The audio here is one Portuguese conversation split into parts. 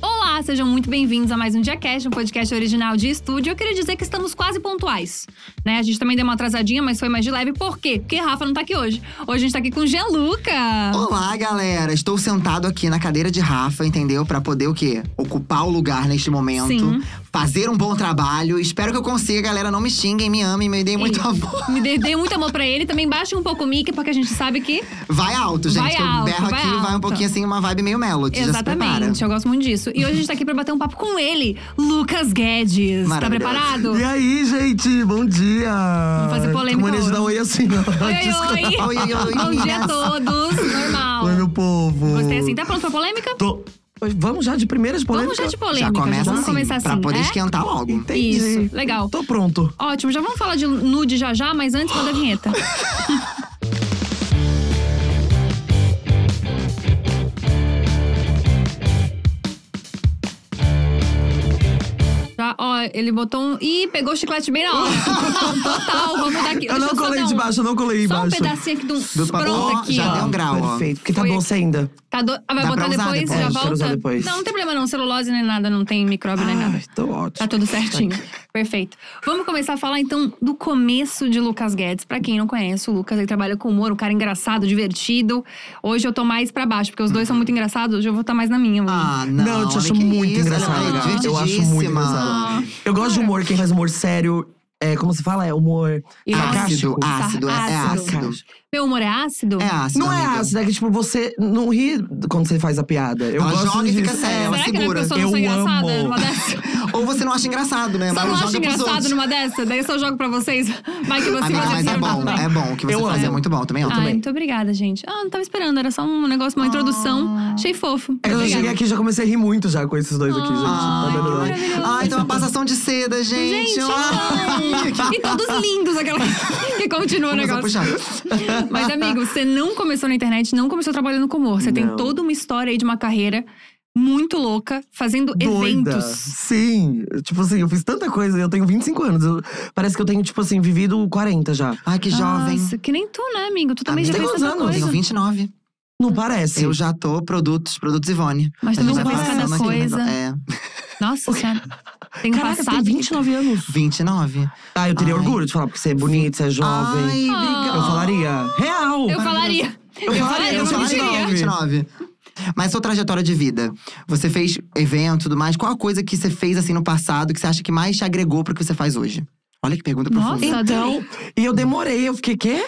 Olá, sejam muito bem-vindos a mais um DiaCast, um podcast original de estúdio. Eu queria dizer que estamos quase pontuais, né? A gente também deu uma atrasadinha, mas foi mais de leve. Por quê? Porque Rafa não tá aqui hoje. Hoje a gente tá aqui com Gianluca. Olá, galera! Estou sentado aqui na cadeira de Rafa, entendeu? Pra poder o quê? Ocupar o lugar neste momento. Sim. Fazer um bom trabalho. Espero que eu consiga, galera. Não me xinguem, me amem, me deem muito Ei. amor. Me dê, dê muito amor pra ele. Também baixe um pouco o mic, porque a gente sabe que… Vai alto, gente. Vai que eu alto, berro vai aqui, vai um alto. pouquinho assim, uma vibe meio melody. Já se prepara. Exatamente, eu gosto muito disso. E hoje a gente tá aqui pra bater um papo com ele, Lucas Guedes. Tá Maravilhoso. preparado? E aí, gente, bom dia! Vamos fazer polêmica Não mania de dar hoje. oi assim, não. Desculpa. Oi, oi! Oi, oi, Bom oi, dia a meninas. todos, normal. Oi, meu povo! Gostei assim. Tá pronto pra polêmica? Tô- Vamos já de primeiras Vamos polêmicas? já de Já polêmica, começa vamos assim, começar assim. pra poder é? esquentar logo. Entendi. Isso, legal. Tô pronto. Ótimo, já vamos falar de nude já já, mas antes manda a vinheta. Tá, ó, ele botou um. Ih, pegou o chiclete bem na hora. Total, vamos dar aqui. Eu Deixa não só colei dar um- de baixo, eu não colei de Só um baixo. pedacinho aqui de um. Do papo- Pronto Ó, aqui, já ó. deu um grau, ó. Perfeito, porque tá Foi- doce ainda. Tá do... ah, vai Dá botar pra usar depois? depois, Já dá pra usar volta? depois. Não, não tem problema não. Celulose nem nada, não tem micróbio nem nada. Ai, tô ótimo. Tá tudo certinho. Perfeito. Vamos começar a falar então do começo de Lucas Guedes. Pra quem não conhece, o Lucas ele trabalha com humor, um cara engraçado, divertido. Hoje eu tô mais pra baixo, porque os dois são muito engraçados, hoje eu vou estar mais na minha. hoje. Ah, não. Não, eu te olha acho que muito isso, ela engraçado. tá cara. Eu acho muito divertidíssima. engraçado. Eu gosto de humor, quem faz humor sério. É, como se fala? É humor Irónico. sarcástico. Ah, Ácido, ácido, é Ácido. ácido. Meu humor é ácido? É ácido. Não é amiga. ácido, é que tipo, você não ri quando você faz a piada. Eu Ela gosto joga e disso. fica séria, ela Será que a é segura. É pessoa não Eu sou engraçada amo. numa dessa? Ou você não acha engraçado, né? Só Mas não joga acha pros engraçado outros. numa dessa? Daí eu só jogo pra vocês. Vai que você Amiga, vai mas é dizer, tá bom, tudo bem. é bom. O que você Eu faz é amo. muito bom também, ó. Ai, muito obrigada, gente. Ah, não tava esperando, era só um negócio, uma introdução. Achei fofo. É que eu já Obrigada. cheguei aqui e já comecei a rir muito já com esses dois aqui, gente. Tá Ai, dando que nada. maravilhoso. Ai, tem uma passação de seda, gente. Gente, Ai, que- não! e todos lindos, aquela que continua o Começou a negócio. puxar. Mas, amigo, você não começou na internet, não começou trabalhando com humor. Você tem Não. toda uma história aí de uma carreira muito louca, fazendo Doida. eventos. Sim. Tipo assim, eu fiz tanta coisa. Eu tenho 25 anos. eu- parece que eu tenho, tipo assim, vivido 40 já. Ai, que jovem. Nossa, que nem tu, né, amigo? Tu Ah, também Amiga, já tem fez quantos tanta anos? Eu tenho coisa. 29. Não parece. Eu já tô produtos, produtos Ivone. Mas A também gente já vai fez cada passando aqui, mas- coisa. É, Nossa, senhora. Tem um Caraca, passado. tem 29 anos. 29. Ah, eu teria Ai. orgulho de falar, porque você é bonito, você é Ai, jovem. obrigada. Eu falaria. Real! Eu falaria. Eu falaria, Ah. eu eu não falaria. mentiria. 29. Mas sua trajetória de vida. Você fez evento e tudo mais. Qual a coisa que você fez assim no passado que você acha que mais te agregou pro que você faz hoje? Olha que pergunta Nossa. profunda. Então, e eu demorei, eu fiquei, quê?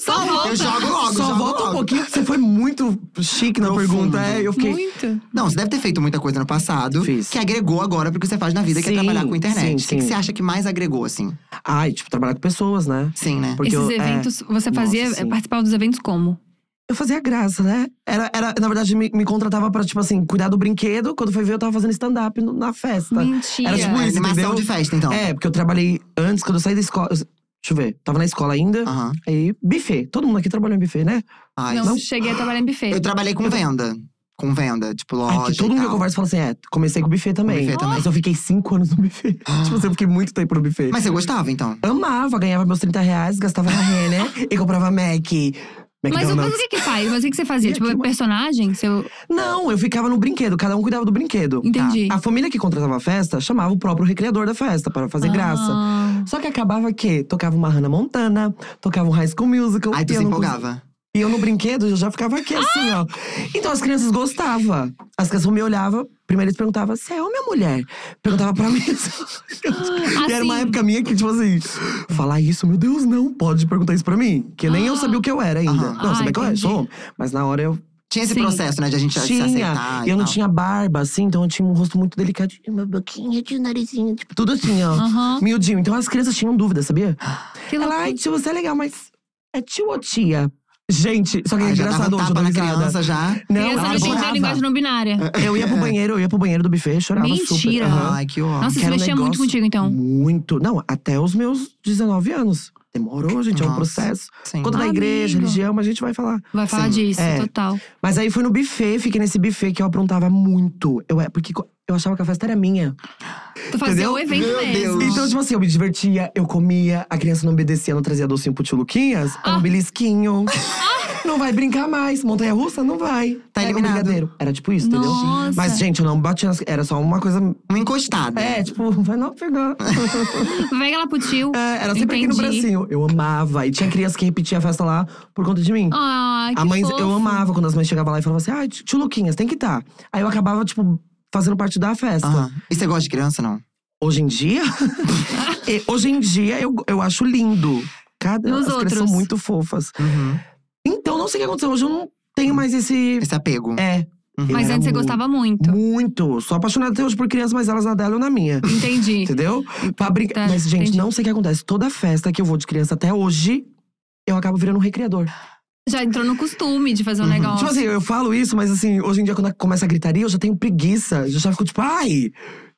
Só Eu volta. jogo logo, Só jogo volta um logo. pouquinho, você foi muito chique na Profundo. pergunta. É, eu fiquei. Muito. Não, você deve ter feito muita coisa no passado Fiz. que agregou agora pro que você faz na vida, que é Sim, trabalhar com internet. sim, O que que sim. você acha que mais agregou, assim? Ai, tipo, trabalhar com pessoas, né? Sim, né? Porque Esses eu- é. eventos, você Nossa, fazia, sim. participava dos eventos como? Eu fazia graça, né? Era, era, na verdade, me, me contratava pra, tipo assim, cuidar do brinquedo. Quando foi ver, eu tava fazendo stand-up no- na festa. Mentira. Era tipo É, isso, animação entendeu? de festa, então. É, porque eu trabalhei antes, quando eu saí da escola. eu- Deixa eu ver, tava na escola ainda. Aham. Aí, buffet. Todo mundo aqui trabalhou em buffet, né? Ai, não, cheguei a trabalhar em buffet. Eu trabalhei com venda. Com venda, tipo Ai, loja que todo e mundo que eu tal. converso fala assim: é, comecei com buffet também. buffet também. Ah. Mas eu fiquei cinco anos no buffet. tipo assim, eu fiquei muito tempo no buffet. Mas você gostava, então? Amava, ganhava meus 30 reais, gastava na Renner né? e comprava Mac. Mas o- McDonald's. mas o que que faz? Mas o que que você fazia? um E tipo, aqui, mano? personagem? Seu... Não, eu ficava no brinquedo, cada um cuidava do brinquedo. Entendi. A família que contratava a festa chamava o próprio recreador da festa para fazer é graça. Ah, Só que acabava que tocava uma Hannah Montana, tocava um High School Musical. Aí tu e se eu não empolgava. cons- E eu no brinquedo, eu já ficava aqui assim, ó. Então as crianças gostavam. As crianças me olhavam, primeiro eles perguntavam, você é homem ou mulher? Perguntava pra mim. E era uma Assim. época minha que, tipo assim, falar isso, meu Deus, não pode perguntar isso pra mim. Que nem eu sabia o que eu era ainda. Aham. Não, Ah, sabia que eu era, entendi. sou homem. Mas na hora eu Tinha esse Sim. processo, né, de a gente se aceitar. tinha. E eu não tal. tinha barba, assim, então eu tinha um rosto muito delicadinho, uma boquinha, tinha um narizinho, tipo, tudo assim, ó. Aham. Miudinho. Então as crianças tinham dúvida, sabia? que Ela, loucura. ai, tio, você é legal, mas é tio ou tia? Gente, só que é Ai, já dava engraçado um hoje, tapa eu dou na risada. criança já. Não, Criança não ela entendia a linguagem adorava. não binária. Eu ia pro banheiro, eu ia pro banheiro do buffet, chorava super. Mentira. Aham. Ai, que ó. Nossa, Que você era um mexia muito negócio contigo, então. Muito. Não, até os meus 19 anos. Demorou, gente, é um Nossa, processo. sim. Quando da Amigo. igreja, religião, mas a gente vai falar. Vai falar Sim, disso, é. total. Mas aí foi no buffet, fiquei nesse buffet que eu aprontava muito. Eu, é- porque co- eu achava que a festa era minha. Tu fazia Entendeu? o evento Meu mesmo. Deus. Então, tipo assim, eu me divertia, eu comia, a criança não obedecia, não trazia docinho pro tio Luquinhas, era Ah. um belisquinho. Não vai brincar mais. Montanha russa não vai. Tá Pega o eliminado. brigadeiro. Era tipo isso, entendeu? Nossa. Mas, gente, eu não bati nas. Era só uma coisa. Uma encostada. É, tipo, vai não pegar. Vem lá pro tio. É, era sempre aqui no Entendi. bracinho. Eu amava. E tinha criança que repetia a festa lá por conta de mim. Ai, Ah, que a mãe, fofo. eu amava quando as mães chegavam lá e falavam assim: ai, tio Luquinhas, tem que estar. Aí eu acabava, tipo, fazendo parte da festa. Aham. E você gosta de criança, não? Hoje em dia. e hoje em dia eu, eu acho lindo. Cada, Nos as crianças são outros. muito fofas. Uhum. Então, não sei o que aconteceu. Hoje eu não tenho mais esse. Esse apego. É. Uhum. Mas Era antes você muito. gostava muito. Muito. Sou apaixonada até hoje por crianças, mas elas na dela ou na minha. Entendi. Entendeu? Pra brincar. Tá, mas, gente, entendi. não sei o que acontece. Toda festa que eu vou de criança até hoje, eu acabo virando um recriador. Já entrou no costume de fazer um Uhum. negócio. Tipo assim, eu falo isso, mas assim, hoje em dia, quando começa a gritaria, eu já tenho preguiça. Eu já fico tipo, ai!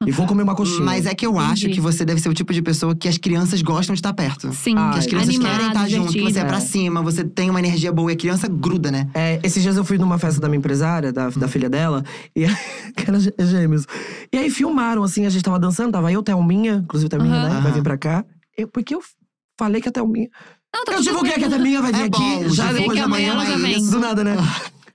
E vou comer uma coxinha. Mas é que eu acho Entendi. que você deve ser o tipo de pessoa que as crianças gostam de estar perto. Sim, Ah, Que as crianças animado, querem estar junto, que divertido. você é pra É. cima, você tem uma energia boa e a criança gruda, né? É, esses dias eu fui numa festa da minha empresária, da, da filha dela, e que era gê- gêmeos. E aí filmaram, assim, a gente tava dançando, tava eu, Thelminha, inclusive Thelminha, Aham. né? Vai vir Aham. pra cá. Eu, porque eu falei que a Thelminha. Não, tá Eu tudo divulguei bem. que a Thelminha vai vir É aqui, bom, já divulga depois que da amanhã manhã. ela já é vem. isso, do nada, né?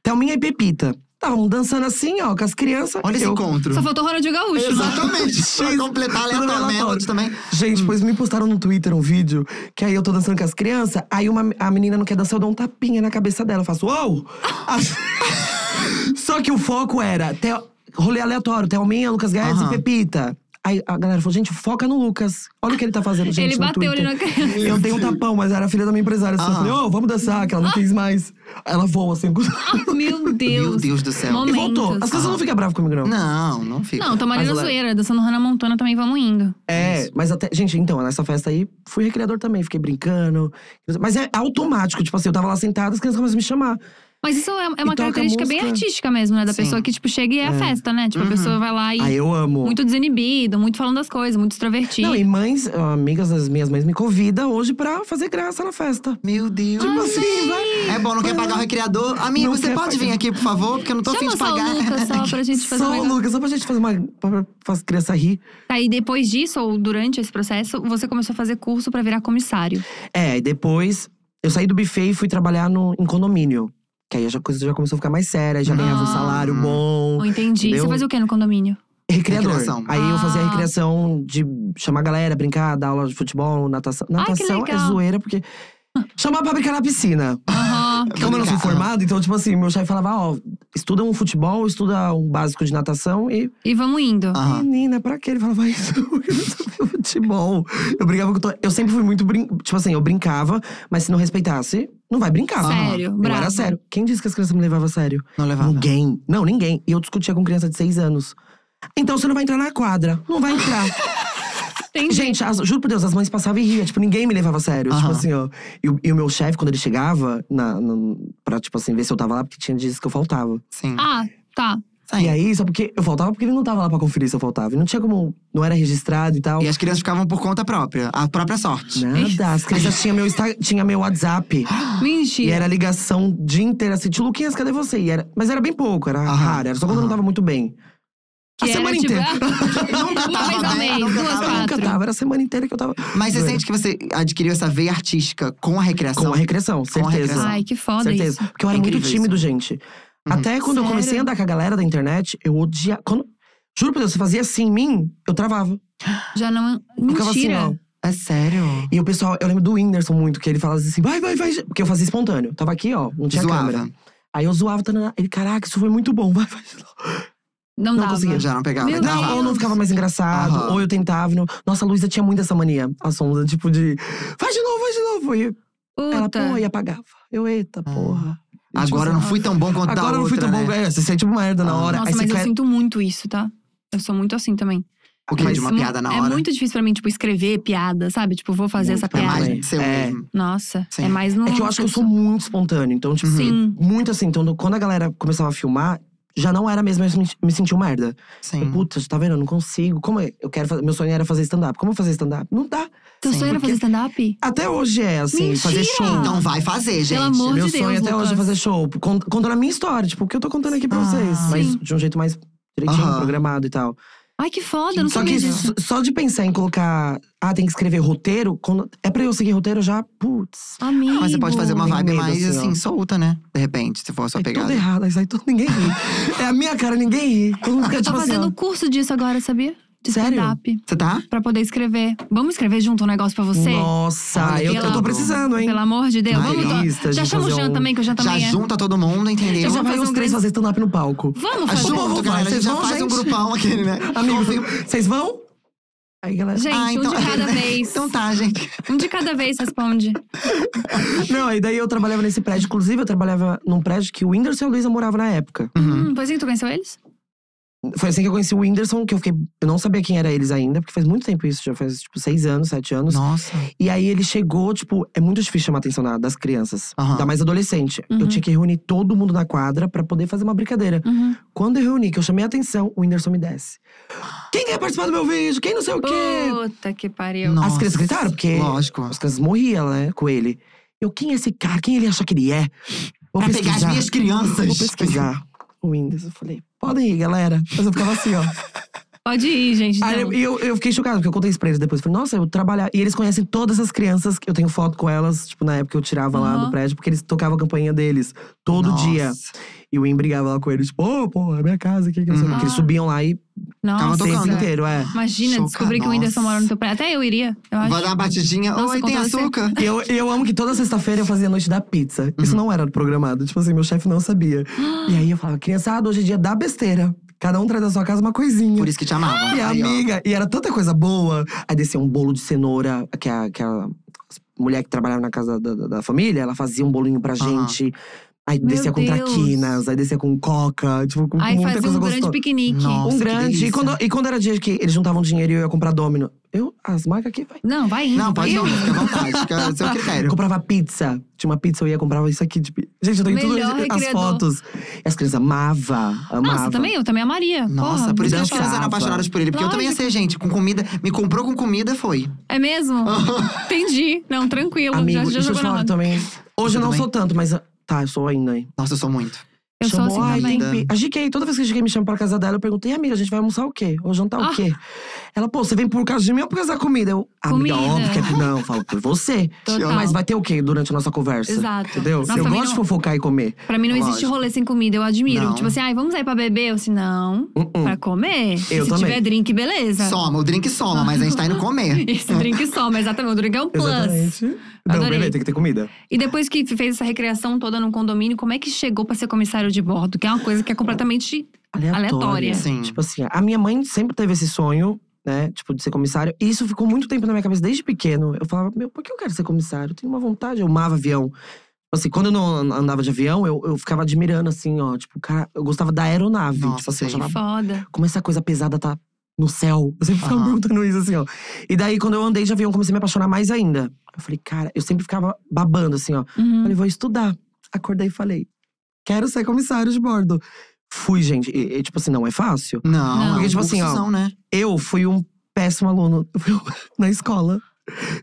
Thelminha e Pepita. Estavam dançando assim, ó, com as crianças. Olha esse eu, encontro. Só faltou Ronaldinho Gaúcho, né? Exatamente. pra completar Tudo aleatório, né? aleatório. Outro também. Hum. Gente, pois me postaram no Twitter um vídeo que aí eu tô dançando com as crianças, aí uma, a menina não quer dançar, eu dou um tapinha na cabeça dela. Eu faço, uou! As- Só que o foco era Theo- rolê aleatório, Thelminha, Lucas Guedes Aham. e Pepita. Aí a galera falou, gente, foca no Lucas. Olha o que ele tá fazendo, gente. Ele no bateu ali Twitter. na criança. Eu dei um tapão, mas era a filha da minha empresária. assim, Eu Aham. falei, ô, vamos dançar, que ela não quis mais. Ela voa assim. Meu Deus. Meu Deus do céu. e Momentos. voltou. As pessoas não ficam bravas comigo, não. Não, não fica. Não, tamo ali Mas na ela- zoeira. Dançando Hannah Montana também, vamos indo. É, Isso. mas até. Gente, então, nessa festa aí, fui recriador também, fiquei brincando. Mas é automático, tipo assim, eu tava lá sentada, as crianças começam a me chamar. Mas isso é, é E uma toca característica bem Então música. Uhum. artística mesmo, né? Da Sim. pessoa que, tipo, chega e é, a festa, né? Tipo, a pessoa vai lá e… Aí eu amo. Muito desinibido, muito falando das coisas, muito extrovertido. Não, e mães, ah, amigas das minhas mães me convidam hoje pra fazer graça na festa. Meu Deus. Tipo assim, vai. É bom, não quer pagar o recriador. Amigo, Não você quer pode vir pagar. aqui, por favor? Porque eu não tô afim Chama de só pagar. o Lucas só pra gente fazer um Só, negócio. Lucas, só pra gente fazer uma. pra pra as crianças rir. Tá, e depois disso, ou durante esse processo, você começou a fazer curso pra virar comissário. É, e depois eu saí do buffet e fui trabalhar no, em condomínio. Que aí já- a coisa já começou a ficar mais séria, já ganhava um Ah. salário bom. Ou entendi. entendeu? Você fazia o quê no condomínio? Recreador. Recreação. Aí eu fazia Ah. recreação de chamar a galera, brincar, dar aula de futebol, natação. Ai, que Natação é legal. zoeira, porque. Chamar pra brincar na piscina. Aham. Como eu não sou Brincar, formado, então, tipo assim, meu chefe falava: ó, estuda um futebol, estuda um básico de natação e. E vamos indo. Aham. Menina, pra quê? Ele falava isso, porque eu não sabia futebol. Eu brincava com. to- Eu sempre fui muito. Brin... Tipo assim, eu brincava, mas se não respeitasse, não vai brincar. Sério, Eu bravo. era sério. Quem disse que as crianças me levavam a sério? Não levava. Ninguém. Não, ninguém. E eu discutia com criança de seis anos. Então você não vai entrar na quadra. Não vai entrar. Entendi. Ah, Gente, as- juro por Deus, as mães passavam e riam. Tipo, ninguém me levava a sério. Tipo Aham. assim, ó. E, o- e o meu chefe, quando ele chegava, na, na- pra, tipo assim, ver se eu tava lá, porque tinha dias que eu faltava. Sim. Ah, tá. Sim. E aí, só porque eu faltava porque ele não tava lá pra conferir se eu faltava. E não tinha como. Não era registrado e tal. E as crianças ficavam por conta própria. A própria Né? sorte. Nada. As crianças tinham meu, Insta- tinha meu WhatsApp. E Mentira. era ligação o dia inteiro assim, tio Luquinhas, cadê você? E era, mas era bem pouco, era Aham. raro, era só quando eu não tava muito bem. Que a era, semana tipo, inteira. Nunca Uma tava vez ao bem, mês, nunca duas, tava. quatro. Nunca tava, era a semana inteira que eu tava. Mas você Doida. sente que você adquiriu essa veia artística com a recreação? Com a Com recreação, a certeza. recreação. Ai, que foda certeza. isso. Porque eu era É muito incrível isso. Uhum. tímido, gente. Até quando eu comecei Sério? a andar com a galera da internet, eu odiava. Quando, juro pra Deus, você fazia assim em mim, eu travava. Já não… Ficava assim, Mentira. ó. É sério? E o pessoal, eu lembro do Whindersson muito, que ele falava assim, vai, vai, vai. Porque eu fazia espontâneo. Tava aqui, ó, não tinha Zoava. câmera. Aí eu zoava, tanana. ele, caraca, isso foi muito bom, vai, vai. não, não dava. conseguia. Já não pegava. Meu Não, Deus. Não, ou não ficava mais engraçado, Aham. ou eu tentava. e Não... Nossa, a Luísa tinha muito essa mania, a sonda, tipo de. Faz de novo, faz de novo. E ela, Puta. pô, e apagava. Eu, eita, porra. E, tipo Ah. Agora assim, não fui tão bom quanto Agora a outra, eu não fui tão bom. né? É, você sente uma merda na Ah. hora. aí Nossa, você mas eu quer- sinto muito isso, tá? Eu sou muito assim também. O que? Mas De uma Isso mu- piada na É hora? muito difícil pra mim, tipo, escrever piada, sabe? Tipo, vou fazer Muito essa É piada. mais piada. de ser o É. mesmo. Nossa, Sim. é mais no… É que eu acho que eu sou muito espontâneo. Então, tipo, Sim. muito assim. Então, quando a galera começava a filmar, já não era mesmo, eu me- me sentiu merda. Sim. Puta, tá vendo? Eu não consigo. Como é? eu quero fazer. Meu sonho era fazer stand-up. Como eu fazer stand-up? Não dá. Teu Sim, sonho era assim, porque- fazer stand-up? Até hoje é, assim, fazer Mentira! show. Então vai fazer, gente. Pelo amor Meu de Deus, sonho até hoje é Lucas. fazer show. Con- Contando a minha história, tipo, o que eu tô contando aqui pra Ah. vocês. Mas Sim. de um jeito mais direitinho, Aham. programado e tal. Ai, que foda, não Só sabia que disso. s- só de pensar em colocar. Ah, tem que escrever roteiro. quando- é pra eu seguir roteiro eu já. Putz. Amigo. Mas você pode fazer uma Tem vibe medo, mais, assim, ó. assim, solta, né? De repente, se for a sua É tudo pegada. errado, aí sai tudo, ninguém ri. É a minha cara, ninguém ri. Todo mundo fica Tô tipo assim, Tá fazendo ó. curso disso agora, sabia? De Sério? stand-up. Você tá? Pra poder escrever. Vamos escrever junto um negócio pra você? Nossa, Olha, eu, pela- eu tô precisando, hein? Pelo amor de Deus. Uma Vamos lista to- de Já chama o fazer Jean um- também, que o Jean Já também é. junta todo mundo, Eu entendeu? vou Já vai fazer os um grande- três fazer stand-up no palco. Vamos Ah, fazer. O povo Junto, galera. vai, A gente vocês já vão, faz um gente? grupão aquele, né? Amigos, Convém- vocês vão? Aí, galera. Gente, Ah, então- um de cada vez. Então tá, gente. Um de cada vez responde. Não, e daí eu trabalhava nesse prédio. Inclusive, eu trabalhava num prédio que o Whindersson e a Luísa moravam na época. Uhum. Hum, pois é, tu conheceu eles? Foi assim que eu conheci o Whindersson, que eu fiquei. Eu não sabia quem era eles ainda, porque faz muito tempo isso, já faz tipo seis anos, sete anos. Nossa. E aí ele chegou, tipo, é muito difícil chamar a atenção da- das crianças. Aham. Ainda mais adolescente. Uhum. Eu tinha que reunir todo mundo na quadra pra poder fazer uma brincadeira. Uhum. Quando eu reuni, que eu chamei a atenção, o Whindersson me desce. Quem quer participar do meu vídeo? Quem não sei o quê? Puta que pariu. Nossa. As crianças gritaram, porque Lógico. as crianças morriam, né, com ele. Eu, quem é esse cara? Quem ele acha que ele é? Vou Pra pegar as minhas crianças. Vou pesquisar o Whindersson. Eu falei, podem ir, galera. Mas eu ficava assim, ó. Pode ir, gente. Aí então. eu, eu, eu fiquei chocada, porque eu contei isso pra eles depois. Eu Falei, nossa, eu trabalhava. E eles conhecem todas as crianças, que eu tenho foto com elas, tipo, na época que eu tirava lá Aham. do prédio, porque eles tocavam a campainha deles todo Nossa. dia. E o Win brigava lá com eles, tipo, ô, pô, é minha casa aqui, que não sei o quê. Uhum. Que eles subiam lá e Tava Nossa. o tempo tocando. inteiro, é. Imagina Chocado. descobrir que o Whindersson mora no teu prédio. Até eu iria, eu acho. Vai dar uma batidinha. Nossa, Oi, tem contou você. açúcar? E eu, eu amo que toda sexta-feira eu fazia a noite da pizza. Isso não era programado. Tipo assim, meu chefe não sabia. E aí eu falava, criançada, hoje é dia da besteira. Cada um traz da sua casa uma coisinha. Por isso que te amava. E a Aí, ó. amiga, e era tanta coisa boa. Aí descia um bolo de cenoura, que a, que a mulher que trabalhava na casa da, da- da família, ela fazia um bolinho pra Aham. gente. Aí Meu descia com Deus. traquinas, aí descia com coca, tipo, com Aí muita fazia coisa um grande gostosa. piquenique. Nossa. Um que grande. E delícia. quando, e quando era dia que eles juntavam dinheiro e eu ia comprar domino, eu, as marcas aqui, vai. Não, vai indo. vai Não, pode indo. não, fica à vontade. Fica ao seu Eu critério. comprava pizza. Tinha uma pizza, eu ia comprava isso aqui. de pi- Gente, eu tenho tudo Melhor as recreador. fotos. E as crianças amavam, amavam. Nossa, também eu, também amaria. Nossa, Porra, por isso que as dançava. crianças eram apaixonadas por ele. Porque eu também ia ser, gente, com comida. Me comprou com comida, foi. É mesmo? Entendi. Não, tranquilo. Ah. Amigo, já já deixa eu te jogou na falar roda. também. Hoje Você eu não também? sou tanto, mas… Tá, eu sou ainda, hein. Nossa, eu sou muito. Eu sou assim Chamou, ai, também. tem pi- A GK, toda vez que a GK me chama pra casa dela, eu perguntei, amiga, a gente vai almoçar o quê? Ou jantar Ah. o quê? Ela, pô, você vem por causa de mim ou por causa da comida? Eu, amiga, Comida. óbvio que é… Não, eu falo por você. Total. Mas vai ter o quê durante a nossa conversa? Exato. Entendeu? Nossa, eu pra mim gosto de não- fofocar e comer. Pra mim não existe Lógico. rolê sem comida, eu admiro. Não. Tipo assim, ai, vamos aí pra beber? Eu assim, não. Uh-uh. Pra comer. Eu Se também. tiver drink, beleza. Soma, o drink soma, mas a gente tá indo comer. Esse drink soma, exatamente. O drink é um plus. Exatamente. Não, Adorei. bebê, tem que ter comida. E depois que fez essa recreação toda no condomínio, como é que chegou pra ser comissário de bordo? Que é uma coisa que é completamente. aleatória. Aleatória. Sim. Tipo assim, a minha mãe sempre teve esse sonho, né? Tipo, de ser comissário. E isso ficou muito tempo na minha cabeça desde pequeno. Eu falava, meu, por que eu quero ser comissário? Eu tenho uma vontade, eu amava avião. Assim, quando eu não an- andava de avião, eu, eu ficava admirando, assim, ó. Tipo, cara, eu gostava da aeronave. Nossa, tipo assim, eu sim. achava, Foda. como essa coisa pesada tá no céu. Eu sempre ficava Aham. perguntando isso, assim, ó. E daí, quando eu andei de avião, comecei a me apaixonar mais ainda. Eu falei, cara, eu sempre ficava babando, assim, ó. Uhum. Falei, vou estudar. Acordei e falei, quero ser comissário de bordo. Fui, gente. E, e, tipo assim, não é fácil. Não, Não. é um Porque, tipo assim, ó, cursozão, né? Eu fui um péssimo aluno na escola.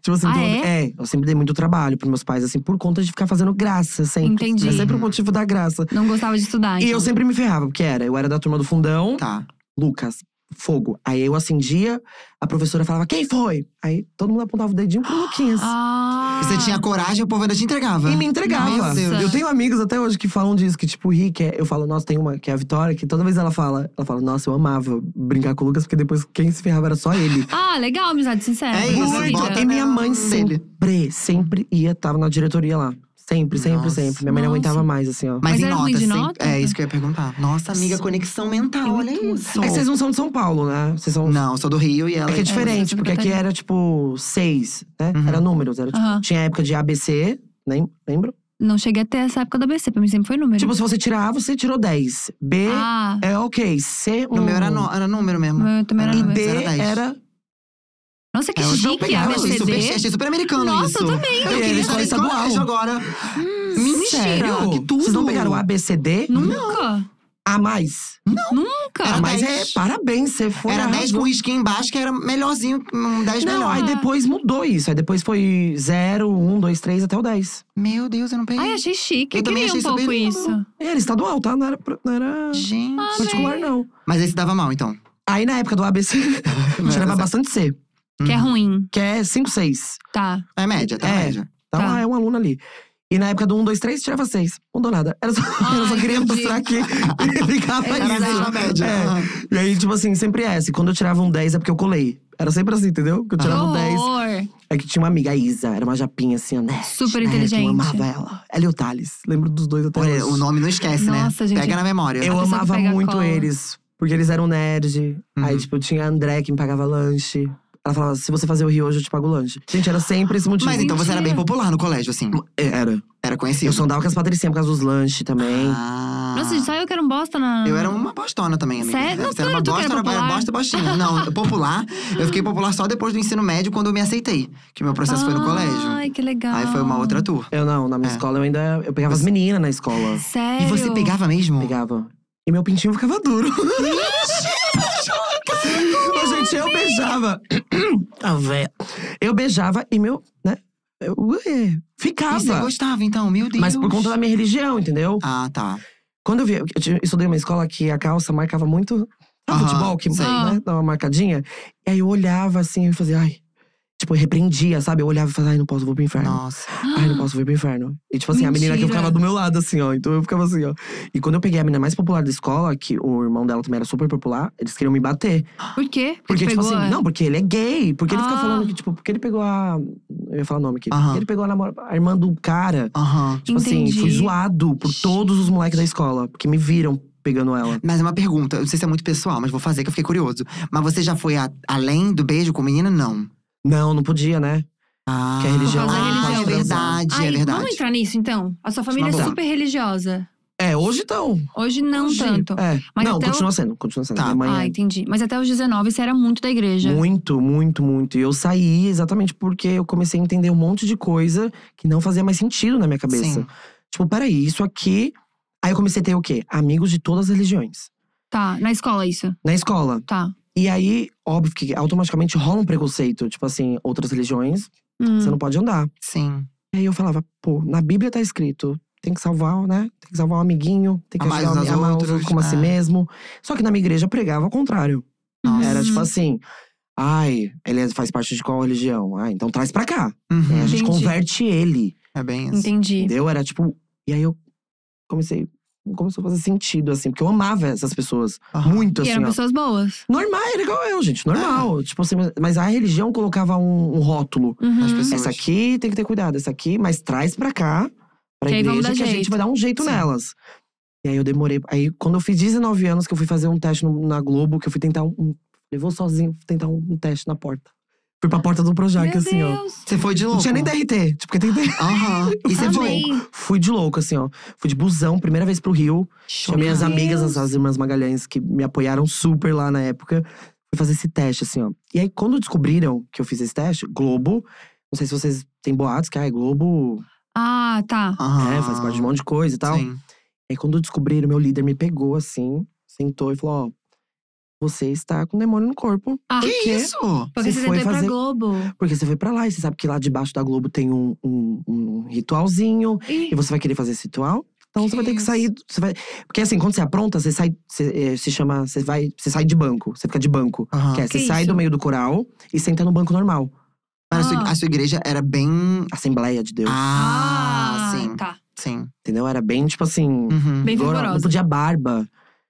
Tipo assim, Ah, então, é? eu sempre dei muito trabalho pros meus pais, assim, por conta de ficar fazendo graça sempre. Entendi. É sempre o motivo da graça. Não gostava de estudar. E então. eu sempre me ferrava, porque era, eu era da turma do fundão, Tá. Lucas, fogo. Aí eu acendia, a professora falava, quem foi? Aí todo mundo apontava o dedinho pro Luquinhas. Ah. E Você tinha coragem, o povo ainda te entregava. E me Meu entregava. Deus. Eu tenho amigos até hoje que falam disso, que tipo, o Rick, é- eu falo, nossa, tem uma que é a Vitória, que toda vez ela fala, ela fala, nossa, eu amava brincar com o Lucas, porque depois quem se ferrava era só ele. Ah, legal, amizade sincera. É isso, Maravilha. bota- E minha mãe Dele. sempre, sempre ia, tava na diretoria lá. Sempre, sempre, Nossa. sempre. Minha mãe não Nossa. aguentava mais, assim, ó. Mas, Mas em era ruim nota, de assim. nota? É isso que eu ia perguntar. Nossa, amiga, conexão mental, olha isso. É que vocês não são de São Paulo, né? Vocês são. Não, eu sou do Rio e ela. É que é diferente, Santa porque aqui Catarina. era tipo seis, né? Uhum. Era números, era tipo. Aham. Tinha a época de ABC, lem- lembra? Não cheguei até essa época da BC, pra mim sempre foi número. Tipo, se você tirar A, você tirou 10. B Uhum. ah, é ok. C, um. No meu era, no- era número mesmo. eu também era E número. D Zero a dez. era Nossa, que É, eu já chique, pegava, achei um super, ABCD. achei super americano Nossa, isso. eu também. Eu E queria eles estar falam em estadual. colégio agora. Hum, Mentira, que tudo. Hum, Vocês não pegaram ABCD? Nunca. A mais. Nunca. Era A mais 10. é parabéns, você foi. Era 10 com arrasou. risquinho embaixo, que era melhorzinho, um 10 Não, melhor. aí depois mudou isso. Aí depois foi 0, 1, 2, 3 até o 10. Meu Deus, eu não peguei. Ai, achei chique. Eu Eu também queria achei um pouco super lindo. isso. É, Era estadual, tá? Não era, pra- não era Gente. particular, não. Mas esse dava mal, então. Aí na época do ABC, a gente leva certo. bastante C, Que é Uhum. ruim. que é 5, 6. Tá. Hum. É média, tá É. média. Então, Tá. ah, é um aluno ali. E na época do 1, 2, 3, tirava 6. Não dou nada. Era só, Ah, eu só queria entendi. mostrar que ficava Era isso. mesmo a média. É. E aí, tipo assim, sempre é essa. E Quando eu tirava um 10 é porque eu colei. Era sempre assim, entendeu? Que eu Que tirava um 10. horror. É que tinha uma amiga, a Isa, era uma japinha assim, né? Super Eu inteligente. amava ela. Ela e o Thales. Lembro dos dois até Olha, hoje. o nome não esquece, Nossa, né? gente. Pega na memória. Eu A pessoa que amava pega a muito cola. eles. Porque eles eram nerd. Aí, Uhum. tipo, eu tinha a André que me pagava lanche. Ela falava, se você fazer o Rio hoje, eu te pago o lanche. Gente, era sempre esse motivo. Mas então você era bem Mentira. popular no colégio, assim. Era. Era conhecido. Eu só andava com as patricinhas por causa dos lanches também. Ah. Nossa, gente, só eu que era um bosta na. Eu era uma bostona também, amiga. Sério? Não, Você era uma tu que bosta, era era uma popular. bosta bostinha. Não, popular. Eu fiquei popular só depois do ensino médio, quando eu me aceitei. Que meu processo foi no colégio. Ah, Ai, que legal. Aí foi uma outra tour. Eu não, na minha É. escola eu ainda. Eu pegava as meninas na escola. Sério. E você pegava mesmo? Pegava. E meu pintinho ficava duro. Ô, gente, eu beijava. Ah, véia. Eu beijava e meu, né? Eu, ué, E você ficava. gostava, então? Meu Deus. Mas por conta da minha religião, entendeu? Ah, tá. Quando eu vi, eu tinha- eu estudei uma escola que a calça marcava muito. Sabe, Aham, futebol, que sei. né, dá uma marcadinha. E aí eu olhava assim e fazia, ai. Tipo, eu repreendia, sabe? Eu olhava e falava, ai, não posso, vou pro inferno. Nossa. Ah, Ai, não posso, vou pro inferno. E tipo assim, a menina que Mentira. ficava do meu lado, assim, ó. Então eu ficava assim, ó. E quando eu peguei a menina mais popular da escola, que o irmão dela também era super popular, eles queriam me bater. Por quê? Porque, tu tipo pegou assim, a- não, porque ele é gay. Porque ele fica Ah. falando que, tipo, porque ele pegou a. Eu ia falar o nome aqui. Aham. Porque ele pegou a, namora, a irmã do cara. Aham. Tipo assim, fui Entendi. zoado por todos os moleques da escola, porque me viram pegando ela. Mas é uma pergunta, eu não sei se é muito pessoal, mas vou fazer que eu fiquei curioso. Mas você já foi a- além do beijo com menina? Não. Não, não podia, né? Ah, Que é religião. Por causa da Ah, religião. é verdade, Ai, é verdade. Vamos entrar nisso então? A sua família é boa. super religiosa. É, hoje então. Hoje não hoje. tanto. É. Mas não, até o- continua sendo, continua sendo. Tá. Minha mãe Ah, é entendi. Mas até os 19 você era muito da igreja. Muito, muito, muito. E eu saí exatamente porque eu comecei a entender um monte de coisa que não fazia mais sentido na minha cabeça. Sim. Tipo, peraí, isso aqui. Aí eu comecei a ter o quê? Amigos de todas as religiões. Tá, na escola isso. Na escola. Tá. E aí, óbvio que automaticamente rola um preconceito. Tipo assim, outras religiões, Hum. você não pode andar. Sim. Aí eu falava, pô, na Bíblia tá escrito, tem que salvar, né? Tem que salvar o amiguinho, tem que Amar ajudar uns o ami- aos amar os outros, outros como a si é. mesmo. Só que na minha igreja pregava ao contrário. Nossa. Era hum, tipo assim, ai, ele é- faz parte de qual religião? Ah, então traz pra cá. Aí a Uhum. gente Entendi. converte ele, É bem isso. Entendi. entendeu? Era tipo… E aí eu comecei… Começou a fazer sentido, assim. Porque eu amava essas pessoas. Aham. Muito, E assim, eram ó. pessoas boas. Normal, era igual eu, gente. Ah. Normal. Tipo assim, mas- mas a religião colocava um- um rótulo. Uhum. As pessoas- Essa aqui tem que ter cuidado, essa aqui, mas traz pra cá, pra Que aí vamos igreja, dar que a gente jeito. vai dar um jeito Sim. nelas. E aí eu demorei. Aí, quando eu fiz 19 anos, que eu fui fazer um teste no- na Globo, que eu fui tentar um. um eu vou sozinho tentar um, um teste na porta. Fui pra porta do Projac, Meu assim, ó. Deus. Você foi de louco? Não tinha nem DRT, tipo, porque tem DRT. Aham. E você Amei. foi? Fui de louco, assim, ó. Fui de busão, primeira vez pro Rio. Chamei as Meu amigas, Deus. as, as irmãs Magalhães, que me apoiaram super lá na época. Fui fazer esse teste, assim, ó. E aí, quando descobriram que eu fiz esse teste, Globo. Não sei se vocês têm boatos, que ah, é Globo Ah, tá. Aham. né? Faz parte de um monte de coisa e tal. Sim. Aí quando descobriram, meu líder me pegou assim, sentou e falou: Ó, você está com demônio no corpo. Ah, Por Que quê? isso? Porque Você você tentou foi ir pra fazer- Globo. Porque você foi pra lá e você sabe que lá debaixo da Globo tem um, um- um ritualzinho. Ih, E você vai querer fazer esse ritual? Então Que você vai ter que isso. sair. Você vai... Porque assim, quando você apronta, você sai. Você, eh, se chama. Você vai. Você sai de banco. Você fica de banco. Aham. Que é, você Ah. Que sai isso? do meio do coral e senta no banco normal. Mas a sua- Ah. a sua igreja era bem… Assembleia de Deus. Ah, sim. Tá. Sim. Entendeu? Era bem, tipo assim. Uhum. Bem agora, Não fervorosa. podia barba.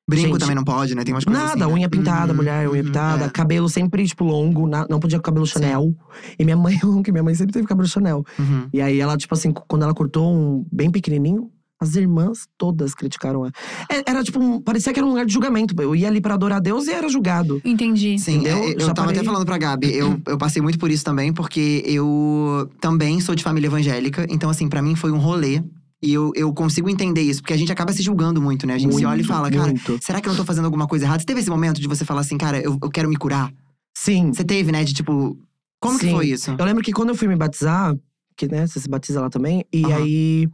Brinco Gente, também não pode, né? Tem umas coisas Nada, assim, né? unha pintada, Uhum, mulher, unha uhum, pintada, é. cabelo sempre, tipo, longo, na- não podia com cabelo Chanel. E minha mãe, que minha mãe sempre teve cabelo Chanel. Uhum. E aí ela, tipo assim, quando ela cortou um bem pequenininho, as irmãs todas criticaram ela. É, Era tipo, um- parecia que era um lugar de julgamento. Eu ia ali pra adorar a Deus e era julgado. Entendi. Sim, Entendeu? é, eu Já tava parei. Uhum. até falando pra Gabi, eu, eu passei muito por isso também, porque eu também sou de família evangélica, então assim, pra mim foi um rolê. E eu, eu consigo entender isso, porque a gente acaba se julgando muito, né? A gente se olha e fala, cara, muito. será que eu não tô fazendo alguma coisa errada? Você teve esse momento de você falar assim, cara, eu, eu quero me curar? Sim. Você teve, né? De tipo, como que Sim. foi isso? Eu lembro que quando eu fui me batizar, que né, você se batiza lá também, e Aham. aí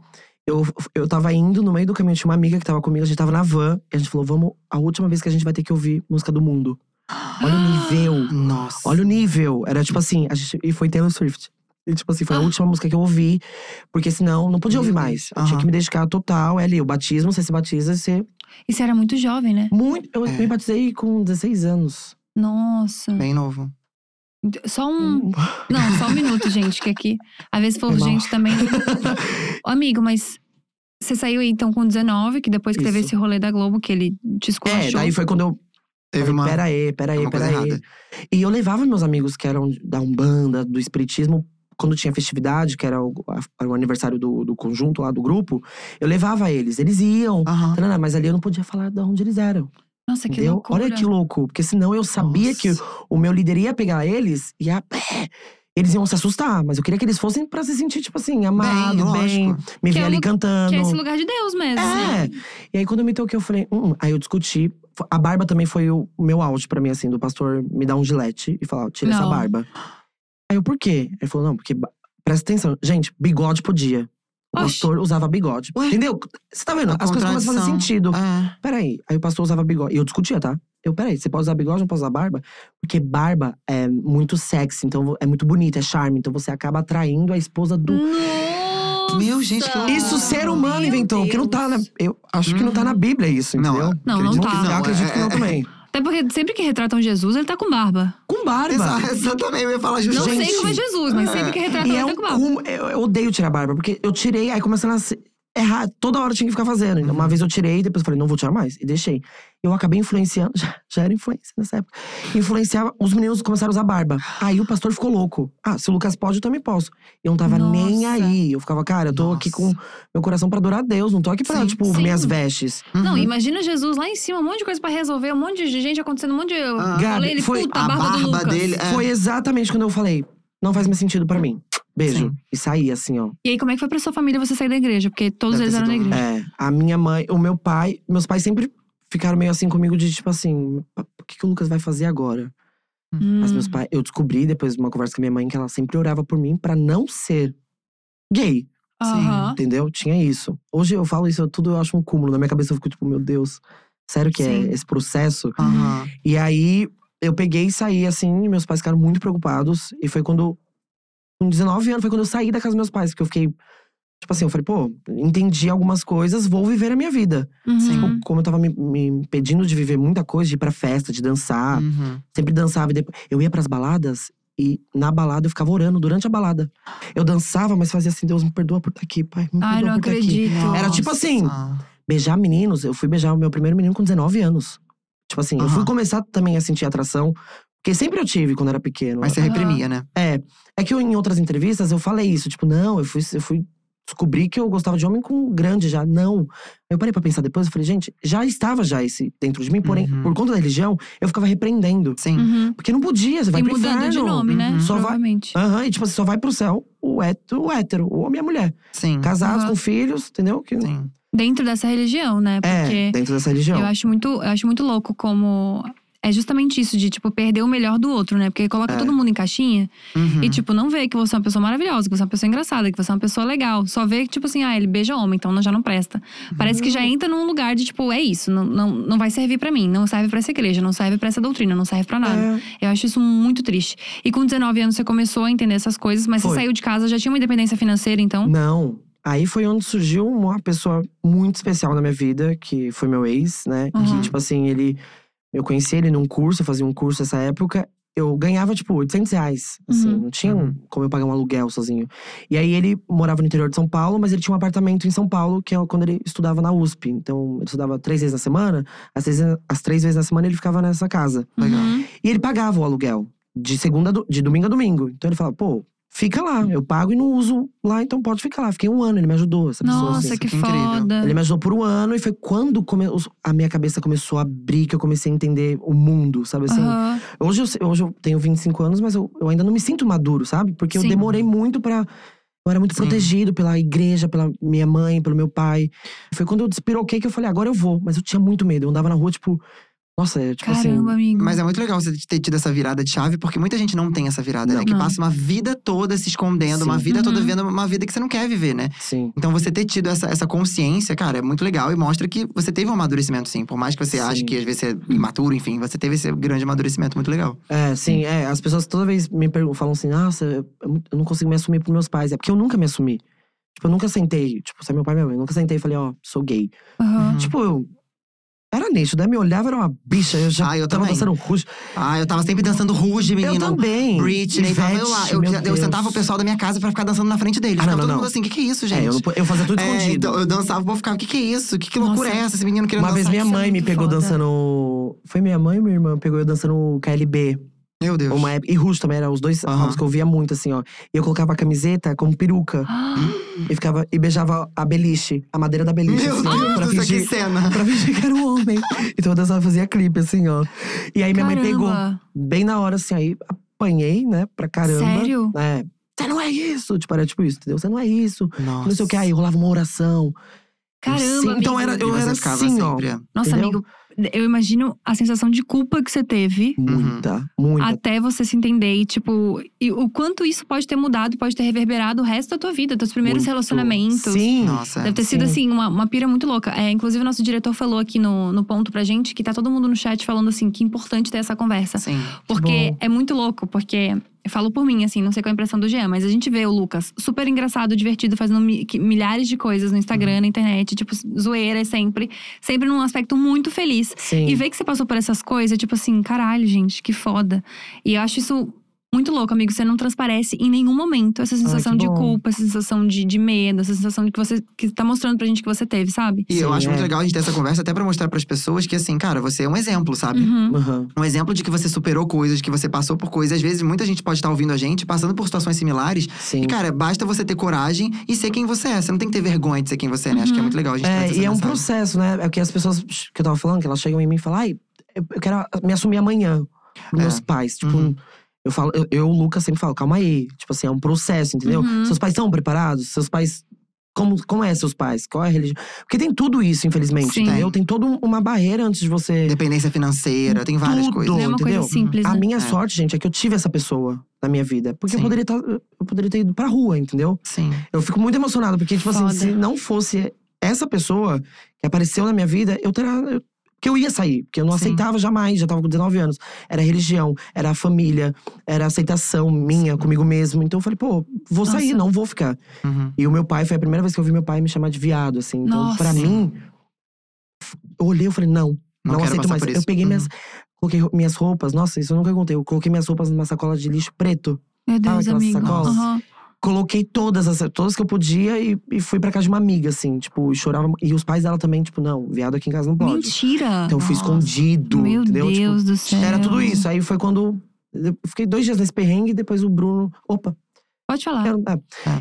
eu, eu tava indo no meio do caminho, tinha uma amiga que tava comigo, a gente tava na van, e a gente falou: vamos, a última vez que a gente vai ter que ouvir música do mundo. Olha o nível. Nossa. Olha o nível. Era tipo assim, a gente, e foi Taylor Swift. E tipo assim, foi a Ah. última música que eu ouvi, porque senão não Meu podia ouvir Deus. mais. Eu tinha Aham. que me dedicar total, é ali, o batismo, você se batiza, você E você era muito jovem, né? Muito. Eu É. me batizei com 16 anos. Nossa. Bem novo. Só um. Hum. Não, só um minuto, gente, que aqui. Às vezes por Foi Uhum. É mal. gente também. Ô, amigo, mas você saiu aí então com 19, que depois que teve Isso. esse rolê da Globo, que ele te É, esculachou. daí foi quando eu Teve uma. Pera aí, pera aí, uma coisa pera aí. errada. E eu levava meus amigos que eram da Umbanda, do Espiritismo, quando tinha festividade, que era o, a- era o aniversário do, do conjunto lá, do grupo, eu levava eles. Eles iam, Aham. tarana, mas ali eu não podia falar de onde eles eram. Nossa, Tá, que entendeu? loucura. Olha que louco, porque senão eu sabia que Nossa. o meu líder ia pegar eles e a pé. Eles iam se assustar, mas eu queria que eles fossem pra se sentir, tipo assim, Bem, amado, bem, lógico. me Que é ver o ali lu- cantando. Que é esse lugar de Deus mesmo. né? É. E aí, quando eu me toquei, eu falei, hum. Aí eu discuti. Fo- A barba também foi o o meu out pra mim, assim, do pastor me dar um gilete e falar, tira essa Não. barba. Aí eu, por quê? Ele falou, não, porque. ba- Presta atenção, gente, bigode podia. O Oxe. pastor usava bigode. Ué? Entendeu? Você tá vendo? Uma As coisas começam a fazer contradição. sentido. É. Peraí. Aí o pastor usava bigode. E eu discutia, tá? Eu, peraí, você pode usar bigode, não pode usar barba? Porque barba é muito sexy, então vo- é muito bonita, é charme. Então você acaba atraindo a esposa do Nossa! Meu, gente, que loucura. isso o ser humano Ah, Meu inventou, porque não tá na. Deus. Uhum. Eu acho que não tá na Bíblia isso, Não, entendeu? Não, não Acredito tá. que Eu Não, acredito é- que não é- também. Até porque sempre que retratam Jesus, ele tá com barba. Com barba. Exa- Exatamente, eu ia Não falar justamente. sei como é Jesus, mas sempre que retratam, E ele é tá um com barba. cúmulo. Eu, eu odeio tirar barba, porque eu tirei, aí começando a se- errar. Toda hora eu tinha que ficar fazendo. Então, Uhum. uma vez eu tirei, depois eu falei, não vou tirar mais. E deixei. Eu acabei influenciando, já, já era influência nessa época. Influenciava, os meninos começaram a usar barba. Aí o pastor ficou louco. Ah, se o Lucas pode, eu também posso. E eu não tava nem Nossa. aí. Eu ficava, cara, eu tô aqui com Nossa. meu coração pra adorar a Deus, não tô aqui pra, Sim, tipo, sim. minhas vestes. Não, Uhum. imagina Jesus lá em cima, um monte de coisa pra resolver, um monte de gente acontecendo, um monte de. Ah. Eu falei, ele, foi puta, a barba, do barba Lucas. dele. É. Foi exatamente quando eu falei, não faz mais sentido pra mim. Beijo. Sim. E saí assim, ó. E aí, como é que foi pra sua família você sair da igreja? Porque todos Deve eles ter eram da sido um- igreja. É, a minha mãe, o meu pai, meus pais sempre ficaram meio assim comigo de tipo assim, o que, que o Lucas vai fazer agora? Mas um- é. Hum. meus pais, eu descobri depois de uma conversa com a minha mãe que ela sempre orava por mim pra não ser gay, Hum, aham. entendeu? Tinha isso. Hoje eu falo isso, eu, tudo eu acho um cúmulo na minha cabeça, eu fico tipo, meu Deus, sério que Sim. é esse processo? Aham. E aí eu peguei e saí assim, e meus pais ficaram muito preocupados. E foi quando. Com 19 anos, foi quando eu saí da casa dos meus pais, porque eu fiquei. Tipo assim, eu falei, pô, entendi algumas coisas, vou viver a minha vida. Tipo, Uhum. Sim. Como eu tava me, me impedindo de viver muita coisa, de ir pra festa, de dançar. Uhum. Sempre dançava. E depois, eu ia pras baladas e na balada eu ficava orando durante a balada. Eu dançava, mas fazia assim, Deus me perdoa por estar aqui, pai. Me perdoa Ai, não por tá aqui. acredito. Era tipo assim, beijar meninos, eu fui beijar o meu primeiro menino com 19 anos. Tipo assim, eu Aham. fui começar também a sentir atração. Porque sempre eu tive quando era pequeno. Mas você Aham. reprimia, né? É. É que eu, em outras entrevistas eu falei isso, tipo, não, eu fui, eu fui descobrir que eu gostava de homem com grande já. Não. Aí eu parei pra pensar depois, eu falei, gente, já estava já esse dentro de mim, porém, Uhum. por conta da religião, eu ficava repreendendo. Sim. Uhum. Porque não podia, assim, você vai E pro mudando inferno. de nome, né? Uhum. Só vai- Provavelmente. Aham, e tipo, assim, só vai pro céu o hétero, o hétero, o homem e a mulher. Sim. Casados, Aham. com filhos, entendeu? Que, Sim. Dentro dessa religião, né? é, Porque dentro dessa religião. eu acho muito, eu acho muito louco como. É justamente isso, de, tipo, perder o melhor do outro, né? Porque coloca É. todo mundo em caixinha Uhum. e, tipo, não vê que você é uma pessoa maravilhosa, que você é uma pessoa engraçada, que você é uma pessoa legal. Só vê que, tipo assim, ah, ele beija homem, então não- já não presta. Parece que já entra num lugar de, tipo, é isso, não, não, não vai servir pra mim, não serve pra essa igreja, não serve pra essa doutrina, não serve pra nada. É. Eu acho isso muito triste. E com 19 anos você começou a entender essas coisas, mas Foi. você saiu de casa, já tinha uma independência financeira, então. Não. Aí foi onde surgiu uma pessoa muito especial na minha vida, que foi meu ex, né? Uhum. Que, tipo assim, ele. Eu conheci ele num curso, eu fazia um curso nessa época. Eu ganhava, tipo, 800 reais. Assim, Uhum. não tinha um- Uhum. como eu pagar um aluguel sozinho. E aí ele morava no interior de São Paulo, mas ele tinha um apartamento em São Paulo, que é quando ele estudava na USP. Então, ele estudava três vezes na semana. Às três, às três vezes na semana ele ficava nessa casa. Legal. Uhum. E ele pagava o aluguel de segunda, a do- de domingo a domingo. Então ele falava, pô, fica lá, eu pago e não uso lá, então pode ficar lá. Fiquei um ano, ele me ajudou, essa pessoa. Nossa, assim. que que incrível. foda. Ele me ajudou por um ano e foi quando come- os- a minha cabeça começou a abrir, que eu comecei a entender o mundo, sabe assim? Aham. Hoje, eu, se- hoje eu tenho 25 anos, mas eu, eu ainda não me sinto maduro, sabe? Porque Sim. eu demorei muito pra. Eu era muito Sim. protegido pela igreja, pela minha mãe, pelo meu pai. Foi quando eu despiroquei que eu falei, agora eu vou. Mas eu tinha muito medo. Eu andava na rua, tipo. Nossa, é tipo assim. Caramba, amigo. Mas é muito legal você ter tido essa virada de chave, porque muita gente não tem essa virada, Não. né? Que Não. passa uma vida toda se escondendo, uma Sim. vida toda Uhum. vivendo uma vida que você não quer viver, né? Sim. Então você ter tido essa, essa consciência, cara, é muito legal e mostra que você teve um amadurecimento, sim. Por mais que você ache Sim. que às vezes você é imaturo, enfim, você teve esse grande amadurecimento muito legal. É, sim, é. As pessoas toda vez me perguntam, falam assim, nossa, eu eu não consigo me assumir pros meus pais. É porque eu nunca me assumi. é Tipo, eu nunca sentei, tipo, se é meu pai e minha mãe, eu nunca sentei e falei, ó, sou gay. Aham. Uhum. Tipo, eu Era nicho, daí me olhava, era uma bicha. Eu já Ah, eu tava também. dançando rujo. Ah, eu tava sempre dançando ruge, menino. Eu também. Britney, tava eu lá. Ivete, Eu, meu já- eu Deus. sentava o pessoal da minha casa pra ficar dançando na frente deles. Ah, não, ficava não, todo não. mundo assim, o que que é isso, É, gente? eu, não- eu fazia tudo É, escondido. então, eu dançava, o povo ficava, o que que é isso? Que, que loucura é essa? Esse menino querendo Uma vez dançar. minha isso é mãe me muito pegou foda. dançando. Foi minha mãe ou minha irmã? Pegou eu dançando KLB. Meu Deus. Uma época, e Rush também, eram os dois Aham. álbuns que eu via muito, assim, ó. E eu colocava a camiseta como peruca. Ah, E, ficava, e beijava a beliche, a madeira da beliche. Meu assim, Deus, isso pra aqui fingir, é cena. pra fingir que era um homem. Então eu dançava, fazia clipe, assim, ó. E aí minha mãe pegou. Caramba. Bem na hora, assim, aí apanhei, né, pra caramba. Sério? É. Você não é isso! Tipo, era tipo isso, entendeu? Você não é isso. Nossa. Não sei o que, aí rolava uma oração. Caramba, Sim, então amigo. era- E eu você era ficava assim, ó. sempre- Nossa, entendeu? amigo, eu imagino a sensação de culpa que você teve. Uhum. Muita, muita. Até você se entender e, tipo, e o quanto isso pode ter mudado, pode ter reverberado o resto da tua vida, teus primeiros muito. relacionamentos. Ah, Sim. Nossa. Deve ter sido, assim, uma, uma pira muito louca. É, inclusive, o nosso diretor falou aqui no, no ponto pra gente que tá todo mundo no chat falando assim que é importante ter essa conversa. Sim. Porque bom. é muito louco, porque. Eu falo por mim, assim, não sei qual é a impressão do Jean, mas a gente vê o Lucas super engraçado, divertido, fazendo mi- que- milhares de coisas no Uhum. Instagram, na internet, tipo, zoeira sempre. Sempre num aspecto muito feliz. Sim. E ver que você passou por essas coisas, é tipo assim, caralho, gente, que foda. E eu acho isso muito louco, amigo. Você não transparece em nenhum momento essa sensação que de bom. culpa, essa sensação de, de medo, essa sensação de que você que tá mostrando pra gente que você teve, sabe? E eu Sim, acho é. muito legal a gente ter essa conversa até pra mostrar pras pessoas que, assim, cara, você é um exemplo, sabe? Uhum. Aham. Um exemplo de que você superou coisas, que você passou por coisas. Às vezes, muita gente pode estar ouvindo a gente, passando por situações similares. Sim. E, cara, basta você ter coragem e ser quem você é. Você não tem que ter vergonha de ser quem você é, né? Acho que é muito legal a gente É, trazer essa e é um mensagem. processo, né? É o que as pessoas que eu tava falando, que elas chegam em mim e falam, ai, eu eu quero me assumir amanhã pros É. meus pais. Tipo, Uhum. eu falo, eu, eu, Lucas, sempre falo, calma aí. Tipo assim, é um processo, entendeu? Uhum. Seus pais estão preparados? Seus pais. Como, como é seus pais? Qual é a religião? Porque tem tudo isso, infelizmente, Sim. entendeu? Tem toda um- uma barreira antes de você. Dependência financeira, tem várias Não Tudo. é coisas. uma entendeu? coisa simples, A né? minha É. sorte, gente, é que eu tive essa pessoa na minha vida. Porque eu Sim. poderia, tá, eu poderia ter ido pra rua, entendeu? Sim. Eu fico muito emocionada, porque, tipo Foda. assim, se não fosse essa pessoa que apareceu na minha vida, eu teria. Eu, que eu ia sair, porque eu não Sim. aceitava jamais, já tava com 19 anos. Era religião, era a família, era a aceitação minha comigo mesmo. Então eu falei, pô, vou sair, Nossa. não vou ficar. Uhum. E o meu pai, foi a primeira vez que eu vi meu pai me chamar de viado, assim. Então, Nossa. pra mim, eu olhei, eu falei, não, Não não, quero aceito passar mais. por isso. Eu peguei Uhum. minhas. Coloquei ro- minhas roupas, nossa, isso eu nunca contei. Eu coloquei minhas roupas numa sacola de lixo preto. Meu Deus, aquelas amigo. sacolas? Aham. coloquei todas as, todas que eu podia e, e fui pra casa de uma amiga, assim, tipo, e chorava. E os pais dela também, tipo, não, viado aqui em casa não pode. Mentira! Então eu fui escondido, Meu entendeu? Tipo, Deus do céu. era tudo isso. Aí foi quando. Eu fiquei dois dias nesse perrengue e depois o Bruno. Opa, Pode falar. quero. é. Ah.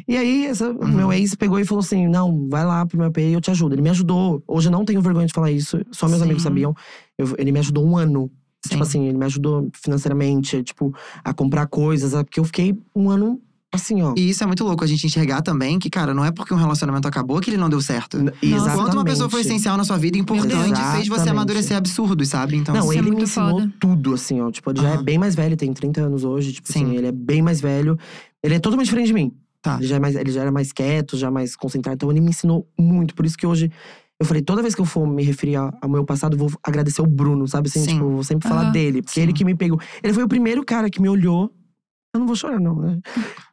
É. E aí, essa- Uhum. o meu ex pegou e falou assim: não, vai lá pro meu API, eu te ajudo. Ele me ajudou. Hoje eu não tenho vergonha de falar isso, só meus Sim. amigos sabiam. Eu- ele me ajudou um ano. Sim. Tipo assim, ele me ajudou financeiramente, tipo, a comprar coisas. a- Porque eu fiquei um ano assim, ó. E isso é muito louco a gente enxergar também que, cara, não é porque um relacionamento acabou que ele não deu certo. N- Exatamente. Quanto uma pessoa foi essencial na sua vida, importante, fez você Exatamente. amadurecer absurdos, sabe? Então, Não, Isso é ele me muito ensinou foda. tudo, assim, ó. Tipo, ele já é Aham. bem mais velho, tem 30 anos hoje. Tipo Sim. assim, ele é bem mais velho. Ele é totalmente diferente de mim. Tá. Ele já, é mais, ele já era mais quieto, já mais concentrado. Então ele me ensinou muito. Por isso que hoje… Eu falei, toda vez que eu for me referir a- ao meu passado, eu vou agradecer o Bruno, sabe? Assim, Sim. tipo, eu vou sempre falar Aham. dele. Porque é Sim. ele que me pegou. Ele foi o primeiro cara que me olhou. Eu não vou chorar, não, né?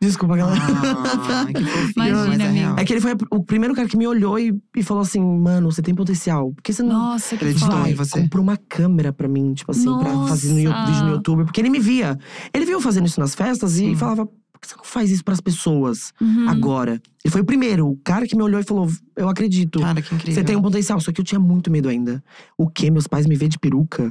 Desculpa, galera. Ah, que fofinho, Imagina, mas é amigo. real. É que ele foi o primeiro cara que me olhou e, e falou assim: Mano, você tem potencial. Por que você não Nossa, que Acreditou foda. em Vai, você. comprou uma câmera pra mim, tipo assim, pra fazer no, Yo- Nossa! vídeo no YouTube. Porque ele me via. Ele viu eu fazendo isso nas festas Sim. e falava, por que você não faz isso pras pessoas Uhum. agora? Ele foi o primeiro, o cara que me olhou e falou, eu acredito. Cara, que incrível. Você tem um potencial, só que eu tinha muito medo ainda. O quê? Meus pais me vê de peruca?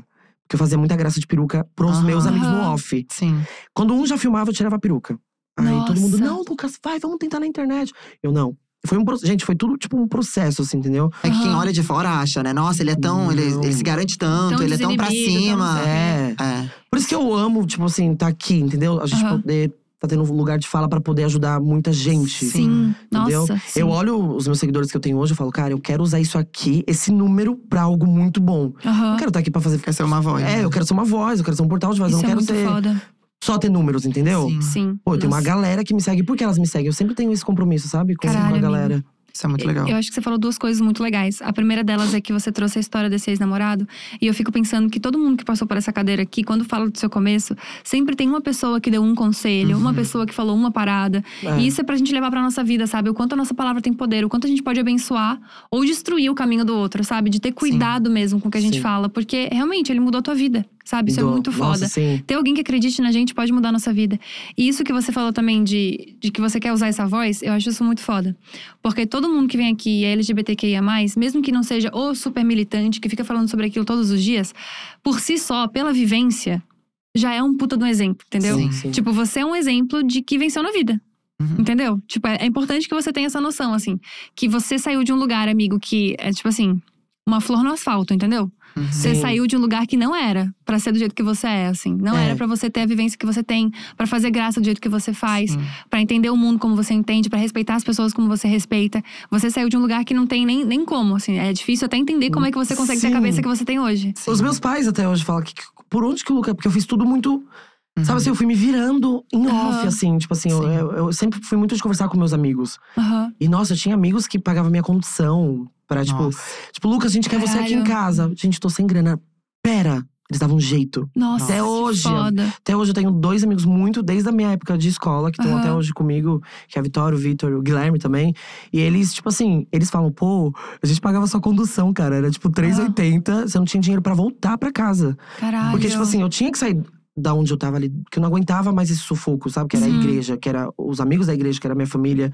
Porque eu fazia muita graça de peruca pros Aham. meus amigos no Aham. off. Sim. Quando um já filmava, eu tirava a peruca. Aí todo mundo, Nossa. não, Lucas, vai, vamos tentar na internet. Eu não. Foi um, pro- gente, foi tudo tipo um processo, assim, entendeu? É que quem Aham. olha de fora acha, né? Nossa, ele é tão. Ele, Não. ele se garante tanto, Tão ele é tão pra desinibido, tão cima. não sei. É. É. Por isso que eu amo, tipo assim, tá aqui, entendeu? A gente Aham. poder tá tendo um lugar de fala pra poder ajudar muita gente. Sim. Entendeu? Nossa. sim. Eu olho os meus seguidores que eu tenho hoje, eu falo, cara, eu quero usar isso aqui, esse número, pra algo muito bom. Eu Aham. não quero estar aqui pra fazer. Quer ser uma voz. né? É, eu quero ser uma voz, eu quero ser um portal de voz, eu Isso não é quero muito ser. foda. Só ter números, entendeu? Sim. Sim. Pô, tem uma Nossa. galera que me segue, por que elas me seguem? Eu sempre tenho esse compromisso, sabe? Com, com Caralho, a galera. Isso é muito legal. Eu acho que você falou duas coisas muito legais. A primeira delas é que você trouxe a história desse ex-namorado. E eu fico pensando que todo mundo que passou por essa cadeira aqui, quando fala do seu começo, sempre tem uma pessoa que deu um conselho, uma pessoa que falou uma parada. Uhum. É. E isso é pra gente levar pra nossa vida, sabe? O quanto a nossa palavra tem poder, o quanto a gente pode abençoar ou destruir o caminho do outro, sabe? De ter cuidado mesmo com o que a gente Sim. fala. Porque realmente ele mudou a tua vida, sabe? Isso é Do- muito foda. Nossa, sim. Ter alguém que acredite na gente pode mudar a nossa vida. E isso que você falou também de, de que você quer usar essa voz, eu acho isso muito foda. Porque todo mundo que vem aqui e é LGBTQIA, mesmo que não seja o super militante, que fica falando sobre aquilo todos os dias, por si só, pela vivência, já é um puta de um exemplo, entendeu? Sim, Sim. sim. Tipo, você é um exemplo de que venceu na vida. Uhum. Entendeu? Tipo, é, é importante que você tenha essa noção, assim. Que você saiu de um lugar, amigo, que é tipo assim, uma flor no asfalto, entendeu? Uhum. Você Sim. saiu de um lugar que não era pra ser do jeito que você é, assim. Não É. era pra você ter a vivência que você tem, pra fazer graça do jeito que você faz, Sim. pra entender o mundo como você entende, pra respeitar as pessoas como você respeita. Você saiu de um lugar que não tem nem, nem como, assim. É difícil até entender como é que você consegue ter Sim. a cabeça que você tem hoje. Os meus pais até hoje falam que, que- por onde que o Lucas. Porque eu fiz tudo muito. Sabe assim, eu fui me virando em off, Aham. assim. Tipo assim, eu, Sim. eu- eu sempre fui muito de conversar com meus amigos. Aham. E nossa, eu tinha amigos que pagavam minha condição. Pra, tipo, Nossa. tipo, Lucas, a gente quer você aqui em Caralho. casa. Gente, tô sem grana. Pera! Eles davam um jeito. Nossa, Até que hoje. foda. Até hoje eu tenho dois amigos muito, desde a minha época de escola, que estão Aham. até hoje comigo, que é a Vitória, o Vitor, o Guilherme também. E eles, tipo assim, eles falam, pô, a gente pagava só condução, cara. Era Ah. tipo 3,80, você não tinha dinheiro pra voltar pra casa. Caralho. Porque, tipo assim, eu tinha que sair da onde eu tava ali, que eu não aguentava mais esse sufoco, sabe? Que era a Sim. igreja, que era os amigos da igreja, que era a minha família.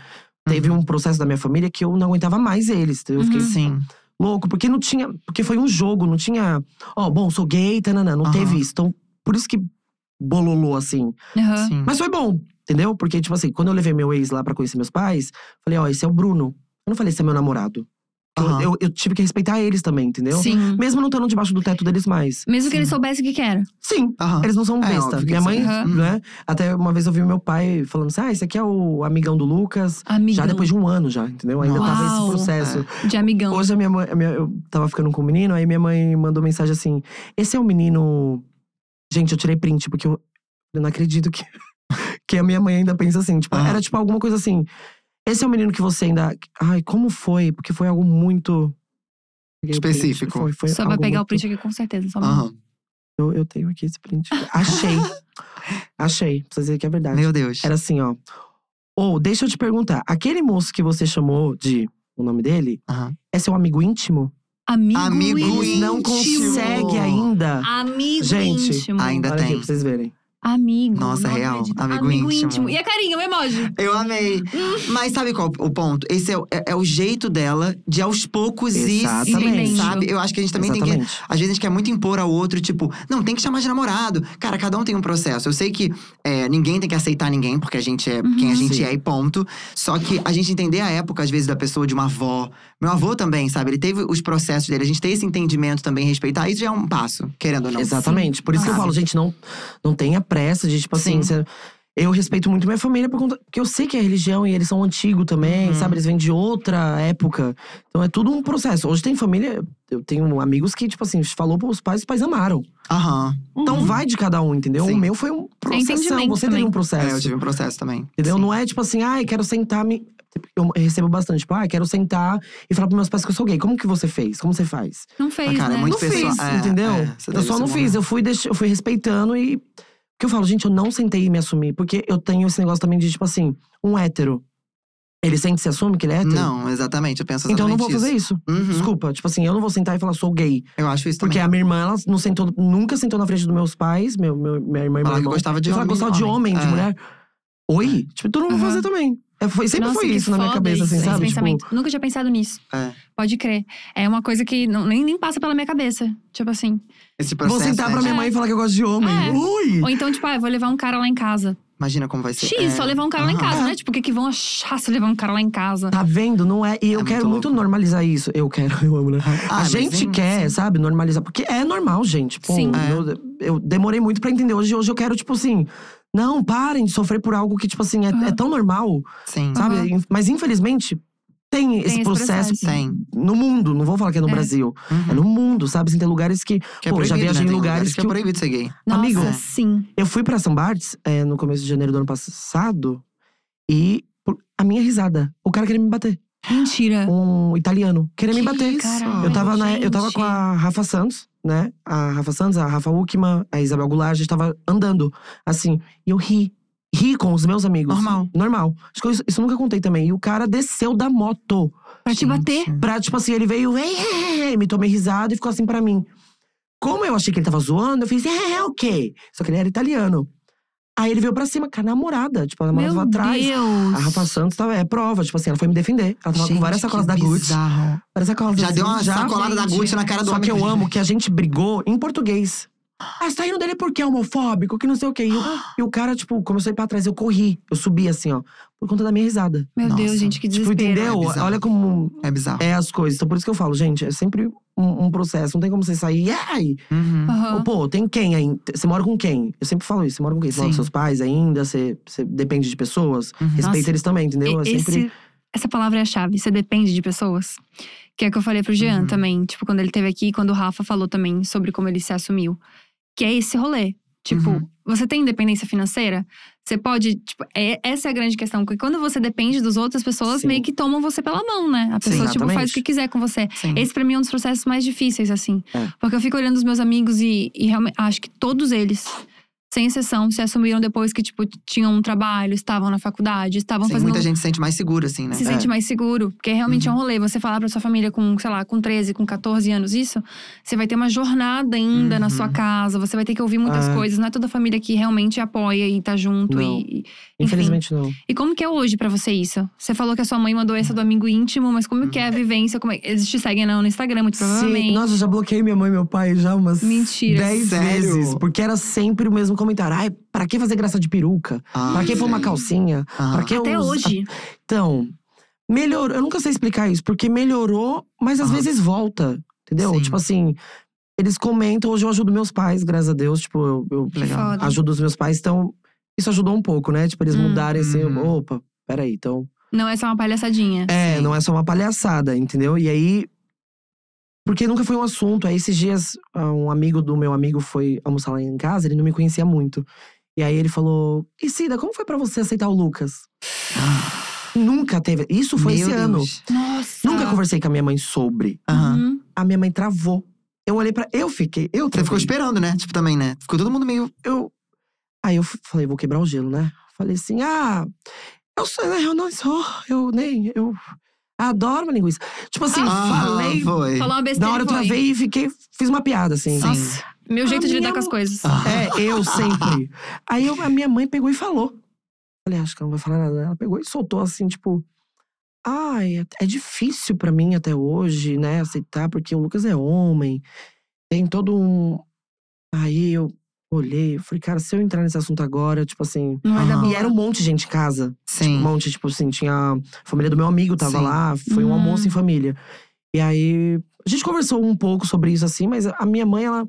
Teve um processo da minha família que eu não aguentava mais eles. então Eu fiquei Uhum. Sim. louco, porque não tinha. Porque foi um jogo, não tinha. Ó, bom, sou gay, tananã, não Aham. teve isso. Então, por isso que bololou assim. Aham. Sim. Mas foi bom, entendeu? Porque, tipo assim, quando eu levei meu ex lá pra conhecer meus pais, falei, ó, esse é o Bruno. Eu não falei, esse é meu namorado. Eu- Aham. Eu, eu tive que respeitar eles também, entendeu? Sim. Mesmo não estando debaixo do teto deles mais. Mesmo que ele soubesse o que que era. Sim, Aham. eles não são É, besta. óbvio que Minha mãe, sim. Aham. né? Até uma vez eu vi meu pai falando assim: ah, esse aqui é o amigão do Lucas. Amigão. Já depois de um ano, já, entendeu? Ainda tava esse Uau. então processo. De amigão. Hoje a minha mãe, a minha- eu tava ficando com um menino, aí minha mãe mandou mensagem assim: Esse é um menino. Gente, eu tirei print, porque eu, eu não acredito que, que a minha mãe ainda pensa assim. Tipo, Aham. era tipo alguma coisa assim. Esse é o menino que você ainda. Ai, como foi? Porque foi algo muito. Peguei o print, Específico. Foi, foi Só vai algo pegar o muito- print aqui com certeza. Só Aham. Eu, eu tenho aqui esse print. Achei. Achei. Pra vocês verem que é verdade. Meu Deus. Era assim, ó. Ou, deixa eu te perguntar, aquele moço que você chamou de. O nome dele? Aham. É seu amigo íntimo? Amigo, Amigo íntimo. Eles não consegue ainda. Amigo Gente, íntimo. ainda Olha aqui tem. pra vocês verem. Amigo. Nossa, não real. acredito. Amigo íntimo. E é a carinha, o um emoji. Eu amei. Uhum. Mas sabe qual o ponto? Esse é, o- é- é o jeito dela de aos poucos ir se- Exatamente. sabe? Eu acho que a gente também tem que. Exatamente. Às vezes a gente quer muito impor ao outro, tipo, não, tem que chamar de namorado. Cara, cada um tem um processo. Eu sei que é, ninguém tem que aceitar ninguém, porque a gente é quem a gente Uhum. Sim. é e ponto. Só que a gente entender a época, às vezes, da pessoa, de uma avó. Meu avô também, sabe? Ele teve os processos dele. A gente tem esse entendimento também, respeitar. Isso já é um passo, querendo ou não. Exatamente. Por isso que eu Sabe? falo, gente, não, não tenha pressa de, tipo assim. Sim. cê- eu respeito muito minha família por conta. Porque eu sei que é religião e eles são antigos também, Uhum. sabe? Eles vêm de outra época. Então é tudo um processo. Hoje tem família, eu tenho amigos que, tipo assim, falou pros pais, os pais amaram. Aham. Então vai de cada um, entendeu? Uhum. Sim. O meu foi um processo. entendimento Você também. teve um É, processo. eu tive um processo também. Entendeu? Não é tipo assim, ai, quero sentar. Me... Eu recebo bastante, tipo, ai, quero sentar e falar pros meus pais que eu sou gay. Como que você fez? Como você faz? Não fez, Ah, cara, é né? muito não pessoal. fiz, é, entendeu? é, você eu teve só esse não fiz, momento. eu fui, deix... eu fui respeitando e. Que eu falo, gente, eu não sentei e me assumi. Porque eu tenho esse negócio também de, tipo assim, um hétero. Ele sente e se assume que ele é hétero? Não, exatamente. Eu penso exatamente Então eu não vou fazer isso. Uhum, Desculpa, tipo assim, eu não vou sentar e falar, sou gay. Eu acho isso Porque também. a minha irmã, ela não sentou, nunca sentou na frente dos meus pais, meu, meu, minha irmã e meu Falar que irmão. gostava de E falar que homem, gostava de homem, de é. Uhum. mulher. Oi? Tipo, então eu não vou Aham. fazer também. É, foi, sempre Nossa, foi que isso na minha foda cabeça, assim, isso, sabe? Esse Tipo, pensamento. Nunca tinha pensado nisso. É. Pode crer. É uma coisa que não- nem, nem passa pela minha cabeça. Tipo assim. Esse vou processo. sentar né, pra minha de- mãe e falar que eu gosto de homem. É. Ui! Ou então, tipo, ah, eu vou levar um cara lá em casa. Imagina como vai ser. X, só é. levar um cara lá em casa, né? Tipo, o que, que vão achar se eu levar um cara lá em casa? Tá vendo? Não é. E eu É quero muito muito louco. normalizar isso. Eu quero, eu amo, né? Ah, a mas gente nem- quer, sabe, normalizar. Porque é normal, gente. Pô, Sim. É. Eu, eu demorei muito pra entender. Hoje, hoje eu quero, tipo assim. Não, parem de sofrer por algo que, tipo assim, é, Aham. é tão normal, Sim. sabe? Aham. In- Mas infelizmente, tem, esse esse processo processo. Tem. no mundo. Não vou falar que é no É. Brasil. Uhum. É no mundo, sabe? Assim, tem lugares que. Que é pô, eu proibido, já viajei né? em Tem lugares que. é eu- proibigo ser gay. Nossa, Amigo. sim. Eu fui pra São Bartes é, no começo de janeiro do ano passado e por- a minha risada. O cara queria me bater. Mentira. um italiano queria me Que bater. isso? Eu tava, na, Ai, eu tava com a Rafa Santos, né? A Rafa Santos, a Rafa Uckman, a Isabel Goulart, a gente tava andando, assim. E eu ri. Ri com os meus amigos. Normal. Normal. Acho que eu- isso, eu nunca contei também. E o cara desceu da moto. Pra te bater. Pra, tipo assim, ele veio… "Ei, ei, ei", Me tomei risada e ficou assim pra mim. Como eu achei que ele tava zoando, eu fiz… É, é, ok. Só que ele era italiano. Aí ele veio pra cima com a namorada. Tipo, a namorada Meu tava atrás. Deus. A Rafa Santos tava, é prova. Tipo assim, ela foi me defender. Ela tava com várias sacolas da Gucci. Bizarro. Várias sacolas Já assim, deu uma sacolada da gente. Gucci na cara do Só homem. que eu amo que a gente brigou em português. Ah, você tá rindo dele porque é homofóbico, que não sei o quê. E, o- e o cara, tipo, começou a ir pra trás. Eu corri, eu subi assim, ó. Por conta da minha risada. Meu Deus, Nossa. gente, que Tipo, desespero. entendeu? É bizarro. Olha como É bizarro. é as coisas. Então por isso que eu falo, gente, é sempre um, um processo. Não tem como você sair. Ai, Uhum. Aham. Ô, Pô, tem quem aí? Você mora com quem? Eu sempre falo isso. Você mora com quem? Você mora com Sim. seus pais ainda? Você, você depende de pessoas? Uhum. Respeita Nossa, eles também, entendeu? É E- sempre… esse- Essa palavra é a chave. Você depende de pessoas. Que é o que eu falei pro Jean Uhum. também. Tipo, quando ele teve aqui, quando o Rafa falou também sobre como ele se assumiu. Que é esse rolê. Tipo, Uhum. você tem independência financeira? Você pode. Tipo, é- essa é a grande questão. Porque quando você depende dos outros, as pessoas Sim. meio que tomam você pela mão, né? A Sim, pessoa, tipo, faz exatamente. o que quiser com você. Sim. Esse pra mim é um dos processos mais difíceis, assim. É. Porque eu fico olhando os meus amigos e, e realmente acho que todos eles, sem exceção, se assumiram depois que, tipo, tinham um trabalho, estavam na faculdade, estavam Sim, fazendo. um Muita gente se sente mais segura, assim, né? Uhum. Se É. sente mais seguro. Porque realmente é um rolê. Você falar pra sua família com, sei lá, com 13, com 14 anos, isso, você vai ter uma jornada ainda na sua Uhum. Ah. casa, você vai ter que ouvir muitas É. coisas. Não é toda família que realmente apoia e tá junto. Não. E, enfim. Infelizmente, não. e como que é hoje pra você isso? Você falou que a sua mãe mandou essa do amigo íntimo, mas como Uhum. que é a vivência? Como é- Eles te seguem no no Instagram, muito provavelmente. Sim, nossa, eu já bloqueei minha mãe e meu pai já umas Mentira. 10 Sério? vezes. Porque era sempre o mesmo comentário. Ai, pra que fazer graça de peruca? Ah, pra que pôr uma sim. calcinha? Ah. Pra que Até us- hoje. Então, melhorou. Eu nunca sei explicar isso, porque melhorou, mas às Aham. vezes volta. Entendeu? Sim. Tipo assim, eles comentam. Hoje eu ajudo meus pais, graças a Deus. Tipo, eu, eu Que Legal. foda. ajudo os meus pais. Então, isso ajudou um pouco, né? Tipo, eles Hum. mudarem assim. Uhum. Opa, peraí, então. Não é só uma palhaçadinha. É, Sim. não é só uma palhaçada, entendeu? E aí. Porque nunca foi um assunto. Aí esses dias, ah, um amigo do meu amigo foi almoçar lá em casa, ele não me conhecia muito. E aí ele falou: E Cida, como foi pra você aceitar o Lucas? nunca teve. Isso foi Ah. Meu Deus. esse Ah. ano. Nossa. É. Nunca conversei com a minha mãe sobre. Aham. Uhum. A minha mãe travou. Eu olhei pra. Eu fiquei. Eu Você ficou travei. esperando, né? Tipo, também, né? Ficou todo mundo meio. eu. Aí eu f- falei, vou quebrar o gelo, né? Falei assim, ah, eu sou, né, eu não sou, eu nem, eu adoro uma linguiça. Tipo assim, Ah, falei, foi. Falou uma besteira. na hora eu foi. travei e fiquei, fiz uma piada, assim. Sim. Nossa. Meu jeito A de lidar minha- com as coisas. Ah. É, eu sempre. Aí eu- a minha mãe pegou e falou. Falei, "Ah, acho que ela não vai falar nada. né? Ela pegou e soltou assim, tipo. Ai, é- é difícil pra mim até hoje, né, aceitar, porque o Lucas é homem. Tem todo um. Aí eu olhei, eu falei, cara, se eu entrar nesse assunto agora, tipo assim. Não vai dar Aham. boa. E era um monte de gente em casa. Um Hum. Sim. monte, tipo assim, tinha a família do meu amigo tava Sim. lá, foi um Hum. almoço em família. E aí a gente conversou um pouco sobre isso assim, mas a minha mãe ela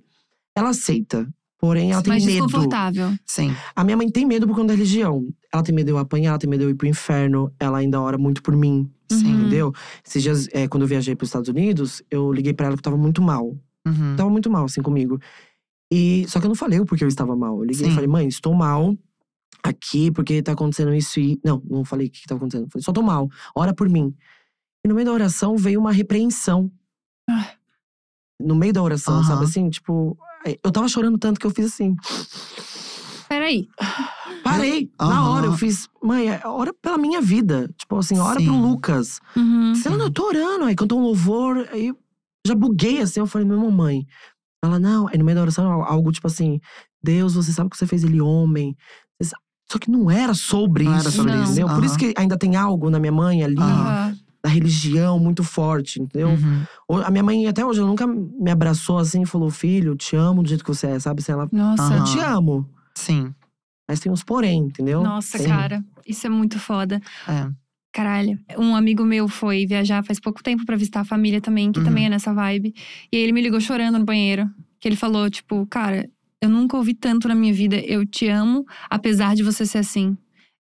ela aceita. Porém, ela tem Mas medo. desconfortável. Sim. A minha mãe tem medo por conta da religião. Ela tem medo de eu apanhar, ela tem medo de eu ir pro inferno. Ela ainda ora muito por mim, Uhum. entendeu? Esses dias, é, quando eu viajei pros Estados Unidos, eu liguei pra ela que eu tava muito mal. Uhum. Tava muito mal, assim, comigo. E só que eu não falei o porquê eu estava mal. Eu liguei e Sim. falei, mãe, estou mal aqui porque tá acontecendo isso e. Não, não falei o que, que tá acontecendo. Eu Falei, só tô mal, ora por mim. E no meio da oração veio uma repreensão. Ah. No meio da oração, Aham. sabe assim? Tipo, ai, eu tava chorando tanto que eu fiz assim. Peraí. Parei, na Aham. hora. Eu fiz, mãe, é- ora pela minha vida. Tipo assim, ora pro Sim. Lucas. Uhum. Ela, não, eu tô orando. Aí cantou um louvor, aí eu já buguei assim. Eu falei, minha mamãe. Ela, não. Aí no meio da oração, al- algo tipo assim: Deus, você sabe que você fez ele é homem. Você sa- Só que não era sobre Não isso. era sobre Não. isso. entendeu? Por Aham. isso que ainda tem algo na minha mãe ali, Aham. Aham. da religião muito forte, entendeu? Uhum. O- A minha mãe, até hoje, ela nunca me abraçou assim e falou: Filho, te amo do jeito que você é, sabe? Assim, ela, Nossa. eu Aham. te amo. Sim. Mas tem uns porém, entendeu? Nossa, Tem- cara. Isso é muito foda. É. Caralho. Um amigo meu foi viajar faz pouco tempo pra visitar a família também, que Uhum. também é nessa vibe. E aí ele me ligou chorando no banheiro. Que ele falou, tipo, cara, eu nunca ouvi tanto na minha vida. Eu te amo, apesar de você ser assim.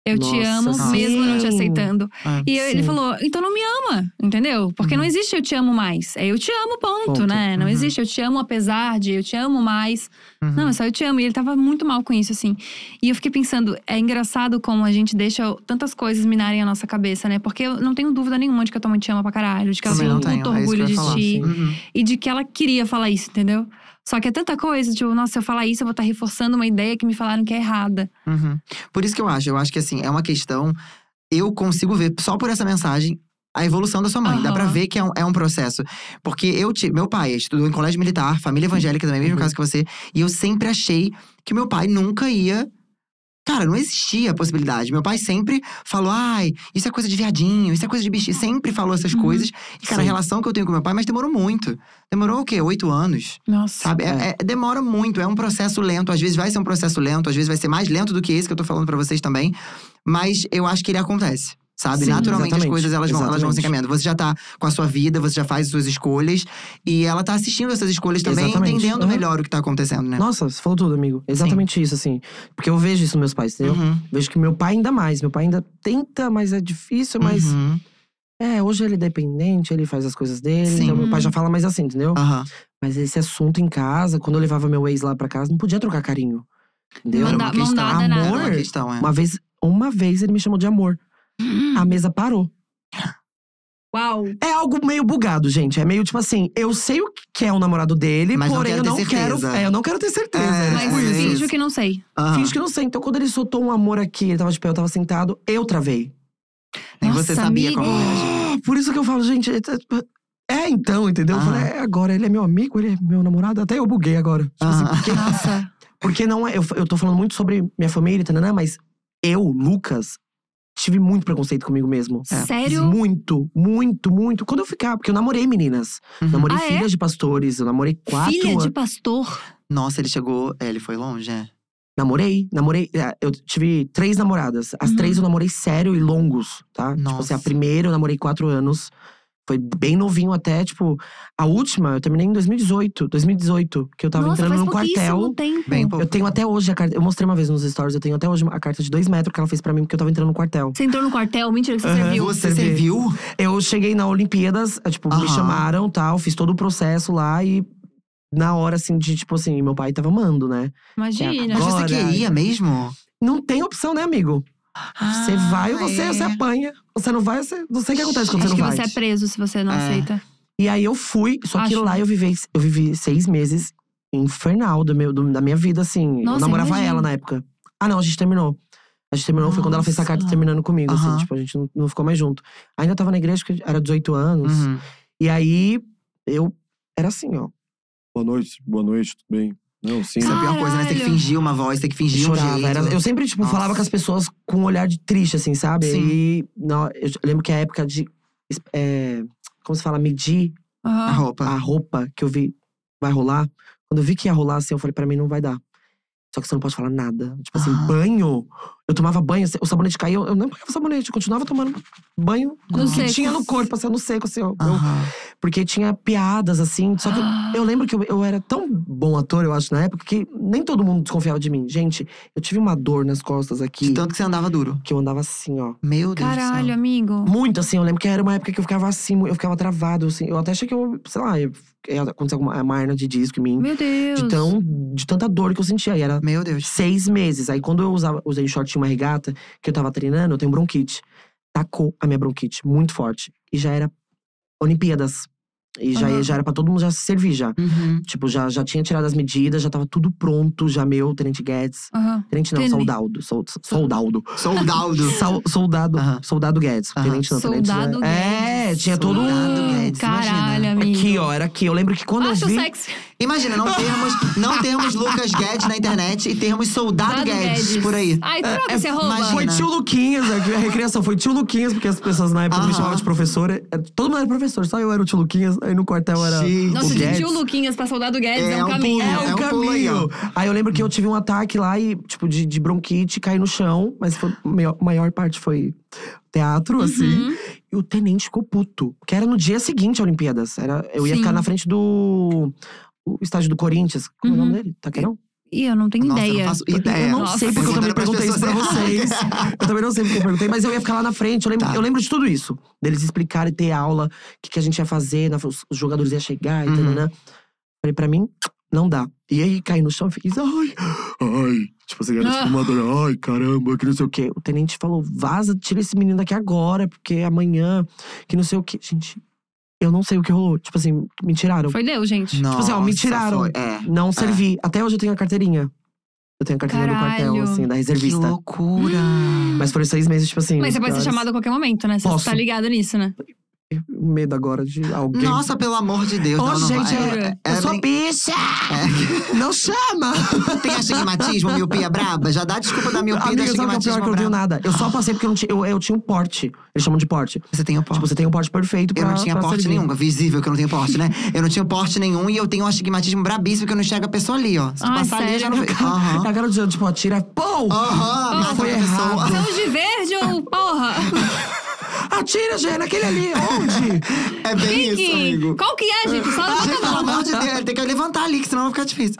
Eu te Nossa, amo, sim. mesmo não te aceitando. É. E eu- ele Sim. falou, então não me ama, entendeu? Porque não existe eu te amo mais. É eu te amo, ponto, Ponto. né? Não Uhum. existe eu te amo apesar de, eu te amo mais. Uhum. Não, é só eu te amo. E ele tava muito mal com isso, assim. E eu fiquei pensando, é engraçado como a gente deixa tantas coisas minarem a nossa cabeça, né? Porque eu não tenho dúvida nenhuma de que a tua mãe te ama pra caralho, de que ela Também tem não muito tenho, é isso que orgulho eu de ia falar, ti sim. Uhum. e de que ela queria falar isso, entendeu? Só que é tanta coisa, tipo, nossa, se eu falar isso, eu vou estar reforçando uma ideia que me falaram que é errada. Uhum. Por isso que eu acho, eu acho que assim, é uma questão. Eu consigo ver, só por essa mensagem, a evolução da sua mãe. Dá pra Aham. ver que é um, é um processo. Porque eu ti- meu pai é estudou em colégio militar, família evangélica também, mesmo Uhum. caso que você. E eu sempre achei que meu pai nunca ia. Cara, não existia a possibilidade. Meu pai sempre falou: ai, isso é coisa de viadinho, isso é coisa de bichinho. Sempre falou essas Uhum. coisas. E, cara, a Sim. relação que eu tenho com meu pai, mas demorou muito. Demorou o quê? Oito anos. Nossa. Sabe? É- É. é- demora muito, é um processo lento. Às vezes vai ser um processo lento, às vezes vai ser mais lento do que esse que eu tô falando pra vocês também. Mas eu acho que ele acontece. Sabe? Sim, Naturalmente as exatamente, coisas elas vão, elas vão se exatamente. encaminhando. Você já tá com a sua vida, você já faz as suas escolhas. E ela tá assistindo essas escolhas também, Exatamente, entendendo aham. melhor o que tá acontecendo, né? Nossa, você falou tudo, amigo. Exatamente isso, assim. Porque eu vejo isso nos meus pais, entendeu? Uhum, Vejo que meu pai ainda mais. Meu pai ainda tenta, mas é difícil, mas. uhum, É, hoje ele é dependente, ele faz as coisas dele. Sim. Então meu pai já fala mais assim, entendeu? aham. Mas esse assunto em casa, quando eu levava meu ex lá pra casa, não podia trocar carinho. Entendeu? Manda- Era uma questão- mão dada, era nada. uma questão, é. Uma vez, uma vez ele me chamou de amor. Hum. A mesa parou. Uau! É algo meio bugado, gente. É meio tipo assim, eu sei o que é o namorado dele, Mas não porém quero ter eu não quero. certeza. É, eu não quero ter certeza. É, É, Mas tipo isso. finjo que não sei. Aham. Finge que eu não sei. Então, quando ele soltou um amor aqui, ele tava de pé, eu tava sentado, eu travei. Nem você Nossa, sabia amigo. como reagir. Ah, Por isso que eu falo, gente. é, é, É, então, entendeu? Eu falei, Ah. Aham. é agora, ele é meu amigo, ele é meu namorado. Até eu buguei agora. Tipo assim, Ah. Aham. porque, Nossa. porque não é. Eu, eu tô falando muito sobre minha família, tananã, mas eu, Lucas, tive muito preconceito comigo mesmo. Sério? Muito, muito, muito. Quando eu ficar, porque eu namorei meninas. Uhum. Namorei Ah, é? filhas de pastores, eu namorei quatro Filha anos. de pastor? Nossa, ele chegou. É, ele foi longe, é. Namorei, namorei. é, Eu tive três namoradas. As Uhum. três eu namorei sério e longos, tá? Tipo assim, Nossa. a primeira eu namorei quatro anos. Foi bem novinho até, tipo. A última eu terminei em 2018. 2018, que eu tava Nossa, entrando faz num pouquíssimo quartel. tempo. Bem pouco. Eu tenho até hoje a carta. Eu mostrei uma vez nos stories, eu tenho até hoje a carta de dois metros que ela fez pra mim, porque eu tava entrando no quartel. Você entrou no quartel? Mentira que você Aham. serviu. Você Você serviu? Eu cheguei na Olimpíadas, é, tipo, me Aham. chamaram tal, fiz todo o processo lá e. Na hora, assim, de tipo assim, meu pai tava amando, né? Imagina. Mas você Agora- queria mesmo? Não tem opção, né, amigo? Você vai ou Ah, você, é. você apanha. Você não vai, você. Não sei o que acontece quando Acho você que não você vai. é preso se você não É. aceita. E aí eu fui, só que Acho. lá eu vivi, eu vivi seis meses infernal do meu, do- da minha vida, assim. Nossa, eu namorava imagino. ela na época. Ah, não, a gente terminou. A gente terminou, foi quando ela fez essa carta Nossa. terminando comigo, assim, Aham. tipo, a gente não, não ficou mais junto. Ainda tava na igreja, que era 18 anos. Uhum. E aí eu era assim, ó. Boa noite, boa noite, tudo bem? Não, sim. Isso é a pior Caralho. coisa, né? Ter que fingir uma voz, ter que Eu fingir um chorava. jeito. era- eu sempre, tipo, Nossa. falava com as pessoas com um olhar de triste, assim, sabe? Sim. E não, eu lembro que a época de. é, como se fala? Medir A Ah, Aham. roupa. a roupa que eu vi vai rolar, quando eu vi que ia rolar, assim, eu falei, pra mim não vai dar. Só que você não pode falar nada. Tipo assim, Ah. banho. Eu tomava banho, o sabonete caiu, eu não pegava sabonete, eu continuava tomando banho No que seco. tinha no corpo, assim, no seco, assim, ó. Eu- Ah, Aham. porque tinha piadas, assim. Só que Ah, eu lembro que eu, eu era tão bom ator, eu acho, na época, que nem todo mundo desconfiava de mim. Gente, eu tive uma dor nas costas De aqui, tanto que você andava duro. que eu andava assim, ó. Meu Deus Caralho, do céu. amigo. Muito assim, eu lembro que era uma época que eu ficava assim, eu ficava travado, assim. Eu até achei que eu, sei lá, eu- ia acontecer alguma uma hernia de disco em mim. Meu Deus. De, tão, de tanta dor que eu sentia. E era Meu Deus. seis meses. Aí quando eu usava, usei short e uma regata, que eu tava treinando, eu tenho bronquite. Tacou a minha bronquite, muito forte. E já era Olimpíadas. E já, Aham. já era pra todo mundo já se servir já. Uhum. Tipo, já, já tinha tirado as medidas, já tava tudo pronto, já meu, Tenente Guedes. Aham. Tenente não, Tene- soldado. Sol, soldado. Soldado. Sol- soldado. Aham. Soldado Guedes. Aham. Tenente não, tenente. Soldado É, Guedes. tinha todo. Soldado Guedes, Ah, Caralho, imagina. amigo. Aqui, ó, era aqui. Eu lembro que quando Acho eu vi. sexy. Imagina, não termos, não termos Lucas Guedes na internet e termos Soldado, Dado Guedes, por aí. É, Ai, troca esse arroba. imagina. Foi tio Luquinhas, a a recriação foi tio Luquinhas, porque as pessoas na época me Aham. chamavam de professora. Era- Todo mundo era professor, só eu era o tio Luquinhas, aí no quartel era. Gente. Nossa, É o de Guedes. tio Luquinhas pra soldado Guedes é, É um um caminho. pulo, É É o um pulo aí, caminho. Aí eu lembro que eu tive um ataque lá e, tipo, de, de bronquite, caí no chão, mas foi, maior, maior parte foi teatro, É, Uhum. assim. E o tenente ficou puto. Que era no dia seguinte à Olimpíadas. Era, eu ia Sim. ficar na frente do. O estádio do Corinthians. Como é o Uhum. nome dele? Taquerão? Ih, eu não tenho Nossa, eu ideia. não faço Porque ideia. Eu não Nossa. sei, porque eu também Perguntando perguntei isso pra É, pras vocês. eu também não sei porque eu perguntei, mas eu ia ficar lá na frente. Eu lembro, Tá. eu lembro de tudo isso. Deles explicarem, ter aula, o que, que a gente ia fazer, na- os os jogadores iam chegar e Uhum. tal, né? Falei, pra mim, não dá. E aí, caí no chão e fiquei, ai, ai. Tipo, você era Ah. esfumadora, ai, caramba, que não sei o quê. O tenente falou, vaza, tira esse menino daqui agora, porque é amanhã, que não sei o quê. Gente, eu não sei o que rolou. Tipo assim, me tiraram. Foi Deus, gente. Nossa, assim, ó, me tiraram. Foi. É. Não servi. Até hoje eu tenho a carteirinha. Eu tenho a carteirinha do Caralho. quartel, assim, da Que reservista. loucura. Hum. Mas foram seis meses, tipo assim. Mas você pode ser piores. chamado a qualquer momento, né? Você Posso. tá ligado nisso, né? Medo agora de alguém. Nossa, pelo amor de Deus. Ô, não, não gente, vai. é- é eu sou bem- bicha! Não chama! Tem astigmatismo, miopia braba? Já dá desculpa da miopia e da Amiga, sabe o que é o pior astigmatismo que eu não tenho braba. nada? Eu só passei porque eu, não tinha, eu, eu tinha um porte. Eles chamam de porte. Você tem o porte. Tipo, você tem um porte perfeito pra eu não tinha pra porte servir. nenhum. Visível que eu não tenho porte, né? Eu não tinha porte nenhum e eu tenho um astigmatismo brabíssimo que eu não enxergo a pessoa ali, ó. Se tu Ai, passar ali, sério? já não vejo. Aham. A garotinha, tipo, atira, pô! Aham, mata foi a pessoa. tá errado. São de verde ou porra? Ah. Atira, gente, naquele ali, onde? É bem Quem que- isso, amigo. Qual que é, gente? Só levanta tá Gente, a pelo mão. amor de Deus, tem que levantar ali, que senão vai ficar difícil.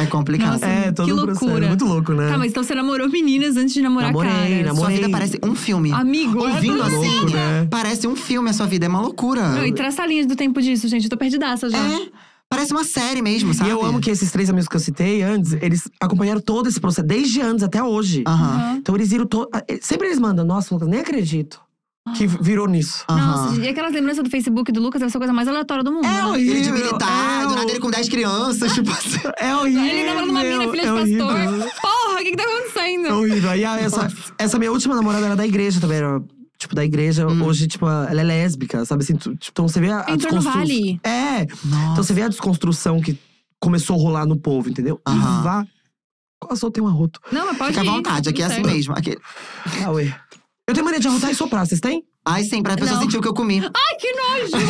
É complicado. Nossa, É, todo que um processo, loucura. muito louco, né? Tá, mas então você namorou meninas antes de namorar Namorei, caras. Sua vida Morrei. parece um filme. Amigo, Ouvindo é tudo assim, louco, né? parece um filme a sua vida. É uma loucura. Não, então- e traça a linha do tempo disso, gente. Eu tô perdidaça já. É, parece uma série mesmo, sabe? E eu amo que esses três amigos que eu citei antes, eles acompanharam todo esse processo, desde antes até hoje. Aham. Então eles viram todo. Sempre eles mandam, nossa, Lucas, nem acredito que Ah. virou nisso. Nossa, aham. gente, e aquelas lembranças do Facebook do Lucas é a coisa mais aleatória do mundo. né? Ele de é militar, do nada hor- ele com 10 crianças, tipo assim. É horrível. Ele namorando uma mina, filha de é horrível. pastor. Porra, o que que tá acontecendo? É horrível. Aí a- essa, essa minha última namorada era da igreja também. Era, tipo, da igreja. Hoje, tipo, ela é lésbica, sabe assim? tu- tipo, Então você vê a, a Entrou no desconstru- vale. É. Então Nossa. você vê a desconstrução que começou a rolar no povo, entendeu? Aham. E vá. Quase soltei um arroto. Não, mas pode Fica à ir, vontade, tudo aqui é assim certo. mesmo. Aqui. Ah, ué. Eu tenho mania de arrotar e soprar, vocês têm? Ai, sim, pra pessoa Não. sentir o que eu comi. Ai, que nojo!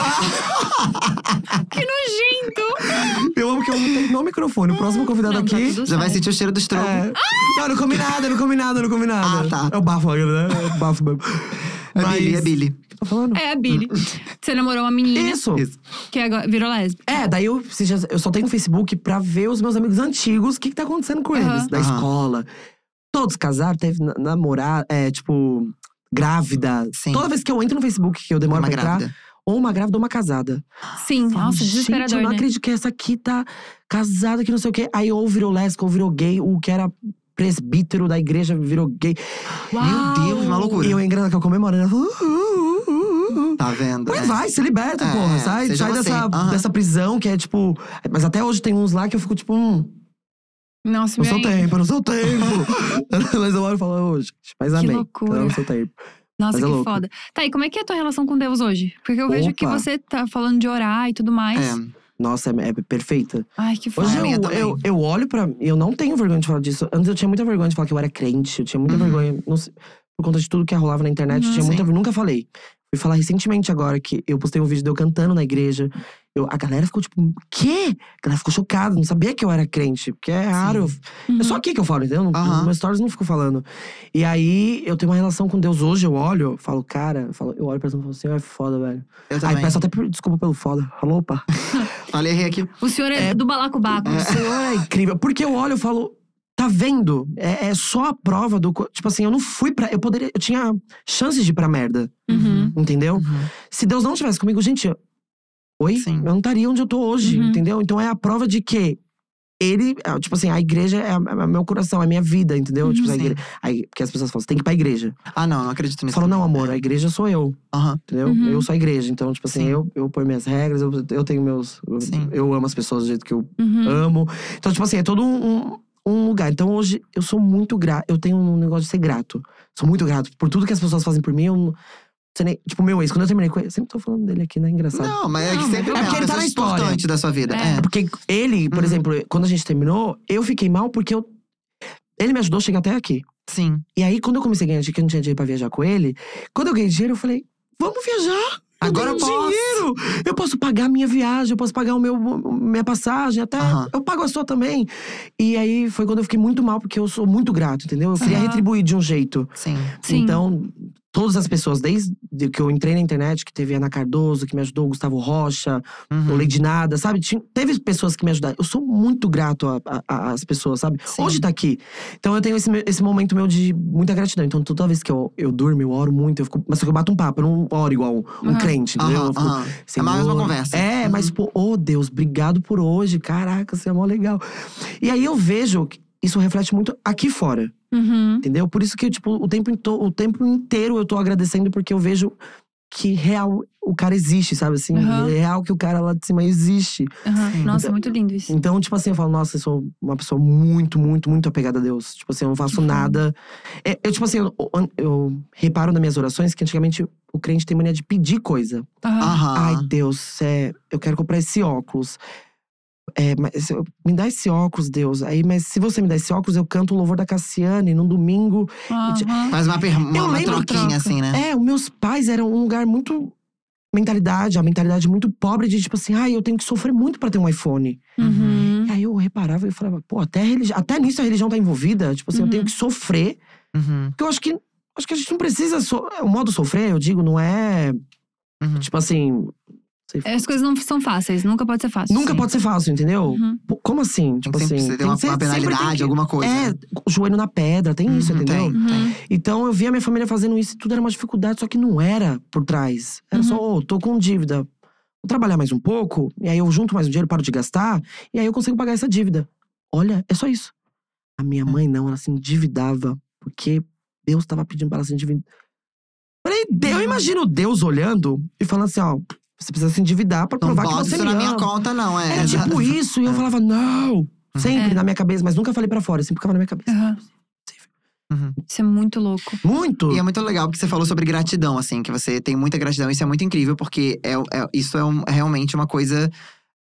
que nojento! Eu amo que eu não tenho no microfone. O próximo convidado Não, tá aqui. tudo Já vai certo. sentir o cheiro do estrogo. É. Não, não comi nada, não comi nada, não comi nada. Ah, tá. É o bafo, né? É o bafo mesmo. É Billy, é Mas- Billy. O que eu tô falando? É, a Billy. Você namorou uma né? menina Isso. Isso. que agora virou lésbica. É, daí eu, esses dias, eu só tenho o Facebook pra ver os meus amigos antigos, o que, que tá acontecendo com Aham. eles, da Aham. escola. Todos casaram, teve na- namorar, é, tipo, grávida. Sim. Toda vez que eu entro no Facebook, que eu demoro Uma pra entrar, grávida. ou uma grávida ou uma casada. Sim, Falo, nossa, Gente, eu desesperador, não né? acredito que essa aqui tá casada, que não sei o quê. Aí ou virou lésbica, ou virou gay, o que era presbítero da igreja virou gay. Uau. Deus, maluco. Loucura. E eu engrana que eu comemorando. eu falo, "Uh, uh, uh, uh, uh." Tá vendo? Ué, É. vai, se liberta, É, porra. Sai, seja sai você. dessa, Aham. dessa prisão que é tipo. Mas até hoje tem uns lá que eu fico tipo, hum, Nossa, no meu seu hein? tempo, no seu tempo. mas eu olho e falo, ô, gente, mas amém. loucura. cada um no seu tempo. Nossa, Mas é que louco. foda. Tá, e como é que é a tua relação com Deus hoje? Porque eu vejo que Opa. você tá falando de orar e tudo mais. É. Nossa, é, é perfeita. Ai, que Hoje foda. a minha eu, também. eu, eu olho pra. Eu não tenho vergonha de falar disso. Antes eu tinha muita vergonha de falar que eu era crente. Eu tinha muita Uhum. vergonha. não sei, por conta de tudo que rolava na internet, Uhum. eu tinha muita. Sim. Nunca falei. Fui falar recentemente agora que eu postei um vídeo de eu cantando na igreja. Eu, a galera ficou tipo, quê? A galera ficou chocada, não sabia que eu era crente. Porque é raro eu Uhum. É só aqui que eu falo, entendeu? Não- Aham. Nos meus stories eu não fico falando. E aí, eu tenho uma relação com Deus. Hoje eu olho, eu falo, cara, eu, falo, eu olho pra pessoa e falo, Senhor, é foda, velho. Eu Aí também. peço até per- desculpa pelo foda. Falou, opa. Falei, errei aqui. O senhor é, do balacobaco. O Senhor é incrível. Porque eu olho e falo, tá vendo? É, é só a prova do. co- Tipo assim, eu não fui pra. Eu poderia. Eu tinha chances de ir pra merda, Uhum. entendeu? Se Deus não tivesse comigo, gente. eu- Oi? Sim. Eu não estaria onde eu tô hoje, Uhum. entendeu? Então é a prova de que. Ele, é, tipo assim, a igreja é, a- é meu coração, é a minha vida, entendeu? Uhum. tipo, a Sim. igre- Aí, porque as pessoas falam, você tem que ir pra igreja. Ah, não, não acredito Eu nisso. falo, não, amor, a igreja sou eu, Aham. entendeu? Uhum. Eu sou a igreja. Então, tipo assim, Sim. eu, eu ponho minhas regras, eu, eu tenho meus. eu- Sim. Eu, amo as pessoas do jeito que eu Uhum. amo. Então, tipo assim, é todo um, um- um lugar. Então, hoje, eu sou muito grato. Eu tenho um negócio de ser grato. Sou muito grato por tudo que as pessoas fazem por mim. Eu, não- você nem- tipo, meu ex, quando eu terminei com ele, eu sempre tô falando dele aqui, né? Engraçado. Não, mas é Não, que sempre mas é uma porque ele tá pessoa na história. importante da sua vida. É. É. É Porque ele, por Uhum. exemplo, quando a gente terminou, eu fiquei mal porque eu. Ele me ajudou a chegar até aqui. Sim. E aí, quando eu comecei a ganhar dinheiro, que eu não tinha dinheiro pra viajar com ele, quando eu ganhei dinheiro, eu falei: vamos viajar! Eu Agora tenho eu posso." dinheiro! Eu posso pagar minha viagem, eu posso pagar o meu, minha passagem, até Aham. eu pago a sua também. E aí foi quando eu fiquei muito mal, porque eu sou muito grato, entendeu? Eu queria Aham. retribuir de um jeito. Sim. Sim. Então, todas as pessoas, desde de- que eu entrei na internet, que teve Ana Cardoso, que me ajudou, Gustavo Rocha, Uhum. o Lady Nada, sabe? Tinha- teve pessoas que me ajudaram. Eu sou muito grato a- a- a- às pessoas, sabe? Sim. Hoje tá aqui. Então eu tenho esse, me- esse momento meu de muita gratidão. Então toda vez que eu, eu durmo, eu oro muito. Eu fico, mas só que eu bato um papo, eu não oro igual um, um Aham. crente, entendeu? Aham, Eu fico, aham. É mais uma Senhor. conversa. É, Uhum. mas, pô, ô Deus, obrigado por hoje. Caraca, você é mó legal. E aí eu vejo que isso reflete muito aqui fora, Uhum. entendeu? Por isso que, tipo, o tempo, into- o tempo inteiro eu tô agradecendo, porque eu vejo que real o cara existe, sabe? Assim, Aham. real que o cara lá de cima existe. aham. Sim. Nossa, Então- muito lindo isso. Então, tipo assim, eu falo, nossa, eu sou uma pessoa muito, muito, muito apegada a Deus. Tipo assim, eu não faço nada. É, eu, tipo assim, eu, eu reparo nas minhas orações que antigamente o crente tem mania de pedir coisa. Aham. Ai, Aham. Deus, é, eu quero comprar esse óculos. É, mas eu- me dá esse óculos, Deus. Aí, mas se você me dá esse óculos, eu canto o louvor da Cassiane num domingo. Aham. Faz uma, per- uma, Eu uma lembro, troquinha, troca. assim, né? É, os meus pais eram um lugar muito. Mentalidade, a mentalidade muito pobre de tipo assim, ai, eu tenho que sofrer muito pra ter um iPhone. Uhum. E aí eu reparava e falava, pô, até, a religi- até nisso a religião tá envolvida. Tipo assim, Uhum. eu tenho que sofrer. Uhum, Porque eu acho que. Acho que a gente não precisa. so- é, O modo sofrer, eu digo, não é. uhum. Tipo assim. não sei, As coisas não são fáceis, nunca pode ser fácil. Nunca sim. pode ser fácil, entendeu? Uhum. Pô, Como assim? Tem Tipo que Então sempre assim. você ter uma, que ser- uma sempre tem penalidade, que- alguma coisa. É, o joelho na pedra, tem isso, Uhum, entendeu? tem. Uhum. Então eu via minha família fazendo isso e tudo era uma dificuldade, só que não era por trás. Era só, Uhum. ô, tô com dívida. Vou trabalhar mais um pouco, e aí eu junto mais um dinheiro, paro de gastar, e aí eu consigo pagar essa dívida. Olha, é só isso. A É. minha mãe não, ela se endividava, porque Deus tava pedindo pra ela se endividar. Falei, Deus, eu imagino Deus olhando e falando assim, ó, você precisa se endividar pra Não provar que bota você isso me na minha ama." conta, não. É, Era tipo isso, e eu É. falava, não. Sempre É. na minha cabeça, mas nunca falei pra fora, sempre ficava na minha cabeça. Aham. Uhum. tipo, Isso é muito louco. Muito! E é muito legal porque você falou sobre gratidão, assim, que você tem muita gratidão. Isso é muito incrível, porque é, é- isso é, um- é realmente uma coisa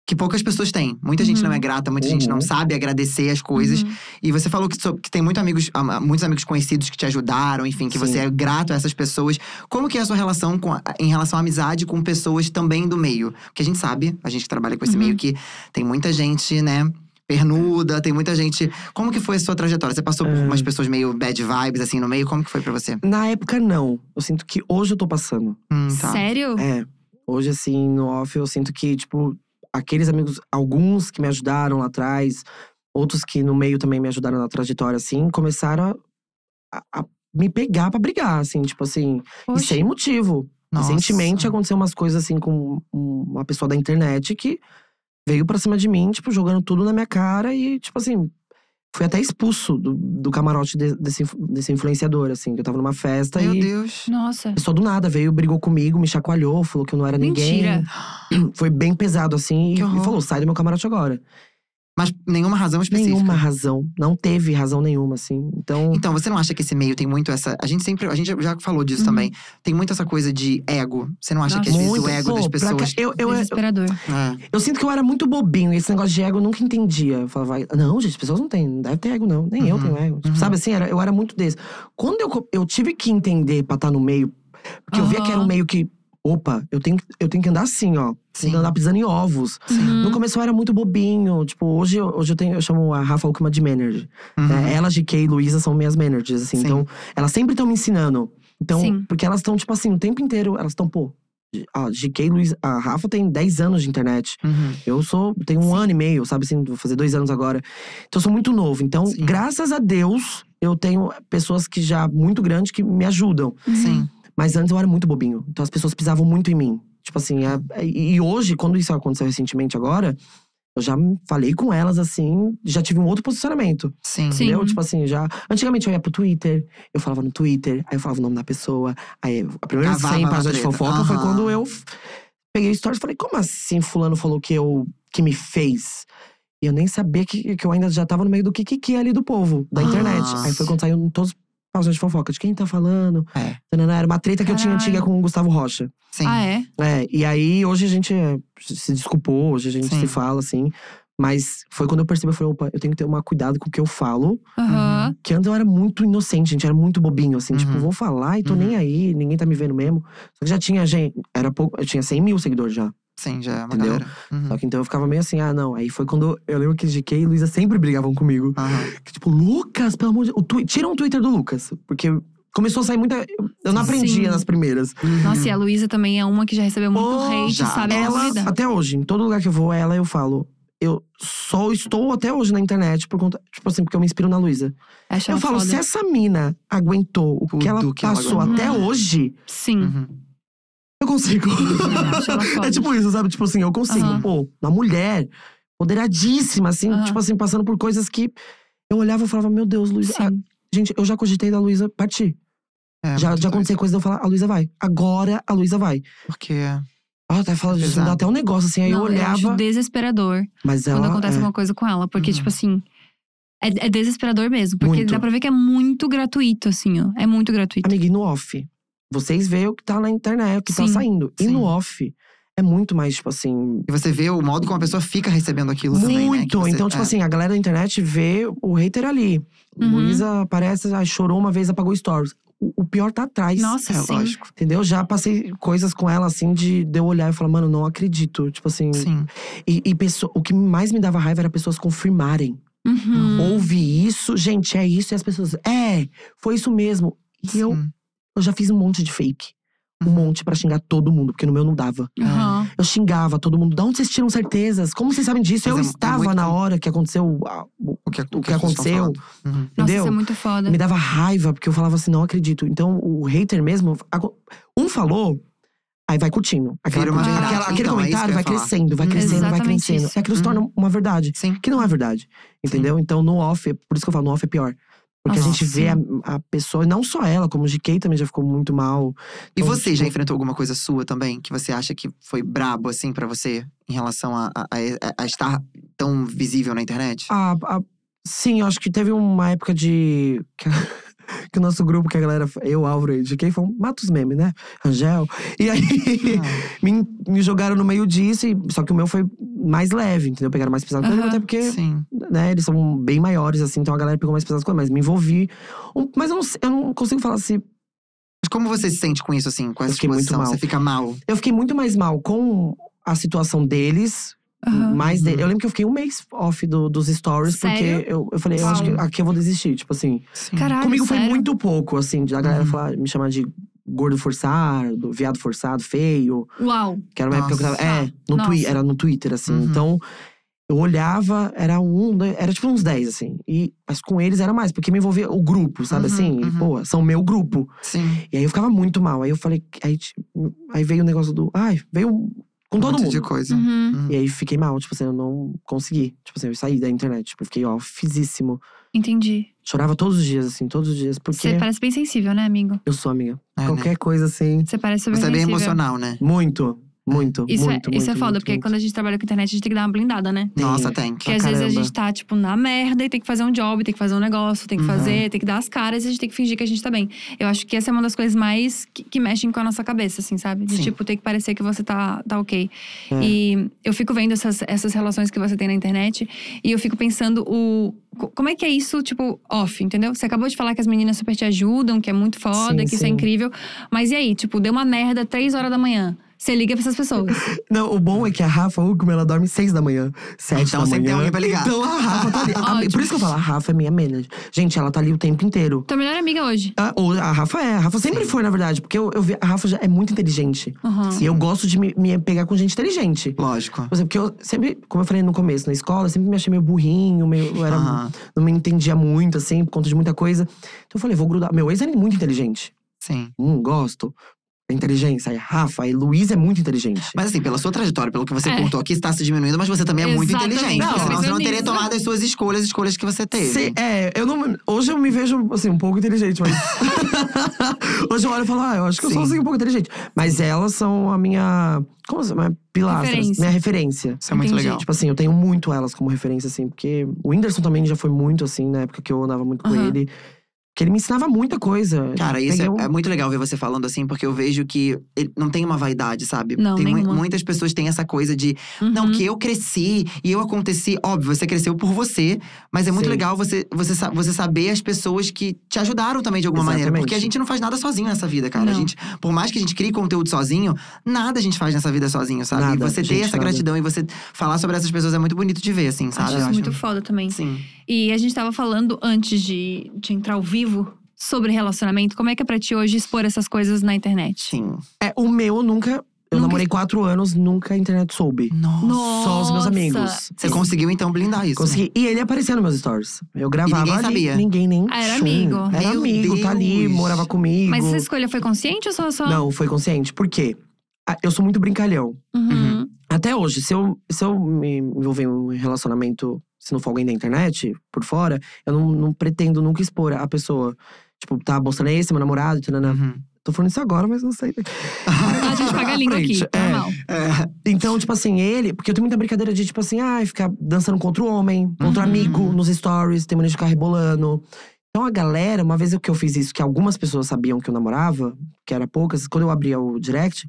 que poucas pessoas têm. Muita gente Uhum. não é grata, muita gente não Uhum. sabe agradecer as coisas. Uhum. E você falou que, so- que tem muito amigos, am- muitos amigos conhecidos que te ajudaram, enfim, que Sim. você é grato a essas pessoas. Como que é a sua relação com a- em relação à amizade com pessoas também do meio? Porque a gente sabe, a gente que trabalha com esse Uhum. meio, que tem muita gente, né? Pernuda, tem muita gente. Como que foi a sua trajetória? Você passou por É. umas pessoas meio bad vibes, assim, no meio? Como que foi pra você? Na época, não. Eu sinto que hoje eu tô passando. Hum, tá. Sério? É. Hoje, assim, no off, eu sinto que, tipo, aqueles amigos, alguns que me ajudaram lá atrás, outros que no meio também me ajudaram na trajetória, assim, começaram a, a- a me pegar pra brigar, assim, tipo assim, e Poxa. sem motivo. Nossa. Recentemente aconteceu umas coisas assim com uma pessoa da internet que veio pra cima de mim, tipo, jogando tudo na minha cara e, tipo assim, fui até expulso do, do camarote de- desse, influ- desse influenciador, assim, que eu tava numa festa Meu e. Deus. Nossa. A pessoa do nada veio, brigou comigo, me chacoalhou, falou que eu não era Mentira. ninguém. Foi bem pesado assim e, Que horror. e falou: sai do meu camarote agora. Mas Tipo nenhuma razão específica. Nenhuma razão. Não teve razão nenhuma, assim. Então. Então, você não acha que esse meio tem muito essa. A gente sempre. A gente já falou disso Uhum. também. Tem muito essa coisa de ego. Você não acha que às Nossa. vezes o muito- ego das pô, pra cá- pessoas. eu, eu, eu, Desesperador. É. eu sinto que eu era muito bobinho. Esse negócio de ego eu nunca entendia. Eu falava, não, gente, as pessoas não têm. Não deve ter ego, não. Nem eu Uhum. tenho ego. Tipo, Uhum. Sabe assim, era, eu era muito desse. Quando eu, co- eu tive que entender pra estar no meio, porque eu via que era um Aham. meio que. Opa, eu tenho, que- eu tenho que andar assim, ó. Tenho Sim. que andar pisando em ovos. Uhum. No começo eu era muito bobinho. Tipo, hoje, eu- hoje eu tenho, eu chamo a Rafa Alckman de manager. Uhum. né? Ela, GK e Luísa são minhas managers, assim. Sim. Então, elas sempre estão me ensinando. Então, Sim. porque elas estão, tipo assim, o tempo inteiro, elas estão, pô. A GK e Luísa. A Rafa tem 10 anos de internet. Uhum. Eu sou. tenho um ano e meio, sabe assim, vou fazer dois anos agora. Então eu sou muito novo. Então, Sim. graças a Deus, eu tenho pessoas que já muito grandes que me ajudam. Sim. Mas antes eu era muito bobinho. Então as pessoas pisavam muito em mim. Tipo assim, a- e e hoje, quando isso aconteceu recentemente agora, eu já me- falei com elas assim, já tive um outro posicionamento. Sim. Sim. Entendeu? Tipo assim, já. Antigamente eu ia pro Twitter, eu falava no Twitter, aí eu falava o nome da pessoa. Aí a primeira vez que Cavava saí em na página de treta. fofoca foi Aham. quando eu f- peguei o stories e falei, como assim fulano falou que eu que me fez? E eu nem sabia que, que eu ainda já tava no meio do que ali do povo, da internet. Nossa. Aí foi quando saiu em todos os páginas de fofoca, de quem tá falando. É. Tanana, era uma treta que eu tinha Caralho. antiga com o Gustavo Rocha. Sim. Ah, é? É, e aí hoje a gente é, se desculpou, hoje a gente Sim. se fala, assim. Mas foi quando eu percebi, eu falei, opa, eu tenho que ter uma cuidado com o que eu falo. Aham. Que antes eu era muito inocente, gente, era muito bobinho, assim. Tipo, Uhum. vou falar e tô Uhum. nem aí, ninguém tá me vendo mesmo. Só que já tinha gente, era pouco, eu tinha 100 mil seguidores já. Sim, já é uma Entendeu? galera. Uhum. Só que então eu ficava meio assim, ah não. Aí foi quando eu lembro que GK e Luísa sempre brigavam comigo. Aham. Que, tipo, um Lucas, pelo amor de Deus. Tira o Twitter do Lucas. Porque Começou a sair muita. Eu não aprendia Sim. nas primeiras. Uhum. Nossa, e a Luísa também é uma que já recebeu muito Uhum. Oh, hate, já. sabe? na Ela, vida. até hoje, em todo lugar que eu vou, ela eu falo. Eu só estou até hoje na internet por conta. Tipo assim, porque eu me inspiro na Luísa. Acho Eu ela falo, é foda. se essa mina aguentou o que Tudo ela que ela passou aguentou. até hoje, Sim. Uhum. eu consigo. Eu acho ela foda. é tipo isso, sabe? Tipo assim, eu consigo. Aham. Pô, uma mulher moderadíssima, assim, Aham. tipo assim, passando por coisas que eu olhava e falava, meu Deus, Luísa. ah, Sim. gente, eu já cogitei da Luísa partir. É, já muito já doido. aconteceu coisa de eu falar, a Luísa vai. Agora a Luísa vai. Porque. Ah, até fala disso, Exato. dá até um negócio assim, aí Não, eu Eu olhava. acho desesperador. Mas ela. quando acontece é. alguma coisa com ela. Porque, Uhum. tipo assim. É, é desesperador mesmo. Porque Muito. dá pra ver que é muito gratuito, assim, ó. É muito gratuito. Amiga, e no off? Vocês veem o que tá na internet, o que tá Sim. saindo. E Sim. no off, é muito mais, tipo assim, E você vê o modo como a pessoa fica recebendo aquilo também, né? Muito. Que você- então, tipo é. assim, a galera da internet vê o hater ali. Uhum. Luísa aparece, ai, chorou uma vez, apagou stories. O, o pior tá atrás. Nossa, É, sim. lógico. Entendeu? Já passei coisas com ela, assim, de, de eu olhar e falar, mano, não acredito. Tipo assim. Sim. E, e pessoa- o que mais me dava raiva era pessoas confirmarem. Uhum. Ouvi isso, gente, é isso. E as pessoas, é, foi isso mesmo. E eu, Sim. eu já fiz um monte de fake. Um monte pra xingar todo mundo, porque no meu não dava. Aham. Eu xingava todo mundo. Da onde vocês tiram certezas? Como vocês sabem disso? Mas eu é- é estava muito- na hora que aconteceu a- o- O que, o o que as pessoas estão aconteceu. falando. Uhum. Nossa, isso é Entendeu? muito foda. Me dava raiva, porque eu falava assim, não acredito. Então, o hater mesmo… aco- Um falou, aí vai curtindo. Aquela, Vira uma aquela- verdade. aquele Então, é isso que comentário eu ia vai falar. crescendo, vai Uhum. crescendo, vai Exatamente crescendo. isso. Uhum. E aquilo se torna uma verdade, Sim. que não é verdade. Entendeu? Então, no off, por isso que eu falo, no off é pior. Porque Nossa, a gente vê a, a pessoa, e não só ela, como o GK também já ficou muito mal. E Então, você tipo, já enfrentou alguma coisa sua também que você acha que foi brabo, assim, pra você em relação a, a- a- a estar tão visível na internet? A, a- sim, eu acho que teve uma época de. Que, que o nosso grupo, que a galera. Eu, Álvaro e GK, foram. Mata os memes, né? Angel. E aí. Ah, me, me jogaram no meio disso, e- só que o meu foi mais leve, entendeu? Pegaram mais pesado que o meu, Aham, até porque, Sim. né, eles são bem maiores, assim, então a galera pegou mais pesado com mas me envolvi. Um- mas eu não, sei- eu não consigo falar se. Mas como você se sente com isso, assim, com Eu essa fiquei muito exposição? mal. Você fica mal? Eu fiquei muito mais mal com a situação deles, Aham. mais de- Uhum. Eu lembro que eu fiquei um mês off do- dos stories, Sério? porque eu, eu falei, eu acho que Uau. aqui eu vou desistir, tipo assim. Sim. Caralho, Comigo foi sério? muito pouco, assim, de a galera Uhum. falar, me chamar de gordo forçado, viado forçado, feio. Uau. Que era uma época que eu Nossa. tava. É, no Nossa. twi era no Twitter, assim. Uhum. Então, eu olhava, era um, dois- era tipo uns 10, assim. E, mas com eles era mais, porque me envolvia o grupo, sabe Uhum, assim? E, uhum. pô, são meu grupo. Sim. E aí eu ficava muito mal. Aí eu falei. Aí, ti- aí veio o negócio do. Ai, veio com todo um monte mundo. de coisa. Uhum. E aí fiquei mal, tipo assim, eu não consegui. Tipo assim, eu saí da internet. Tipo, eu fiquei, ó, fizíssimo. Entendi. Chorava todos os dias, assim, todos os dias, porque. Você parece bem sensível, né, amigo? Eu sou amiga. tá É, né? Qualquer coisa assim. Você parece super Você é bem sensível. emocional, né? Muito, muito. Isso, muito, é, isso é muito, foda, muito, porque muito. quando a gente trabalha com internet, a gente tem que dar uma blindada, né? É. Nossa, tem. Porque Pra às vezes a caramba. gente tá, tipo, na merda e tem que fazer um job, tem que fazer um negócio, tem que Uhum. fazer, tem que dar as caras e a gente tem que fingir que a gente tá bem. Eu acho que essa é uma das coisas mais que, que mexem com a nossa cabeça, assim, sabe? De, Sim. Hum. tipo, ter que parecer que você tá, tá ok. É. E eu fico vendo essas, essas relações que você tem na internet e eu fico pensando o. co- Como é que é isso, tipo, off, entendeu? Você acabou de falar que as meninas super te ajudam, que é muito foda, Sim, que isso é sim. incrível. Mas e aí, tipo, deu uma merda três horas da manhã. Você liga pra essas pessoas. Não, o bom é que a Rafa Hugo, ela dorme seis da manhã, sete Então da manhã. sempre tem alguém pra ligar. Então a Rafa tá ali. A- Ótimo. por isso que eu falo, a Rafa é minha manager. Gente, ela tá ali o tempo inteiro. Tua melhor amiga hoje. A, ou a Rafa é, a Rafa sempre foi, na verdade, porque eu, eu vi, a Rafa já é muito inteligente. Aham. E eu gosto de me, me pegar com gente inteligente. Lógico. Por exemplo, Porque eu sempre, como eu falei no começo, na escola, eu sempre me achei meio burrinho, meio, eu era, Aham. não me entendia muito, assim, por conta de muita coisa. Então eu falei, vou grudar. Meu ex é muito inteligente. Sim. Hum, gosto. É Inteligência. Aí Rafa, aí Luiz é muito inteligente. Mas assim, pela sua trajetória, pelo que você É. contou aqui, está se diminuindo, mas você também é muito Exatamente, inteligente. eu senão você penso não teria nisso. tomado as suas escolhas, as escolhas que você teve. Cê- é, eu não. Hoje eu me vejo, assim, um pouco inteligente, mas. hoje eu olho e falo, ah, eu acho que eu sou Sim. assim, um pouco inteligente. Mas elas são a minha. Como se chama? Pilastras. Referência. Minha referência. Isso é muito Entendi. legal. Tipo assim, eu tenho muito elas como referência, assim, porque o Whindersson também já foi muito assim, na época que eu andava muito com Aham. ele. Que ele me ensinava muita coisa. Cara, isso é, Peguei um- é muito legal ver você falando assim, porque eu vejo que ele não tem uma vaidade, sabe? Não, tem mui- nenhuma. muitas pessoas têm essa coisa de, não, Uhum. que eu cresci e eu aconteci. Óbvio, você cresceu por você, mas é muito Sim. legal você, você, sa- você saber as pessoas que te ajudaram também de alguma maneira. Exatamente. Porque a gente não faz nada sozinho nessa vida, cara. A Não. gente, por mais que a gente crie conteúdo sozinho, nada a gente faz nessa vida sozinho, sabe? e Nada, você ter gente, essa nada. gratidão e você falar sobre essas pessoas é muito bonito de ver, assim, sabe? Acho Eu isso muito foda também. Sim. E a gente tava falando antes de, de entrar ao vivo sobre relacionamento? Como é que é pra ti hoje expor essas coisas na internet? Sim. É, o meu nunca. Eu Nunca- namorei quatro anos, nunca a internet soube. Nossa. Só os meus Nossa. amigos. Você conseguiu, então, blindar isso. Consegui. E ele aparecia nos meus stories. Eu gravava ninguém ali, sabia? ninguém nem. Ah, era tchum. amigo. Era Meu amigo, tá ali, Deus. morava comigo. Mas essa escolha foi consciente ou só? só... Não, foi consciente. Por quê? Ah, Eu sou muito brincalhão. Uhum. Até hoje, se eu, se eu me envolver em um relacionamento, se não for alguém da internet, por fora, eu não, não pretendo nunca expor a pessoa. Tipo, tá mostrando esse, meu namorado, tanana. Uhum. Tô falando isso agora, mas não sei. Ah, A gente paga a língua aqui, Frente, é. normal. É. Então, tipo assim, ele. Porque eu tenho muita brincadeira de, tipo assim, ai, ficar dançando contra o homem, contra o Uhum. amigo, nos stories, tem mania de ficar rebolando. Então a galera, uma vez que eu fiz isso, que algumas pessoas sabiam que eu namorava, que era poucas, quando eu abria o direct,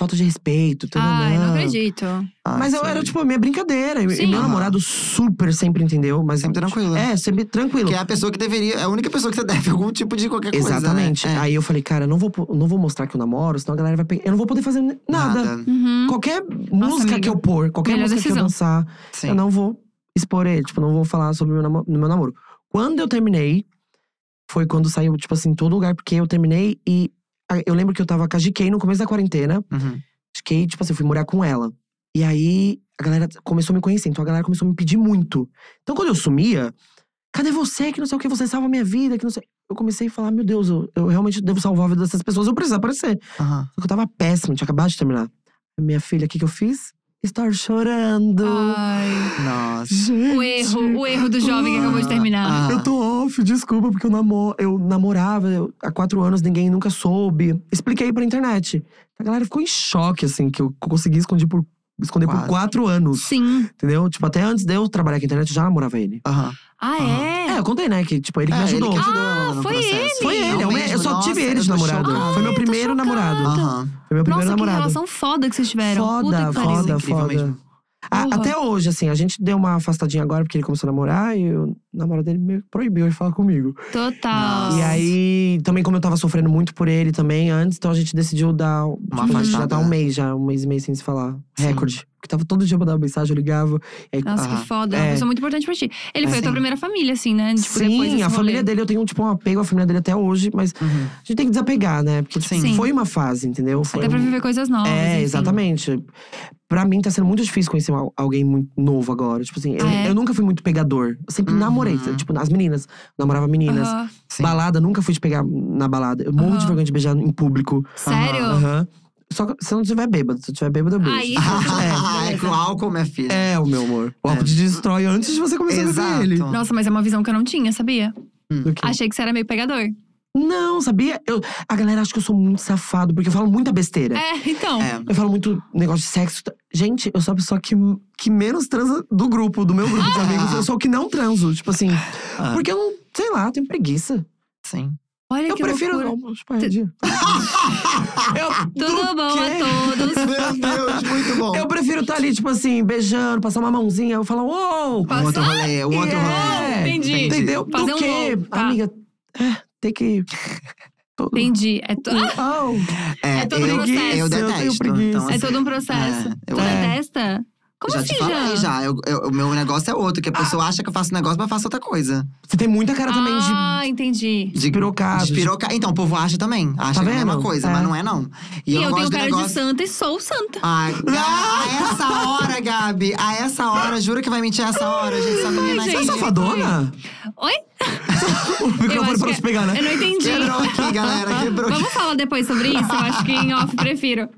falta de respeito, Ai, não tananã. acredito. Ai, Mas eu sério. era, tipo, a minha brincadeira. E- E Sim. meu Aham. namorado super sempre entendeu. Mas, Sempre tranquilo. É, sempre tranquilo. Que é a pessoa que deveria… É a única pessoa que você deve algum tipo de qualquer coisa, Exatamente. né? É. Aí eu falei, cara, eu não vou, po- não vou mostrar que eu namoro, senão a galera vai pegar. Eu não vou poder fazer nada. Uhum. Qualquer música amiga. que eu pôr, qualquer Melhor música que eu decisão. dançar, Sim. eu não vou expor ele. Tipo, não vou falar sobre o meu, namo- no meu namoro. Quando eu terminei, foi quando saiu, tipo assim, em todo lugar, porque eu terminei e ah, eu lembro que eu tava com a GK no começo da quarentena. Uhum. Fiquei, tipo assim, fui morar com ela. E aí a galera começou a me conhecer, então a galera começou a me pedir muito. Então quando eu sumia, cadê você? Que não sei o que, você salva a minha vida, que não sei. Eu comecei a falar, meu Deus, eu, eu realmente devo salvar a vida dessas pessoas, eu preciso aparecer. Aham. Só que eu tava péssimo, tinha acabado de terminar. Minha filha, o que, que eu fiz? Estar chorando. Ah. Ai. Nossa. Gente, O erro, o erro do jovem que acabou de terminar. Ah. Eu tô off, desculpa, porque eu, namo- eu namorava eu- há quatro anos, ninguém nunca soube. Expliquei pra internet. A galera ficou em choque, assim, que eu consegui esconder por, esconder por Quatro. quatro anos. Sim. Entendeu? Tipo, até antes de eu trabalhar com a internet, eu já namorava ele. Aham. Ah, É, é? eu contei, né? Que, tipo, ele que me É, ele ajudou. que ajudou Ah, ela no foi processo. ele. Foi ele, É eu, o eu mesmo, só tive nossa, ele eu de tô namorado. chocada. Foi Ai, meu tô primeiro chocada. namorado. Aham. Foi meu primeiro Nossa, que namorado. relação foda que vocês tiveram. Puta Foda, que pariu. Isso é foda, incrível foda. mesmo. A- Porra. até hoje, assim, a gente deu uma afastadinha agora, porque ele começou a namorar e o namorado dele meio que proibiu ele falar comigo. Total. Nossa. E aí, também como eu tava sofrendo muito por ele também antes, então a gente decidiu dar. Uma tipo, a gente já afastada, tá um né? mês, já, um mês e meio sem se falar. Sim. Recorde. Porque tava todo dia eu mandava mensagem, eu ligava. E aí, Nossa, Aham. que foda. É uma É. pessoa muito importante pra ti. Ele É, foi a tua sim. primeira família, assim, né? Tipo, depois Sim, desse a família rolê. dele, eu tenho tipo, um apego à família dele até hoje, mas Uhum. a gente tem que desapegar, né? Porque tipo, Sim. foi uma fase, entendeu? Foi Até pra um- viver coisas novas. É, enfim. exatamente. Pra mim tá sendo muito difícil conhecer al- alguém muito novo agora. Tipo assim, eu, Ah, é? eu nunca fui muito pegador. Eu sempre Uhum. namorei. Tipo, as meninas. Namorava meninas. Aham. Sim. Balada, nunca fui de pegar na balada. Eu morro Aham. de vergonha de beijar em público. Sério? Aham. Só que se eu não tiver bêbado. Se eu tiver bêbado, eu beijo. Aí- Ah, é com álcool, minha filha. É, é o meu amor. O álcool te destrói antes de você começar a Exato. beber ele. Nossa, mas é uma visão que eu não tinha, sabia? Do quê? Achei que você era meio pegador. Não, sabia? Eu, a galera acha que eu sou muito safado, porque eu falo muita besteira. É, então. É. Eu falo muito negócio de sexo. Gente, eu sou a pessoa que, que menos transa do grupo, do meu grupo Ah. de amigos. Eu sou o que não transo. Tipo assim. Ah. Porque eu não, sei lá, eu tenho preguiça. Sim. Olha eu que prefiro. loucura. Não, tipo, é dia. eu, Tudo bom quê? a todos. Meu Deus, muito bom. eu prefiro estar ali, tipo assim, beijando, passar uma mãozinha. Eu falo, uou! O Um outro rolê, o outro Yeah. rolê. Entendi. Entendeu? Fazer do um quê? gol, tá. Amiga, é, tem que. Todo- Entendi. É, to- Uou. É, É todo eu, processo. eu um Eu tenho detesto. preguiça. então, É é assim, todo um processo. É, eu- tu é. detesta? Como já assim, te falei, já? já. Eu- eu- o meu negócio é outro, Ah. que a pessoa acha que eu faço um negócio, mas faço outra coisa. Você tem muita cara também Ah, de. é entendi. De, Despirocado. de- Despiroca. Então, o povo acha também. Acha que é a mesma vendo? coisa, É. mas não é, não. E E, eu, não tenho gosto cara do de negócio. santa e sou santa. Ai, Gabi, a essa hora, Gabi, a essa hora, juro que vai mentir a essa hora, gente. Essa menina gente. Você é aqui. safadona? Oi? O microfone acho pra que- te pegar, né? Eu não entendi. Quebrou aqui, galera, quebrou aqui. Vamos falar depois sobre isso? Eu acho que em off prefiro.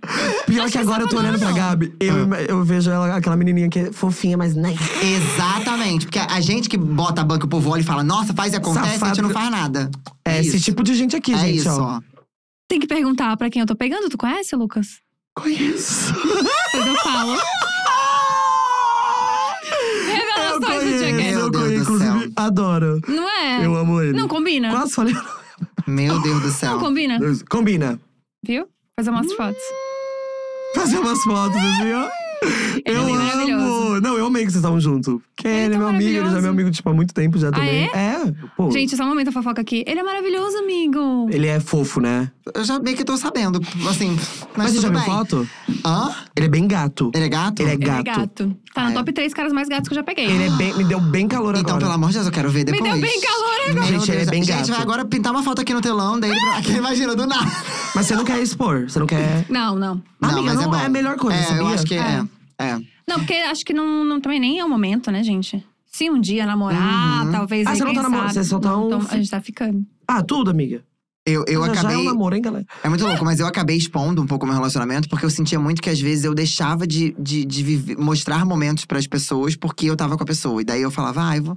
Pior que agora eu tô olhando pra Gabi, eu, eu vejo ela, aquela menininha que é fofinha, mas né. Exatamente, porque a gente que bota a banca, o povo olha e fala, nossa, faz e acontece, a gente Safado. não faz nada. É esse isso. tipo de gente aqui, É gente, isso, ó. ó. Tem que perguntar pra quem eu tô pegando. Tu conhece, Lucas? Conheço. Depois eu falo. Revelações do Jack. Gale. Eu conheço, Meu Deus do eu conheço, céu. inclusive, adoro. Não é? Eu amo ele. Não combina? Quase falei. Meu Deus do céu. Não combina? Combina. Viu? Fazer umas fotos. Fazer umas fotos Ah, assim, ó. Eu também é maravilhoso. amo! Não, eu amei que vocês estavam juntos. Porque Ele ele tá é meu amigo, ele já é maravilhoso. meu amigo, tipo, há muito tempo Ah, já também. é? pô. Gente, só um momento a fofoca aqui. Ele é maravilhoso, amigo. Ele é fofo, né? Eu já meio que tô sabendo, assim, mas, Mas você tudo já viu bem. foto? Hã? Ele é bem gato. Ele é gato? Ele é Ele gato. é gato. Tá no É. top três caras mais gatos que eu já peguei. Ele é bem, me deu bem calor Então, agora. pelo amor de Deus, eu quero ver Me depois. deu bem calor Caralho! Gente, ele é bem Gente, gato. vai agora pintar uma foto aqui no telão dele. Pra... Aqui, imagina, do nada. Mas você não quer expor, você não quer. é Não, não. Não, Amiga, mas não é bom. é a melhor coisa, É, eu sabia? acho que é. É. Não, porque acho que não, não- também nem é o momento, né, gente? Se um dia namorar, Uhum. talvez. Ah, aí, você não quem tá namorando, sabe? você só tá Não, um- então, a gente tá ficando. Ah, tudo, amiga. Eu, eu já, acabei. Já é um namoro, hein, galera? É muito louco, mas eu acabei expondo um pouco o meu relacionamento, porque eu sentia muito que às vezes eu deixava de, de, de viver- mostrar momentos pras pessoas porque eu tava com a pessoa. E daí eu falava, ai, vou-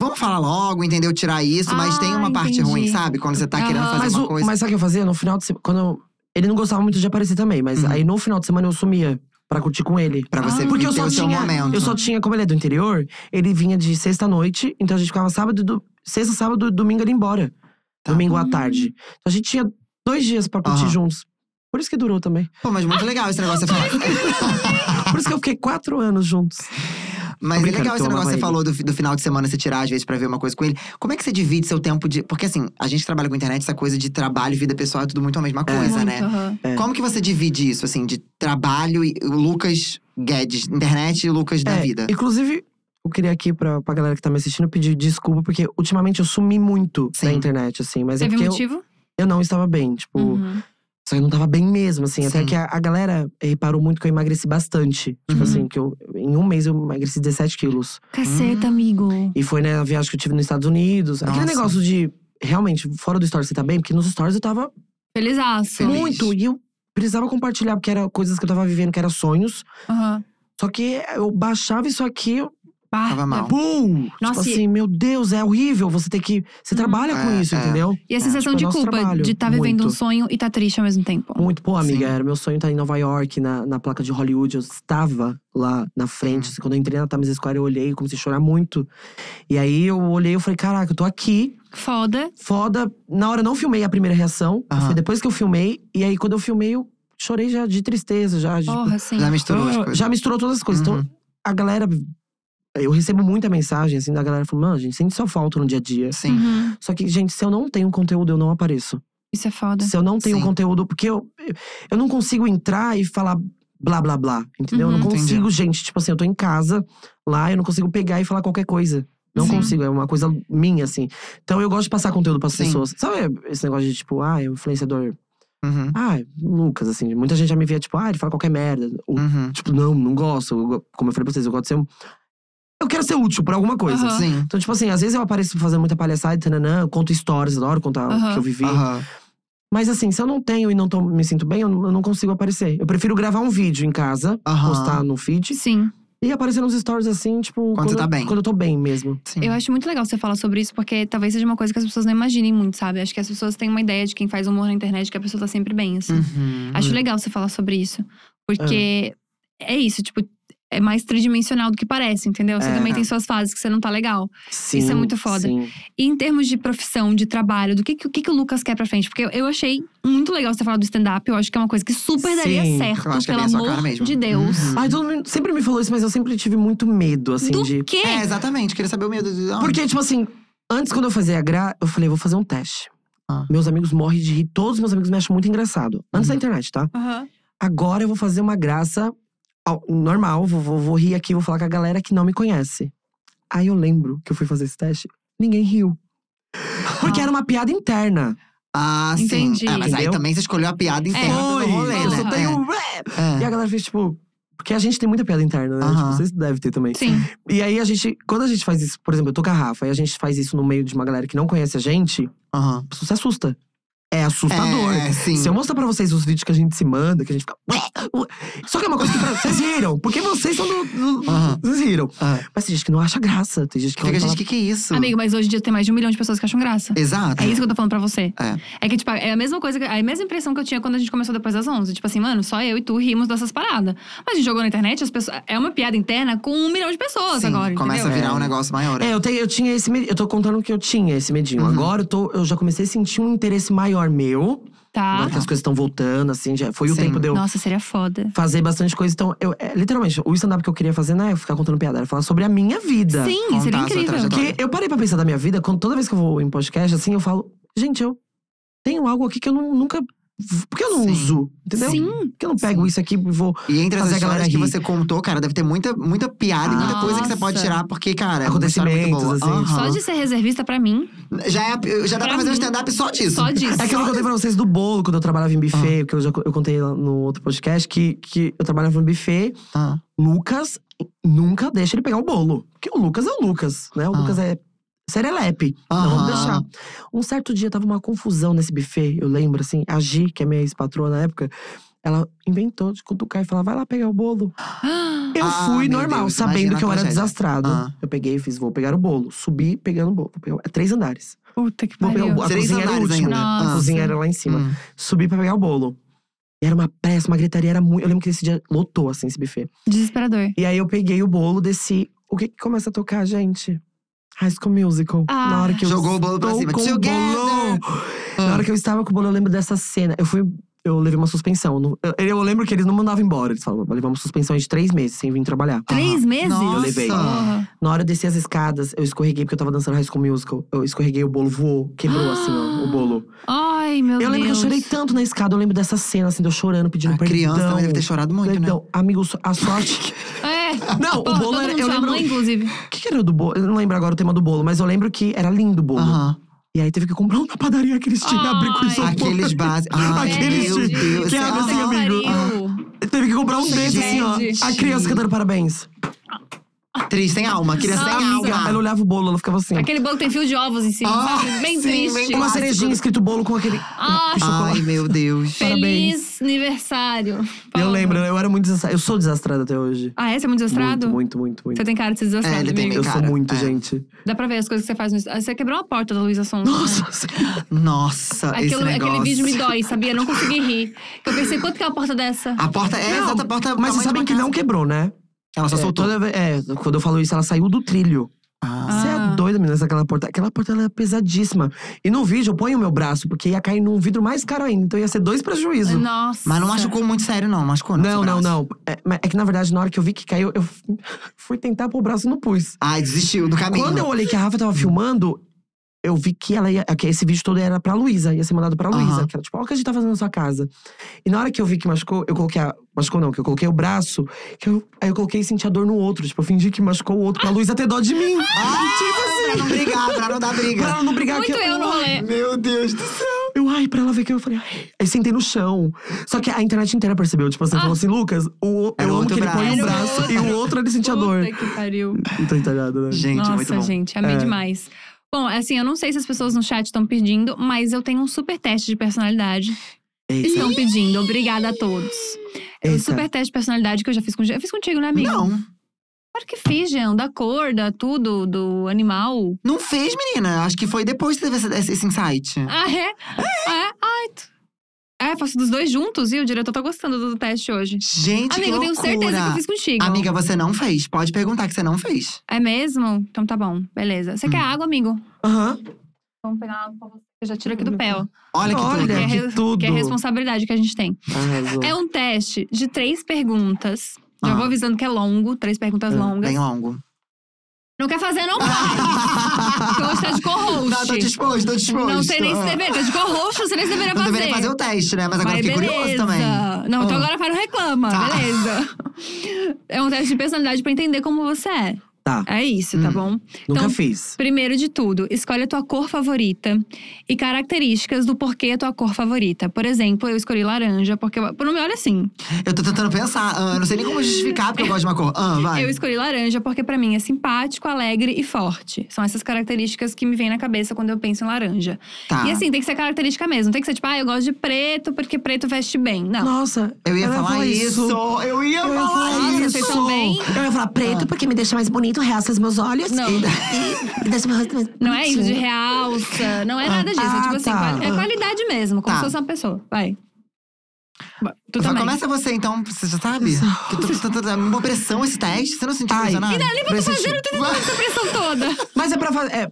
vamos falar logo, entendeu? Tirar isso, mas Ah, tem uma parte entendi. ruim, sabe? Quando você tá Aham. querendo fazer Mas, uma o, coisa. mas sabe o que eu fazia? No final de semana. Quando eu- ele não gostava muito de aparecer também, mas Uhum. aí no final de semana eu sumia pra curtir com ele. Pra você Ah. viver Porque eu ter só o seu tinha- momento. Eu só tinha, um como ele é do interior, ele vinha de sexta-noite, então a gente ficava sábado, e do, sexta, sábado e domingo ele ia embora. Tá. Domingo à Hum. tarde. Então a gente tinha dois dias pra curtir Aham. juntos. Por isso que durou também. Pô, mas muito legal esse negócio que você falou. Por isso que eu fiquei quatro anos juntos. Mas é brincando, legal que esse eu negócio que você amava falou do, fi- do final de semana você tirar, às vezes, pra ver uma coisa com ele. Como é que você divide seu tempo de. Porque assim, a gente trabalha com internet, essa coisa de trabalho e vida pessoal é tudo muito a mesma coisa, Muito, né? aham. É. Como que você divide isso, assim, de trabalho e o Lucas Guedes, internet e o Lucas da É, vida? Inclusive, eu queria aqui pra, pra galera que tá me assistindo pedir desculpa, porque ultimamente eu sumi muito da Sim. internet, assim. Mas é Teve um porque eu, motivo? eu não estava bem, tipo… Uhum. Só que eu não tava bem mesmo, assim. Até Sim. que a, a galera reparou muito que eu emagreci bastante. Uhum. Tipo assim, que eu… Em um mês eu emagreci 17 quilos. Hum. Caceta, amigo. E foi na viagem que eu tive nos Estados Unidos. Aquele Nossa. negócio de, realmente, fora do Stories você tá bem? Porque nos Stories eu tava Feliz Feliz. muito. E eu precisava compartilhar, porque era coisas que eu tava vivendo, que eram sonhos. Só que eu baixava isso aqui, eu, Tava tá. mal. pum! Nossa, tipo e- assim, meu Deus, é horrível você ter que… Você Uhum. trabalha com É, isso, é. entendeu? E a sensação tipo, de nosso culpa trabalho, de estar tá vivendo um muito. sonho e tá triste ao mesmo tempo. Muito. Pô, amiga, Sim. era meu sonho estar em Nova York, na, na placa de Hollywood. Eu estava lá na frente. Quando eu entrei na Times Square, eu olhei, comecei a chorar muito. E aí, eu olhei e falei, caraca, eu tô aqui… Foda. foda. Na hora eu não filmei a primeira reação. Aham. Foi depois que eu filmei. E aí, quando eu filmei, eu chorei já de tristeza, já. de- Porra, assim. Já misturou as Ah, coisas. já misturou todas as coisas. Oh. Uhum. Então, a galera. Eu recebo muita mensagem, assim, da galera falando, mano, gente, sente sua falta no dia a dia. Sim. Uhum. Só que, gente, se eu não tenho conteúdo, eu não apareço. Isso é foda. Se eu não tenho Sim. conteúdo, porque eu, eu não consigo entrar e falar blá blá blá, entendeu? eu Uhum. não Entendi. consigo, gente. Tipo assim, eu tô em casa lá, eu não consigo pegar e falar qualquer coisa. Não Sim. consigo, é uma coisa minha, assim. Então eu gosto de passar conteúdo pras Sim. pessoas. Sabe esse negócio de tipo, ah, é um influenciador. Uhum. Ah, Lucas, assim. Muita gente já me via, tipo, ah, ele fala qualquer merda. Ou, Uhum. Tipo, não, não gosto. Eu go- como eu falei pra vocês, eu gosto de ser. um- Eu quero ser útil pra alguma coisa. Aham. Sim. Então, tipo assim, às vezes eu apareço fazendo muita palhaçada, tananã, eu conto histórias, adoro contar Aham. o que eu vivi. Aham. Mas assim, se eu não tenho e não tô- me sinto bem, eu não, eu não consigo aparecer. Eu prefiro gravar um vídeo em casa, Aham. postar no feed Sim. e aparecer nos stories assim, tipo. Quando, você tá eu- bem. Quando eu tô bem mesmo. Sim. Eu acho muito legal você falar sobre isso, porque talvez seja uma coisa que as pessoas não imaginem muito, sabe? Acho que as pessoas têm uma ideia de quem faz humor na internet que a pessoa tá sempre bem, assim. Uhum. Acho legal você falar sobre isso. Porque é, isso, tipo, é mais tridimensional do que parece, entendeu? Você É. também tem suas fases que você não tá legal. Sim, Isso é muito foda. Sim. E em termos de profissão, de trabalho, do que, que- o que, que o Lucas quer pra frente? Porque eu, eu achei muito legal você falar do stand-up. Eu acho que é uma coisa que super daria Sim, certo, eu acho que é pelo bem a sua amor cara mesmo. de Deus. Uhum. Ai, todo mundo sempre me falou isso, mas eu sempre tive muito medo, assim, Do de. quê? É, exatamente. Queria saber o medo de. Ah, Porque, tipo assim, antes quando eu fazia gra, eu falei, vou fazer um teste. Ah. Meus amigos morrem de rir, todos meus amigos me acham muito engraçado. Antes Uhum. da internet, tá? Aham. Agora eu vou fazer uma graça ao- normal, vou, vou, vou rir aqui, vou falar com a galera que não me conhece. Aí eu lembro que eu fui fazer esse teste, ninguém riu. Porque era uma piada interna. Ah, sim. Entendi. É. É, mas aí Entendeu? também você escolheu a piada interna do rolê, eu né? só tenho. É. E a galera fez tipo. Porque a gente tem muita piada interna, né? Aham. Tipo, vocês devem ter também. Sim. E aí a gente, quando a gente faz isso, por exemplo, eu tô com a Rafa, e a gente faz isso no meio de uma galera que não conhece a gente, É. Aham. a pessoa se assusta. É assustador. É, sim. Se eu mostrar pra vocês os vídeos que a gente se manda, que a gente fica. "Ué, ué". Só que é uma coisa que pra- vocês riram. Porque vocês são do. do- Aham. Vocês riram. Ah. Mas tem gente que não acha graça. Tem gente que Fica, olha e fala, gente, o que, que é isso? Amigo, mas hoje em dia tem mais de um milhão de pessoas que acham graça. Exato. É isso que eu tô falando pra você. É. que, tipo, é a mesma coisa, que- é a mesma impressão que eu tinha quando a gente começou depois das 11. Tipo assim, mano, só eu e tu rimos dessas paradas. Mas a gente jogou na internet, as pessoas, é uma piada interna com um milhão de pessoas Sim, agora, começa entendeu? a virar um negócio maior. É, eu, tenho, eu tinha esse medo. Eu tô contando que eu tinha esse medinho. Uhum. Agora eu, tô, eu já comecei a sentir um interesse maior meu. Tá. Agora que as coisas estão voltando, assim, já foi o Sim. tempo de eu Nossa, seria foda. fazer bastante coisa. Então, eu, é, literalmente, o stand-up que eu queria fazer não é ficar contando piada, era falar sobre a minha vida. Sim, seria Contar a sua incrível. trajetória. Porque eu parei pra pensar da minha vida, quando, toda vez que eu vou em podcast, assim, eu falo, gente, eu tenho algo aqui que eu nu- nunca Por que eu não Sim. uso? Entendeu? Sim. Por que eu não pego isso aqui e vou. E entre as Fazer a galera histórias que rir. você contou, cara, deve ter muita, muita piada e muita coisa que você pode Nossa. tirar, porque, cara, é uma história muito boa. Acontecimentos, assim, Aham. Só de ser reservista pra mim, Já, é, eu- já dá pra, Pra fazer um mim. stand-up só disso. só disso. É aquilo que eu contei pra vocês do bolo, quando eu trabalhava em buffet, Ah. que eu já co- eu contei lá no outro podcast, que, que eu trabalhava em um buffet. Ah, Lucas nunca deixa ele pegar o bolo. Porque o Lucas é o Lucas, né? O Ah. Lucas é serelepe. Não Aham. vamos deixar. Um certo dia tava uma confusão nesse buffet, eu lembro, assim. A Gi, que é minha ex-patroa na época, ela inventou de cutucar e falar: vai lá pegar o bolo. Ah, Eu Ah, fui meu normal, Deus, imagina sabendo a que eu era tragédia. desastrado. Ah. Eu peguei e fiz: vou pegar o bolo. Subi pegando o bolo. Vou pegar- é três andares. Puta que Vou pegar o pariu. bolo. A Três cozinha era o andares último. ainda. A Nossa. cozinha era lá em cima. Ah, Hum. Subi pra pegar o bolo. E era uma pressa, uma gritaria, era muito. Eu lembro que esse dia lotou, assim, esse buffet. Desesperador. E aí eu peguei o bolo, desci. O que que começa a tocar, gente? High School Musical. Ah. Na hora que eu Jogou o bolo pra estou cima. com o Together! Ah. bolo. Na hora que eu estava com o bolo, eu lembro dessa cena. Eu fui. Eu levei uma suspensão. Não- Eu, eu lembro que eles não mandavam embora. Eles falavam, levar uma suspensão de três meses sem vir trabalhar. Três meses? Nossa. Eu levei. Porra. Na hora eu desci as escadas, eu escorreguei, porque eu tava dançando High School Musical. Eu escorreguei, o bolo voou, quebrou assim, ó, o bolo. Ai, meu Deus. eu lembro que eu chorei tanto na escada. Eu lembro dessa cena, assim, de eu chorando, pedindo A perdão. criança também deve ter chorado muito, né? Perdão. Amigo, a sorte… que- É. Não, Pô, o todo bolo era… mundo Eu sua lembro, mãe, inclusive. O que, que era do bolo? Eu não lembro agora o tema do bolo, mas eu lembro que era lindo o bolo. Aham. E aí teve que comprar uma padaria que eles tinham e abrir com Ai. isso. Aqueles base. Ah, Aqueles meu de- Deus. que abre Ah, Puta assim, que amigo. pariu. Teve que comprar um Nossa, desse, assim, ó. gente. A criança cantando parabéns. Triste, sem alma. Criança sem Amiga, alma. Ela olhava o bolo, ela ficava assim. Aquele bolo que tem fio de ovos em cima, Ah, sabe? Bem sim, bem triste. Uma clássico. cerejinha escrito bolo com aquele… Ah, Ai, chocolate. meu Deus. Feliz aniversário. Eu Paloma. lembro, eu era muito desastrada. Eu sou desastrada até hoje. Ah, é? Você é muito desastrado? Muito, muito, muito, muito. Você tem cara de ser É, desastrado, ele tem amigo. Eu sou cara, muito, é. gente. Dá pra ver as coisas que você faz no Instagram. Você quebrou a porta da Luísa Sonza. né? Nossa, Nossa, esse Aquilo- negócio. aquele vídeo me dói, sabia? Eu não consegui rir. Eu pensei, quanto que é uma porta dessa? A porta é Não, exata, a porta. Mas tamanho vocês sabem de que uma não quebrou, né? casa. Ela só É, soltou. toda ve- é, quando eu falo isso, ela saiu do trilho. Ah. Você Ah. é doida, menina, aquela porta. Aquela porta ela é pesadíssima. E no vídeo eu ponho o meu braço, porque ia cair num vidro mais caro ainda. Então ia ser dois prejuízos. Nossa. Mas não machucou muito sério, não. Machucou, Não, não. não, não. É, mas é que na verdade, na hora que eu vi que caiu, eu fui tentar pôr o braço e não pus. Ai, desistiu do caminho. Quando eu olhei que a Rafa tava filmando, eu vi que ela ia, que esse vídeo todo era pra Luísa, ia ser mandado pra Luísa. Aham. Que era tipo, olha o que a gente tá fazendo na sua casa. E na hora que eu vi que machucou, eu coloquei a. Machucou não, que eu coloquei o braço, que eu, aí eu coloquei e senti a dor no outro. Tipo, eu fingi que machucou o outro pra Luísa ter dó de mim. Ah, pra não brigar, pra não dar Pra briga. ela não brigar Muito que eu no rolê. Meu Deus do céu. Eu, ai, pra ela ver que eu falei, ai. Aí sentei no chão. Só que a internet inteira percebeu. Tipo assim, Ah. falou assim, Lucas, o, Era o eu amo outro que ele põe um braço. braço e o outro ele sentia dor. Puta que pariu. Não tá entendendo, né? Gente, Nossa, muito bom. gente, amei É. demais. Bom, assim, eu não sei se as pessoas no chat estão pedindo, mas eu tenho um super teste de personalidade. Eita. Estão pedindo, obrigada a todos. É o Eita. super teste de personalidade que eu já fiz com Eu fiz contigo, né, amigo? Não, Claro que fiz, Jean, da cor, da tudo, do animal. não fez, menina. Acho que foi depois que teve esse, esse- esse insight. Ah, é? É, ai. tu- É, faço dos dois juntos, e o diretor tá gostando do teste hoje. Gente, Amigo, eu que tenho loucura. certeza que eu fiz contigo. Amiga, você não fez. Pode perguntar que você não fez. É mesmo? Então tá bom, beleza. Você quer Hum. água, amigo? Aham. Vamos pegar água pra você. Eu já tiro aqui do pé, ó. Olha que Olha, tudo. Que é que res- tudo. Que é a responsabilidade que a gente tem. Arrasou. É um teste de três perguntas. Já Ah. vou avisando que é longo, três perguntas longas. Bem longo. Não quer fazer, não faz. Porque hoje tá de co-host. Não, tô disposto, tô disposto. Não sei nem se Ah. deveria. Tá de co-host, não sei nem se deveria Não fazer. deveria fazer o teste, né? Mas agora Mas fiquei beleza. curioso também. Não, então Ah. agora faz o reclama, Tá. beleza. É um teste de personalidade pra entender como você é. Tá. É isso, tá Hum. bom? Nunca então- fiz. Primeiro de tudo, escolhe a tua cor favorita e características do porquê a tua cor favorita. Por exemplo, eu escolhi laranja, porque. eu- Não me olha assim. Eu tô tentando pensar. Ah, eu não sei nem como justificar, porque eu gosto de uma cor. Ah, vai. Eu escolhi laranja porque pra mim é simpático, alegre e forte. São essas características que me vêm na cabeça quando eu penso em laranja. Tá. E assim, tem que ser característica mesmo. Não tem que ser tipo, ah, eu gosto de preto porque preto veste bem. Não. Nossa, Ah. eu ia ela falar isso. Eu ia Eu ia falar falar Nossa, isso. "Ah, vocês são bem. Eu ia falar preto Ah. porque me deixa mais bonito, realça os meus olhos. Não. E, e, e deixa meu rosto mais Não é isso de bonitinho. realça, não é nada disso. é Ah, tipo assim, tá. quali- é qualidade mesmo, como Tá. se fosse uma pessoa. Vai. Vai, Tu Vai, também. começa você então, você já sabe? Que eu tô tentando. É uma pressão esse teste, você não se sentiu Ai, pressionado? e nem Eu tô fazendo toda essa pressão toda. Mas é pra fazer… É,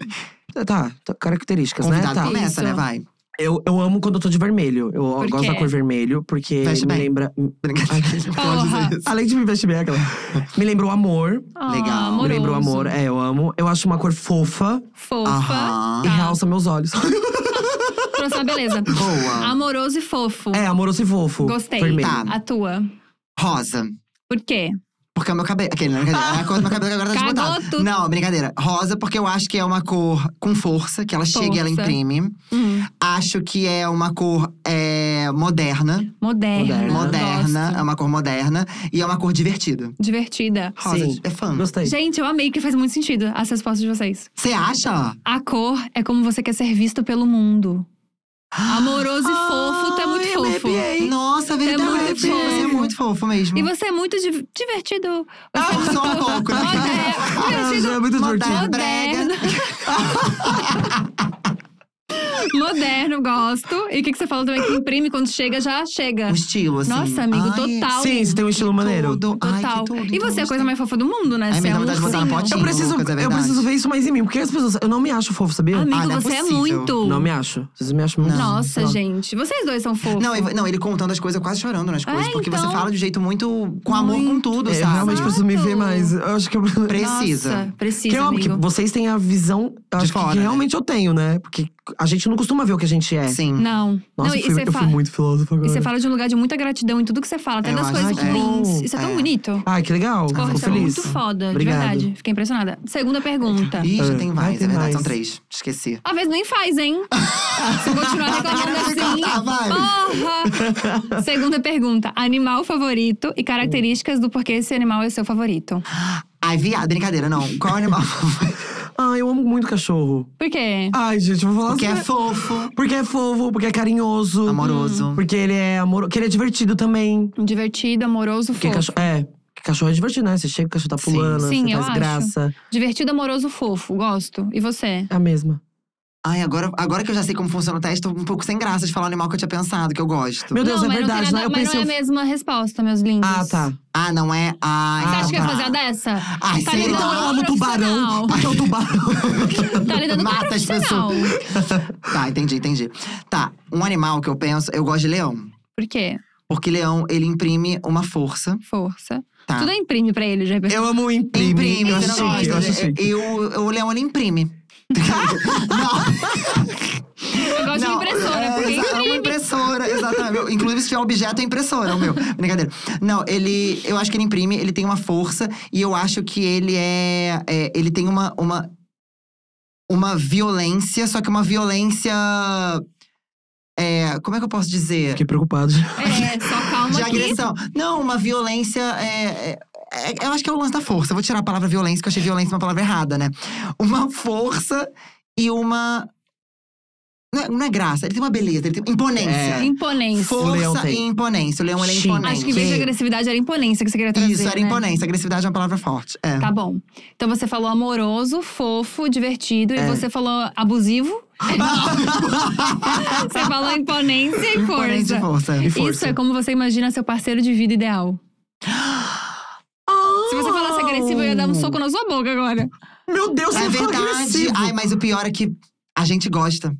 tá, tá, características, né? Convidado Tá. começa, Isso. né? Vai. Eu, eu amo quando eu tô de vermelho. Eu Por gosto da quê? cor vermelho, porque Veste me bem. lembra… Brincadeira. Pode Porra. dizer isso. Além de me vestir bem, é aquela… me lembra o amor. Ah, Legal. amoroso. Me lembra o amor, é, eu amo. Eu acho uma cor fofa Fofa. Aham. Tá. e Uhum. realça meus olhos. trouxe uma beleza. Boa. Amoroso e fofo. É, amoroso e fofo. Gostei. Vermelho. Tá. A tua. Rosa. Por quê? Porque é o meu cabelo. Aquele, não é brincadeira. É a cor do meu cabelo que agora tá Cagou desbotado. tudo. Não, brincadeira. Rosa, porque eu acho que é uma cor com força, que ela chega e ela Força. imprime. Hum, Acho que é uma cor é, moderna. Moderna. Moderna. gosto. É uma cor moderna. E é uma cor divertida. Divertida. Rosa, Sim. é fã. Gostei. Gente, eu amei que faz muito sentido as respostas de vocês. Você acha? A cor é como você quer ser visto pelo mundo. Ah, Amoroso e fofo, tu é muito Ai, eu fofo. arrepiei. Nossa, é verdade. muito você é fofo. muito fofo mesmo. E você é muito di- divertido. Ah, só um pouco, né? Moderno. Ah, Divertido. é muito divertido. Moderno. brega. Moderno, gosto. E o que, que você falou também? Que imprime quando chega, já chega. Um estilo, assim. Nossa, amigo, Ai, total. Sim, você tem um estilo maneiro. Tudo. Ai, que Total. tudo, e então, você é a gostei. coisa mais fofa do mundo, né? Você Ai, me é dá um vontade de botar no ursinho. potinho. Eu preciso, Lucas, é eu verdade. preciso ver isso mais em mim, porque as pessoas. Eu não me acho fofo, sabia? Amigo, Ah, não é você é, possível. muito. Não me acho. Vocês me acham muito. Nossa, sei lá. gente. Vocês dois são fofos. Não, e- não, ele contando as coisas, quase chorando nas coisas. porque então. você fala de um jeito muito. com amor, com tudo, É, Eu sabe? realmente preciso me ver mais. Eu acho que eu Precisa. um Nossa, precisa, Que, eu- que amigo. vocês têm a visão eu acho que- fora, que né? realmente eu tenho, né? Porque a gente não costuma ver o que a gente é. Sim. Não. Nossa, não, eu, fui, você eu fui fala- muito filósofo agora. E você fala de um lugar de muita gratidão em tudo que você fala, até Eu das acho coisas que é. ruins. Isso é tão É. bonito. Ai, que legal. Porra, Fico isso é feliz. muito foda, Obrigado. de verdade. Fiquei impressionada. Segunda pergunta. Ih, já É. tem Ai, mais, tem é verdade, são mais. três. Esqueci. Às vezes nem faz, hein? Se eu continuar Ela tá reclamando querendo assim. me cortar, vai. Porra! Segunda pergunta. Animal favorito e características do porquê esse animal é seu favorito. Ai, viado, brincadeira, não. Qual animal? Ai, eu amo muito cachorro. Por quê? Ai, gente, eu vou falar Porque é sério. fofo, Porque é fofo, porque é Uhum. carinhoso. amoroso. Porque ele é amoroso. Porque ele é divertido também. Divertido, amoroso, Porque fofo. cachorro. É. porque Cachorro é divertido, né? Você chega, o cachorro tá pulando, Sim, você eu faz acho. graça. Divertido, amoroso, fofo. Gosto. E você? É a mesma. Ai, agora, agora que eu já sei como funciona o teste, tô um pouco sem graça de falar o animal que eu tinha pensado, que eu gosto. Meu Deus, não, é mas verdade, não tem nada, né? Eu mas pensei. não é a mesma resposta, meus lindos. ah, tá. Ah, não é? Ai, Você acha que eu ia tá. fazer a dessa? Ai, tá sei ligado? lá. Então eu amo Não, tubarão. profissional. Porque é o tubarão. Tá lidando com um Mata as profissional. Tá, entendi, entendi. Tá, um animal que eu penso, eu gosto de leão. Por quê? Porque leão, ele imprime uma força, Força. tá? Tudo é imprime pra ele, já eu amo o imprime. Imprime, eu eu acho não chique, né? eu acho gosto. É. chique. E o, o leão, ele imprime. Eu gosto de impressora, é, porque exa- É uma imprime. impressora, exatamente. Meu, Inclusive, se tiver objeto, é impressora, é o meu. Brincadeira. Não, ele… Eu acho que ele imprime, ele tem uma força. E eu acho que ele é… é, ele tem uma, uma… Uma violência, só que uma violência… É, como é que eu posso dizer? Fiquei preocupado. É, só calma De aqui. agressão. Não, uma violência é, é, é- Eu acho que é o lance da força. Eu vou tirar a palavra violência, que eu achei violência uma palavra errada, né? Uma força e uma. Não é, não é graça, ele tem uma beleza, ele tem imponência. Imponência. O leão Força e tem. imponência. O leão ele é Sim. imponente. É. Acho que em vez de Sim. agressividade era imponência que você queria trazer. Isso, era né? imponência. Agressividade é uma palavra forte. É. Tá bom. Então você falou amoroso, fofo, divertido. É. E você falou abusivo. você falou imponência e Imponente e força. força. E Isso é como você imagina seu parceiro de vida ideal. Se você falasse agressivo, eu ia dar um soco na sua boca agora. Oh, Meu Deus, você É foi verdade. agressivo. Ai, mas o pior é que a gente gosta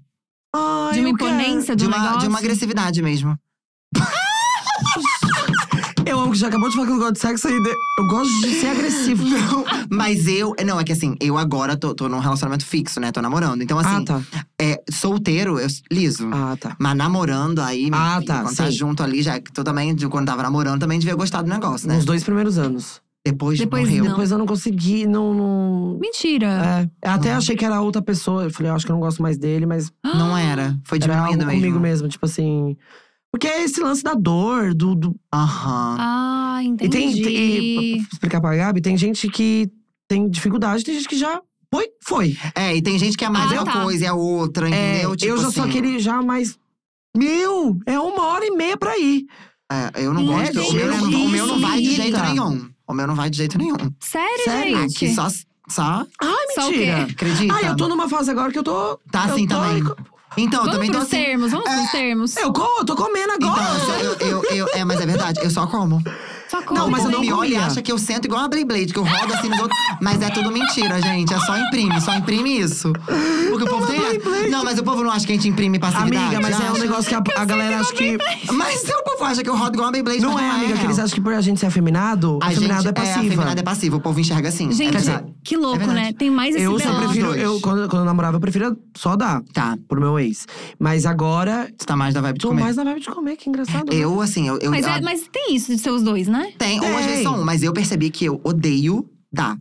Ai, De uma eu quero. imponência, de de um uma, negócio. de uma agressividade mesmo. Eu amo que já acabou de falar que eu gosto de sexo ainda. Eu gosto de ser agressivo. Mas eu. Não, é que assim, eu agora tô, tô num relacionamento fixo, né? Tô namorando. Então, assim, ah, tá. É, solteiro, eu liso. Ah, tá. Mas namorando aí, meu Ah, filho, tá, quando tá sim. junto ali, já que tu também, de quando tava namorando, também devia gostar do negócio, né? Nos dois primeiros anos. Tipo, Depois, Depois morreu. Não. Ah. Depois eu não consegui, não. não... Mentira. É. Eu Até achei que era outra pessoa. Eu falei, eu acho que eu não gosto mais dele, mas Não. era. Foi era algo diminuindo comigo mesmo. mesmo. Tipo assim. Porque é esse lance da dor, do. do... Aham. Ah, E tem. entendi. tem- e, pra explicar pra Gabi, tem gente que tem dificuldade, tem gente que já. Foi, foi. É, e tem gente que é mais Ah, é uma tá. coisa, é outra, É, entendeu? eu, Tipo já assim, sou aquele já mais. Meu, é uma hora e meia pra ir. é, eu não Hum, gosto. o, meu, não- gente, o meu não vai de isso jeito irrita. nenhum. O meu não vai de jeito nenhum. Sério, Sério? gente? Aqui só. Só Ai, Só o quê? mentira. acredita. Ah, eu tô numa fase agora que eu tô. Tá eu assim tô- também. Então, eu Vamos também tô pros assim. termos, vamos pros termos. Eu, co- eu tô comendo Então, agora. eu, sou- eu, eu, eu- é, mas é verdade, eu só como. Só conta, Não, mas eu né? não me olho e comia. acha que eu sento igual a Beyblade, que eu rodo assim nos outros. Mas é tudo mentira, gente. É só imprime, só imprime isso. Porque o povo tem. Não, mas o povo não acha que a gente imprime passividade. Amiga, mas é um acha? negócio que a, a galera acha que. Mas o povo acha que eu rodo igual a Beyblade, Não mas é, amiga, que eles acham que por a gente ser afeminado, A gente, afeminado é É, passiva. afeminado é passivo, o povo enxerga assim. é Gente, verdade. que louco, É verdade. né? Tem mais esse eu só BO. prefiro. Dois. Eu, quando, quando eu namorava, eu prefiro só dar Tá, pro meu ex. Mas agora, você tá mais da vibe de tô comer. mais na vibe de comer, que engraçado. né? Eu, assim, eu. eu Mas, é- eu- mas tem isso de ser os dois, né? Tem, ou às Tem. vezes só um, mas eu percebi que eu odeio dar.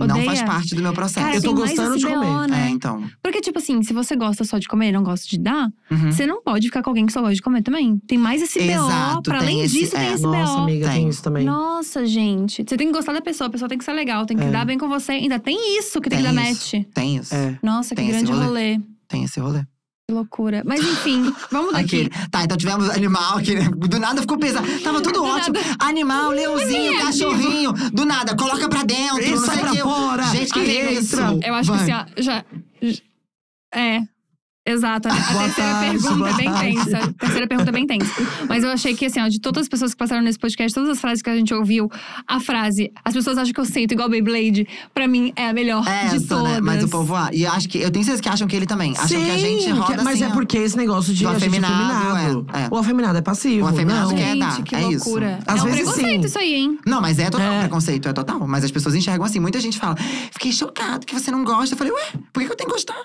Não Odeia? faz parte do meu processo. Cara, Eu tô tem gostando mais esse de BO, comer. É, né? então. Porque, tipo assim, se você gosta só de comer e não gosta de dar, Uhum. você não pode ficar com alguém que só gosta de comer também. Tem mais esse BO. Exato, Pra tem além esse- disso, tem é. esse Nossa, BO. amiga, tem. Tem. isso também. Nossa, gente. Você tem que gostar da pessoa, a pessoa tem que ser legal, tem que É. dar bem com você. Ainda tem isso que tem, que Tem dar isso. match. Tem isso. É. Nossa, que Tem esse grande rolê. Tem esse rolê. Que loucura. Mas enfim, vamos daqui. Aquele. Tá, então tivemos animal, que do nada ficou pesado. Tava tudo Do ótimo. Animal, leãozinho, é cachorrinho. Do nada, coloca pra dentro, Isso, não sai sei pra o que. fora, Gente, que entra. isso? Ah, Eu acho Vai. que assim, ó, já. j- É. Exato. A, a Boa terceira tarde, pergunta boa é bem tarde. tensa. A terceira pergunta é bem tensa. Mas eu achei que, assim, ó, de todas as pessoas que passaram nesse podcast, todas as frases que a gente ouviu, a frase, as pessoas acham que eu sento igual Beyblade, pra mim é a melhor É de essa, todas. né? Mas o povo. Ah, e acho que. Eu tenho certeza que acham que ele também. Acham que a gente Sim, roda que- Mas assim. é ó. porque esse negócio de Do a gente afeminado, afeminado. é, é. O afeminado é passivo. O afeminado não. que é Gente, dar, que é isso. loucura. Às é um vezes, preconceito sim. isso aí, hein? Não, mas é total É. preconceito, é total. Mas as pessoas enxergam assim. Muita gente fala, fiquei chocado que você não gosta. Eu falei, ué, por que que eu tenho que gostar?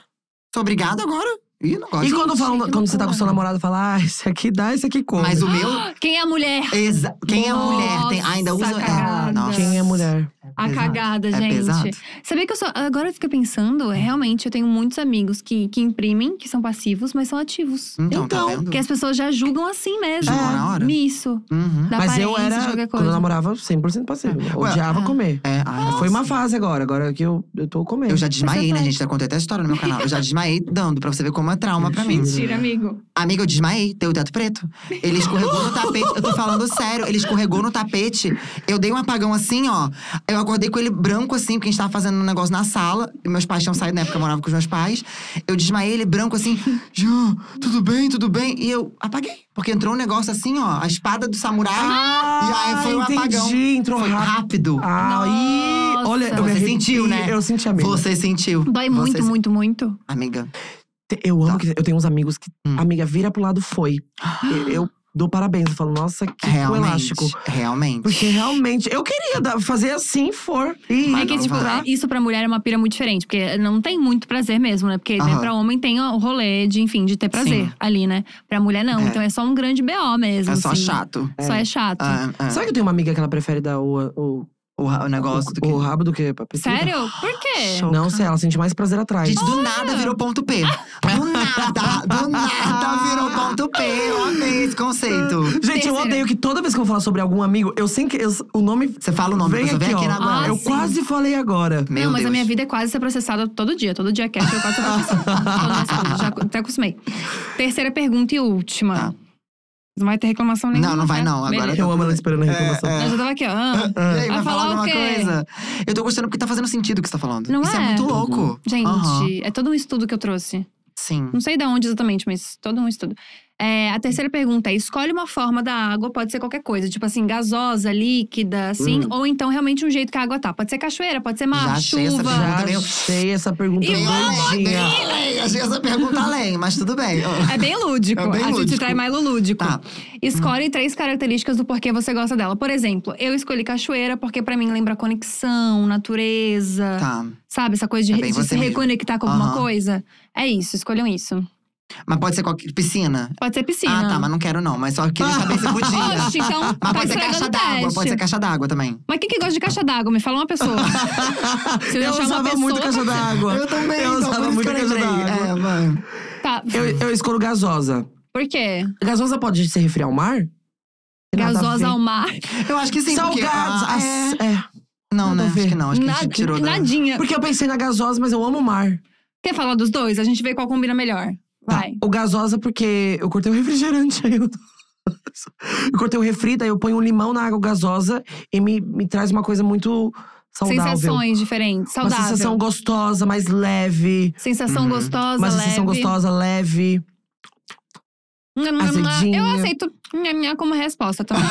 Sou obrigada agora? Ih, não gosto. E quando, Gente, falam- que quando você tá com loucura. seu namorado, fala, ah, esse aqui dá, esse aqui come. Mas o meu. Quem é a mulher? Exa... Quem é mulher tem. Ainda Nossa, usa. cagada. É, nossa. Quem é mulher? A Pesado. cagada, É gente. pesado. Sabia que eu sou. Agora eu fico Hum. pensando, realmente, eu tenho muitos amigos que, que imprimem, que são passivos, mas são ativos. Então, Então, tá vendo? Que as pessoas já julgam assim mesmo. Julgam na hora? Nisso. Uhum. Da Mas aparência, eu de era, qualquer quando eu coisa. namorava, 100% passivo. Ué, Odiava ah. comer. É, ai, Foi uma nossa. fase agora, agora que eu, eu tô comendo. Eu já desmaiei, né, Essa gente? Já contei até a história no meu canal. Eu já desmaiei dando, pra você ver como é trauma pra mim. Mentira, amigo. Amiga, eu desmaiei, deu o teto preto. Ele escorregou no tapete. Eu tô falando sério, ele escorregou no tapete. Eu dei um apagão assim, ó. Eu acordei com ele branco assim, porque a gente tava fazendo um negócio na sala. E meus pais tinham saído, na época eu morava com os meus pais. Eu desmaiei ele branco assim, Jean, tudo bem, tudo bem. E eu apaguei. Porque entrou um negócio assim, ó, a espada do samurai. e aí foi um Ah, entendi, apagão. entrou foi rápido. rápido. Ah, e Nossa. olha, eu me Você arrepi- sentiu, né? Eu senti, amiga. Você sentiu. Dói Você muito, se- muito, muito. Amiga. Te- Eu amo Tá. que eu tenho uns amigos que Hum. Ah. amiga vira pro lado foi. Eu, eu dou parabéns, eu falo, nossa, que cu Realmente. elástico. Realmente. Porque realmente, eu queria dar- fazer assim for. E Mas É que, não tipo, vai. isso pra mulher é uma pira muito diferente, porque não tem muito prazer mesmo, né? Porque né, Aham. pra homem tem o rolê de, enfim, de ter prazer Sim. ali, né? Pra mulher não. É. Então é só um grande BO mesmo. É só assim. chato. Só é chato. Ah, ah. Sabe que eu tenho uma amiga que ela prefere dar o, o, O, ra- o negócio o, do que. o rabo do que pra pesquisa? Sério? Por quê? Não sei, ela sente mais prazer atrás. Gente, do nada virou ponto P. Do nada, do nada virou ponto P. Eu amei esse conceito. Gente, eu Terceira. odeio que toda vez que eu vou falar sobre algum amigo, eu sem que. eu- o nome. Você fala o nome da vem pessoa, vem aqui, aqui ó. na goela. Ah, eu sim. quase falei agora. Meu não, mas Deus. a minha vida é quase ser processada todo dia. Todo dia é cash, eu quase ser processada. Já até acostumei. Terceira pergunta e última. Tá. Não vai ter reclamação nenhuma. Não, não vai né? não, agora tá é Beleza. Eu amo ela esperando a reclamação. Eu já tava aqui, ó. ah. E Vai aí, vai falar falar o alguma quê? coisa? Eu tô gostando porque tá fazendo sentido o que você tá falando. Não Isso é, é? muito louco. Gente, Aham. é todo um estudo que eu trouxe. Sim. Não sei de onde exatamente, mas todo um estudo. É, a terceira pergunta é: escolhe uma forma da água, pode ser qualquer coisa, tipo assim, gasosa, líquida, assim, Hum. ou então realmente um jeito que a água tá. Pode ser cachoeira, pode ser mar, Já achei essa chuva. pergunta. Já também. achei essa pergunta E vamos doidinha. Bem além, achei essa pergunta além, mas tudo bem. É bem lúdico. É bem a gente lúdico. trai mais no lúdico. Tá. Escolhe três características do porquê você gosta dela. Por exemplo, eu escolhi cachoeira porque pra mim lembra conexão, natureza. Tá. Sabe, essa coisa de, É re- bem de você se mesmo. reconectar com alguma Aham. coisa. É isso, escolham isso. Mas pode ser qualquer. Piscina? Pode ser piscina. Ah, tá, mas não quero não. Mas só queria saber se podia. Oxe, então Mas tá pode ser estragando caixa o d'água, teste. pode ser caixa d'água também. Mas quem que gosta de caixa d'água? Me fala uma pessoa. Se eu, Eu achar uma usava pessoa, muito caixa d'água. Eu então, usava muito caixa d'água. É, mano. Tá. Eu, eu escolho gasosa. Por quê? Gasosa pode se refriar ao mar? Tem nada a ver. Gasosa ao mar. Eu acho que sim, porque… Salgados! ah, as- é. é. Não, nada né, a acho ver. que não. Acho que a Nada- gente tirou da… nadinha. Porque eu pensei na gasosa, mas eu amo o mar. Quer falar dos dois? A gente vê qual combina melhor. Tá, Vai. O gasosa, porque eu cortei o refrigerante aí. Eu, eu cortei o refri, daí eu ponho um limão na água gasosa e me, me traz uma coisa muito saudável. Sensações diferentes. Uma Saudável. sensação gostosa, mais leve. Sensação Uhum. gostosa, uma leve. sensação gostosa, leve. Azedinha. Eu aceito minha, minha como resposta tá? também.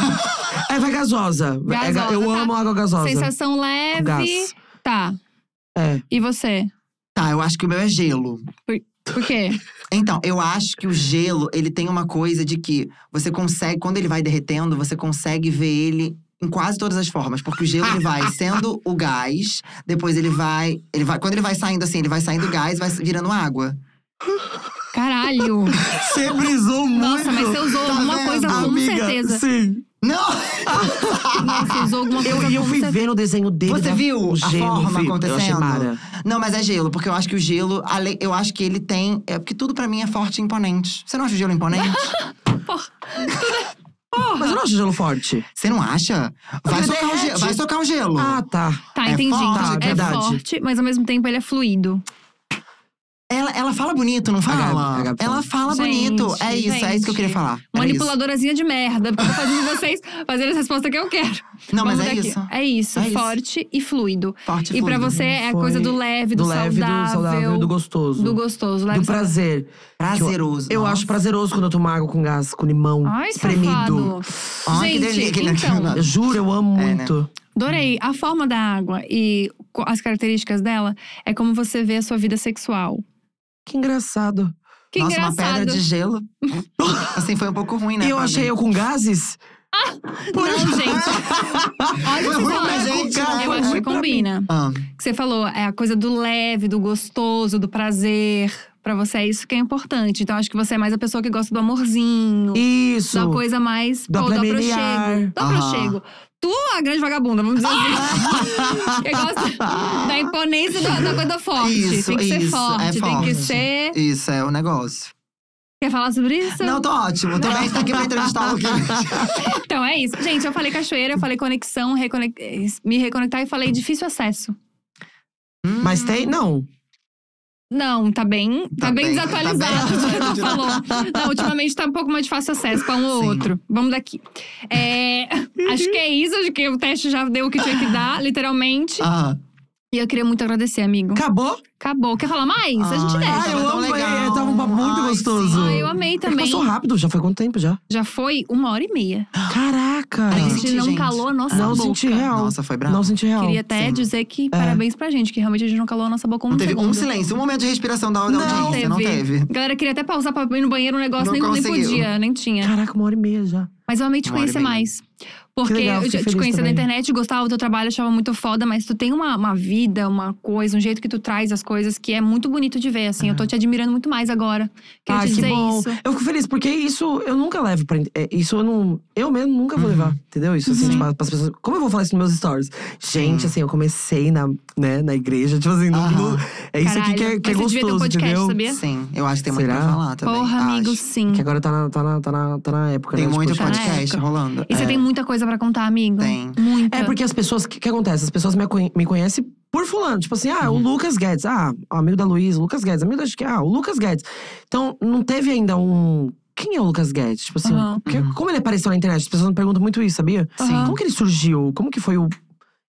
É, vai gasosa. É ga- eu Gasosa, tá. amo água gasosa. Sensação leve. Gás. Tá. É. E você? Tá, eu acho que o meu é gelo. Por quê? Então, eu acho que o gelo, ele tem uma coisa de que você consegue, quando ele vai derretendo, você consegue ver ele em quase todas as formas, porque o gelo ele vai sendo o gás, depois ele vai, ele vai, quando ele vai saindo assim, ele vai saindo gás, vai virando água. Caralho. Você brisou muito. Nossa, Tá mas você usou alguma vendo, coisa com Amiga, certeza. Sim. Não! Nossa, usou alguma Eu, coisa e eu com fui certeza. ver no desenho dele. Você da- viu o a gelo, forma vi. Eu achei acontecendo? mara. Não, mas é gelo, porque eu acho que o gelo, além- eu acho que ele tem, é porque tudo pra mim é forte e imponente. Você não acha o gelo imponente? Mas eu não acho gelo forte. Você não acha? Vai Porque socar, um gelo, derrete. vai socar um gelo. Ah, tá. Tá, É entendi. forte, é verdade. forte, mas ao mesmo tempo ele é fluido. Ela, ela fala bonito, não fala? Gabi- a Gabi ela fala Gente, bonito. É isso, é isso que eu queria gente. falar. Era Manipuladorazinha de merda. Porque eu tô fazendo vocês fazerem as respostas que eu quero. isso. Não, mas Vamos é daqui. isso. É isso, É isso. forte e fluido. Forte e pra fluido. você é a Foi coisa do leve, do, leve, saudável, do saudável, do gostoso. do gostoso, leve, Do saudável. prazer. Prazeroso. Eu acho prazeroso quando eu tomo água com gás, com limão, Ai, espremido. safado. Ai, que Gente, delícia, que delícia. então, Eu juro, eu amo É, né? muito. adorei. A forma da água e co- as características dela é como você vê a sua vida sexual. Que engraçado. Que Nossa, uma engraçado. pedra de gelo. assim, foi um pouco ruim, né? eu pra achei mim. eu com gases? Por Não, gente. Olha o que você Foi ruim pra falou. gente, né? Eu Foi acho que ruim pra mim. combina. Ah, O que você falou é a coisa do leve, do gostoso, do prazer. Pra você é isso que é importante. Então acho que você é mais a pessoa que gosta do amorzinho. Isso. Da coisa mais… Do pô, do familiar. aprochego. Do Aham. aprochego. Tu, a grande vagabunda, vamos dizer assim. que gosta da imponência da, da coisa forte. Isso, tem que ser isso, forte, é Tem que forte. ser… isso é o negócio. Quer falar sobre isso? Não, tá. tô ótimo. Tô bem, tá aqui pra entrevistar o Luquinhas. Então é isso. Gente, eu falei cachoeira, eu falei conexão, reconec- eh, me reconectar e falei difícil acesso. Hum, Mas tem, não. Não, tá bem, tá, Tá bem, bem, desatualizado é tá o bem. que tu falou. Não, ultimamente tá um pouco mais de fácil acesso pra um ou Sim. outro. Vamos daqui. É, acho que é isso, acho que o teste já deu o que tinha que dar, literalmente. ah, E eu queria muito agradecer, amigo. Acabou? Acabou. Quer falar mais? a gente Ai, deixa. tá Ah, tava eu tão amo, legal. é, tava um papo muito Ai, gostoso. sim. Ah, eu amei É que também. Passou rápido, já foi quanto tempo já? Já foi uma hora e meia. Caraca. A gente senti, não gente. calou a nossa Ah, Não boca. senti real. É. Nossa, foi bravo. Não senti real. Queria até Sim. dizer que parabéns pra gente, que realmente a gente não calou a nossa boca um Não teve um segundo. silêncio, um momento de respiração da, da audiência. Não teve. Galera, queria até pausar pra ir no banheiro, um negócio Não nem, nem conseguiu. podia, nem tinha. Caraca, uma hora e meia já. Mas eu amei te Uma hora e conhecer meia. mais. Porque Que legal, eu fiquei te feliz conhecia na também. internet, gostava do teu trabalho, achava muito foda, mas tu tem uma, uma vida, uma coisa, um jeito que tu traz as coisas que é muito bonito de ver, assim. Eu tô te admirando muito mais agora. Queria É. Ai, te que dizer bom. isso. Eu fico feliz, porque isso eu nunca levo pra. é, Isso eu não. Eu mesmo nunca vou levar, entendeu? Isso, assim, Uhum. tipo, pras pessoas. Como eu vou falar isso nos meus stories? Gente, assim, eu comecei na, né, na igreja, tipo assim, no- Aham. no- É isso aqui que Caralho, é, que é mas você gostoso, devia ter um podcast, entendeu? sabia? Sim, eu acho que tem muito Será? pra falar também. Porra, acho. amigo, sim. Que agora tá na, tá na, tá na, tá na época, Tem né? muito tipo, tá na podcast época. rolando. E você É. tem muita coisa pra contar, amigo? Tem. Muita. É porque as pessoas. O que, que acontece? As pessoas me, conhe- me conhecem por fulano. Tipo assim, Uhum. ah, o Lucas Guedes. Ah, amigo da Luísa, Lucas Guedes. Amigo da Chiquinha. Ah, o Lucas Guedes. Então, não teve ainda um. Quem é o Lucas Guedes? Tipo assim, Aham. Uhum. que- como ele apareceu na internet? As pessoas me perguntam muito isso, sabia? Sim. Como que ele surgiu? Como que foi o.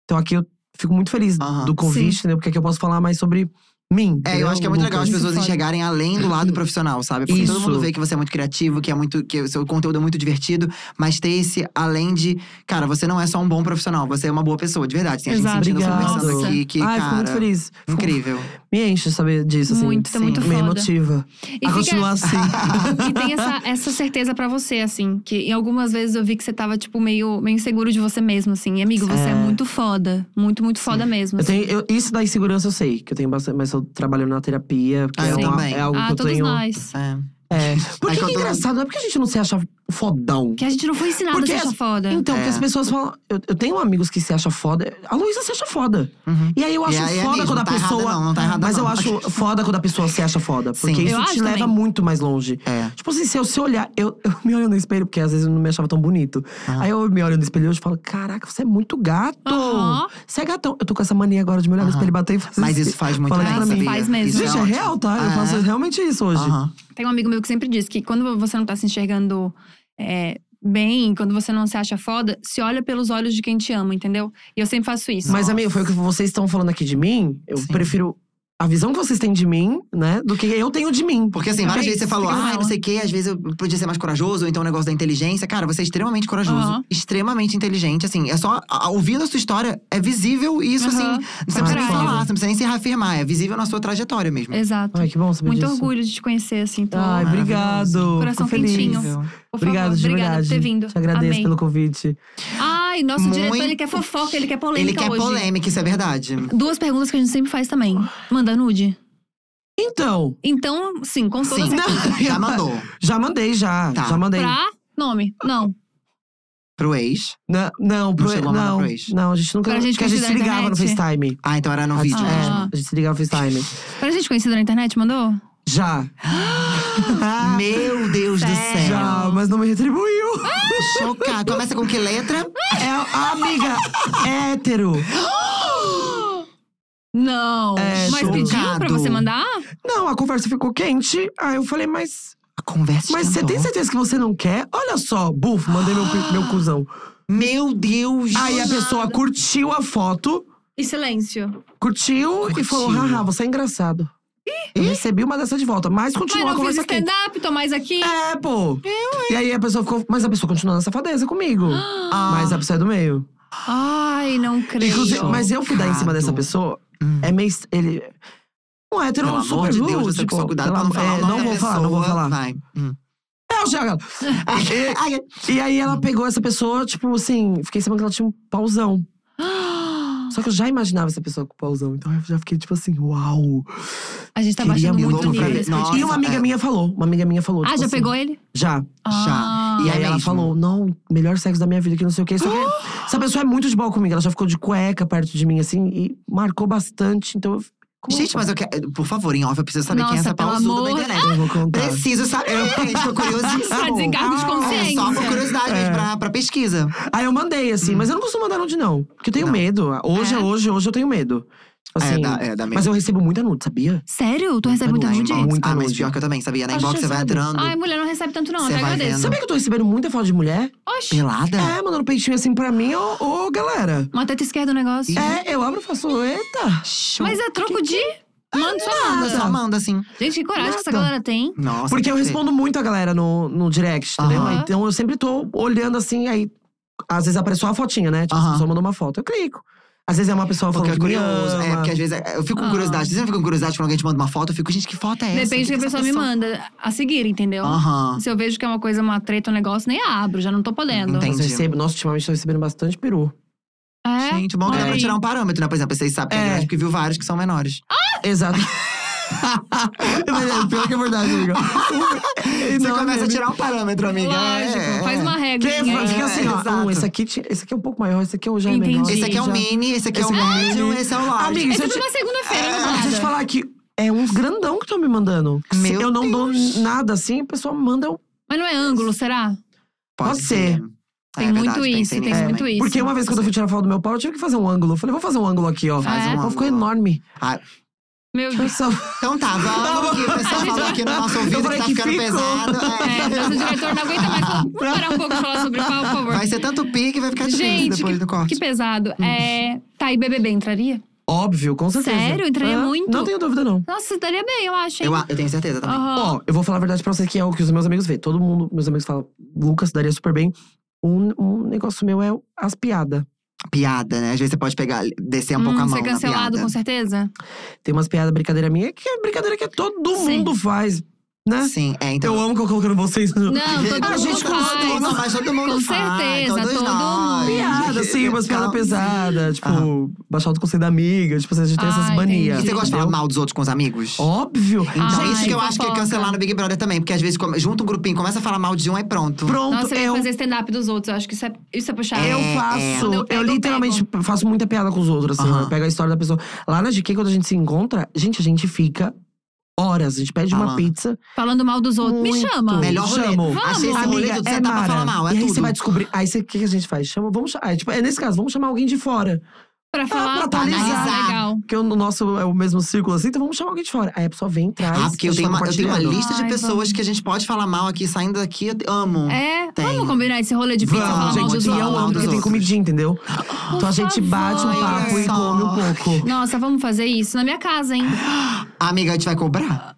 Então aqui eu fico muito feliz Aham. do convite, Sim. entendeu? Porque aqui eu posso falar mais sobre mim. É, eu acho que é muito legal as Isso pessoas fora. enxergarem além do lado profissional, sabe? Porque todo Uhum. Isso. mundo vê que você é muito criativo, que é muito, que o seu conteúdo é muito divertido, mas ter esse além de, cara, você não é só um bom profissional, você é uma boa pessoa, de verdade. Tem a gente Exato. sentindo Obrigado. conversando Nossa. aqui que, Ai, fico cara, muito feliz. Fico- incrível. Me enche saber disso, assim. Muito, tá Sim. muito Me foda. emotiva. E a fica- continuar assim. E tem essa, essa certeza pra você, assim, que em algumas vezes eu vi que você tava, tipo, meio, meio inseguro de você mesmo, assim. E, amigo, você é, muito foda. Muito, muito foda mesmo. Eu assim. tenho, eu- isso da insegurança eu sei, que eu tenho bastante, mas eu trabalho na terapia, porque Ah, eu é, uma- também. é algo ah, que eu todos tenho. nós. É. É. Por É que, que eu que é tô- engraçado? Não é porque a gente não se acha fodão. Que a gente não foi ensinado Porque a se achar as- foda. Então, porque É. as pessoas falam. Eu, eu tenho amigos que se acham foda. A Luísa se acha foda. Uhum. E aí eu acho E aí é foda mesmo, quando a tá errada pessoa. não, não tá errada mas não. eu acho foda quando a pessoa se acha foda. Porque Sim. Eu isso acho te leva também. muito mais longe. É. Tipo assim, se eu se olhar, eu, eu me olho no espelho, porque às vezes eu não me achava tão bonito. Aí eu me olho no espelho hoje e falo: Caraca, você é muito gato. Aham. Você é gatão. Eu tô com essa mania agora de me olhar no Aham. espelho e bater e fazer Mas assim. isso faz muito Fala bem, pra mim. sabia? Faz mesmo. Isso Gente, é, ótimo. real, tá? Eu É. faço realmente isso hoje. Aham. Tem um amigo meu que sempre diz que quando você não tá se enxergando é, bem, quando você não se acha foda, se olha pelos olhos de quem te ama, entendeu? E eu sempre faço isso. é Mas, amigo, foi o que vocês estão falando aqui de mim. Eu Sim. prefiro a visão que vocês têm de mim, né? Do que eu tenho de mim. Porque assim, várias É vezes você isso, falou, um fica na ai, aula. não sei o quê, às vezes eu podia ser mais corajoso, ou então o negócio da inteligência. Cara, você é extremamente corajoso, Aham. extremamente inteligente. Assim, é só a- ouvindo a sua história, é visível e isso, Aham. assim, você não precisa nem Caralho. falar, você não precisa nem se reafirmar, é visível na sua trajetória mesmo. Exato. Ai, que bom saber Muito disso. orgulho de te conhecer, assim. Tô, Ai, por obrigado. Coração Fico feliz. quentinho. Incrível. favor, Obrigado, de obrigada verdade. por ter vindo. Te agradeço Amei. pelo convite. Ai, nosso diretor, ele Muito- quer fofoca, ele quer polêmica Ele quer hoje. polêmica, isso é verdade. Duas perguntas que a gente sempre faz também. Manda nude. Então, Então, sim, com toda Sim, certeza. já mandou já mandei, já. Tá. Já mandei. Pra nome? Não. pro ex. Não, não, pro, chegou a mandar não, pro ex. não, a gente nunca. Pra gente porque a gente se considerar a ligava no internet. FaceTime. Ah, então era no vídeo a, mesmo. Ah. é, a gente se ligava no FaceTime. Pra gente conhecida na internet, mandou? Já. Meu Deus do Sério? céu. Já, mas não me retribuiu. Chocado. Começa com que letra? É, ah, amiga, é hétero. Não. É, Mas pediu pra chocado. você mandar? Não, a conversa ficou quente. Aí eu falei, mas. A conversa Mas você tem esquentou. certeza que você não quer? Olha só, buf, mandei meu, cu- meu cuzão. Meu Deus. Aí a pessoa curtiu a foto, E silêncio. curtiu, e Curtiu. falou: haha, você é engraçado. Eu recebi uma dessa de volta, mas Mas continuou a não fiz conversa quente. stand-up, tô mais aqui. É, pô. e aí a pessoa ficou. Mas a pessoa continuou na safadeza comigo. Ah. Mas a pessoa é do meio. Ai, não creio. Inclusive, mas eu fui dar em cima Chocado. dessa pessoa. Hum. É meio. Ele. Um hétero Pelo super amor de Deus, rude, você tipo, tipo, cuidado pra pelo não falar amor- o é, nome Não da vou falar, não vou pessoa. falar. É, Vai. Hum. Eu chego. E, e aí ela pegou essa pessoa, tipo assim, fiquei sabendo que ela tinha um pauzão. Só que eu já imaginava essa pessoa com pauzão. Então eu já fiquei tipo assim, uau. A gente tá Queria baixando me muito o louco pra nível ver. desse Nossa. podcast. e uma amiga é. minha falou, uma amiga minha falou. Ah, tipo já assim, pegou ele? Já. Ah. E E É aí ela mesmo? falou, não, melhor sexo da minha vida, que não sei o quê. Só que essa pessoa é muito de boa comigo. Ela já ficou de cueca perto de mim, assim, e marcou bastante. Então eu. Como Gente, mas eu quero. Por favor, em off, eu preciso saber quem é Nossa, essa pelo pausuda amor- da internet. eu vou contar. Preciso saber, gente. Tô Pra curiosíssimo. desencargo Ah, tá de Ah, É, consciência. assim, só por curiosidade mesmo, pra, pra pesquisa. Aí eu mandei, assim, mas eu não costumo mandar nude, não. Porque eu tenho Hum. Não. medo. Hoje, É? hoje, hoje eu tenho medo. Assim, é, da, é da minha. Mas eu recebo muita nude, sabia? Sério? Tu recebe é muita Na nude? inbox. Muita Ah, mas nude. pior que eu também, sabia? Na A inbox gente você vai sabe. entrando. Ai, mulher não recebe tanto, não. Cê Até vai agradeço. vendo. Sabia que eu tô recebendo muita foto de mulher? Oxi. Pelada? É, mandando peitinho assim pra mim, ô, ô galera. Uma teta esquerda o Uhum. negócio. É, eu abro e faço, eita. Show. Mas é troco de. Manda só manda. É, Só manda assim. Gente, que coragem que essa Nada. galera tem. Nossa. Porque eu perfeito. respondo muito a galera no, no direct, entendeu? Aham. Então eu sempre tô olhando assim, aí. Às vezes apareceu uma fotinha, né? Tipo, Aham. a pessoa mandou uma foto, eu clico. Às vezes é uma pessoa Porque falando é que me curioso. ama. É, porque às vezes eu fico com Ah. curiosidade. Vocês não ficam com curiosidade quando alguém te manda uma foto? Eu fico, gente, que foto é essa? Depende do que a essa pessoa me manda a seguir, entendeu? Aham. Se eu vejo que é uma coisa, uma treta, um negócio, nem abro, já não tô podendo. é Entendi. Mas eu recebo, nossa, ultimamente tô recebendo bastante peru. É? Gente, bom que dá Olha pra aí. tirar um parâmetro, né? Por exemplo, vocês sabem que é, É. grande, porque viu vários que são menores. Exato. Pior que é verdade, amiga. Você começa a tirar um parâmetro, amiga. Lógico, É. faz uma regra. né? É Quem- Fica assim, ó. né? Exato. "Hum, esse, aqui, ti- esse aqui é um pouco maior, esse aqui eu já é Entendi. menor. Esse aqui é já- o mini, esse aqui é o um médio, esse é o large. Amiga, É deixa eu tudo te- uma segunda-feira, né, É, não deixa eu te falar que é uns grandão que estão me mandando. Meu eu não dou nada assim, a pessoa manda eu. Mas não é ângulo, será? Pode Pode ser. ser. Tem É muito verdade, isso, pensei tem nisso muito também. isso. Porque uma vez quando eu fui tirar foto do meu pau, eu tive que fazer um ângulo. Eu falei, vou fazer um ângulo aqui, ó. né? Faz um Então ficou ângulo. enorme. Ah, Meu Eu Deus. só- então tá, vamos que o A pessoal gente falou vai- aqui no nosso Eu ouvido que falei tá que ficando ficou. pesado. É, É. nosso diretor não aguenta mais. falar. Vamos parar um pouco de falar sobre o pau, por favor. Vai ser Hum. tanto pique, vai ficar difícil Gente, depois do corte. Que pesado. É, tá, e BBB entraria? Óbvio, com certeza. Sério? Entraria Ah, muito? Não tenho dúvida, não. Nossa, você estaria bem, eu acho, hein? Eu, a- eu tenho certeza também. Aham. Ó, eu vou falar a verdade pra vocês, que é o que os meus amigos veem. Todo mundo, meus amigos falam, Lucas, daria super bem. Um, um negócio meu é as piadas. Piada, né? Às vezes você pode pegar, descer um pouco Hum, a mão Ser na cancelado, piada. com certeza? Tem umas piadas, brincadeira minha, que é brincadeira que todo Sim. mundo faz, né? Sim, é, então. Eu amo que eu colocando vocês Não, no. todo A mundo gente faz. tá todo mundo faz, todo mundo Com faz, certeza, todos todo nós. mundo. Piada, assim, umas piadas Calma. pesadas, tipo, baixar o conselho da amiga, tipo, assim, a gente tem Ah, essas Ah. E manias. entendi. Ah, você gosta de falar entendeu? mal dos outros com os amigos? Óbvio. Então, Ai, isso que eu acho que fofoca. é cancelar no Big Brother também, porque às vezes come- junta um grupinho, começa a falar mal de um, aí pronto. Pronto, é Nossa, eu ia eu, fazer stand-up dos outros. Eu acho que isso é, isso é puxar. eu É, é. faço. Quando eu Eu, pego, eu literalmente faço muita piada com os outros, assim. Aham. Eu pego a história da pessoa. Lá na GQ, quando a gente se encontra, gente, a gente fica horas. A gente pede uma Falando. pizza. Falando mal dos outros. Me Muito. chama. Melhor rolê. Chamo. Achei esse rolê Amiga, tudo, é você tá pra Mara. falar mal, é e aí tudo. você vai descobrir. Aí você- o que, que a gente faz? Chama, vamos, cha- aí, tipo, é nesse caso, vamos chamar alguém de fora. Pra falar. pra atualizar. Ah, legal. Porque o nosso é o mesmo círculo assim, então vamos chamar alguém de fora. Aí a pessoa vem, traz. Ah, porque eu tenho, uma, eu tenho uma compartilhando. lista de Ai, pessoas vamos. que a gente pode falar mal aqui, saindo daqui, eu te- amo. É, Tem. vamos combinar esse rolê de pizza Vamos, falar mal Gente, dos e eu mal amo, dos outros. porque tem outros. comidinha, entendeu? então a gente favor. bate um papo e Olha come um só. pouco. Nossa, vamos fazer isso na minha casa, hein? Amiga, a gente vai cobrar.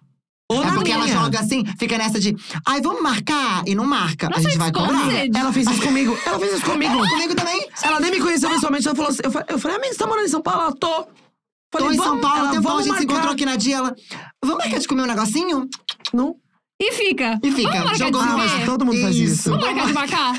Ou é na porque ela minha. joga assim, fica nessa de, ai, vamos marcar e não marca. a Nossa, gente vai cobrar. exposed. Ela fez isso comigo. Ela fez isso comigo. Ela comigo também. Ela nem me conheceu pessoalmente. Ela falou assim, eu fa- eu falei, amiga, você tá morando em São Paulo? Ela, tô. Falei, Tô em São "Vamos?" Paulo, Ela, tem um bom, a "Vamos gente se marcar." encontrou aqui na dia. Ela, vamos marcar de comer um negocinho? Não. E fica. E fica, Vamos marcar jogou de na se Ah, ver? mas todo mundo faz isso. Vamos marcar de marcar?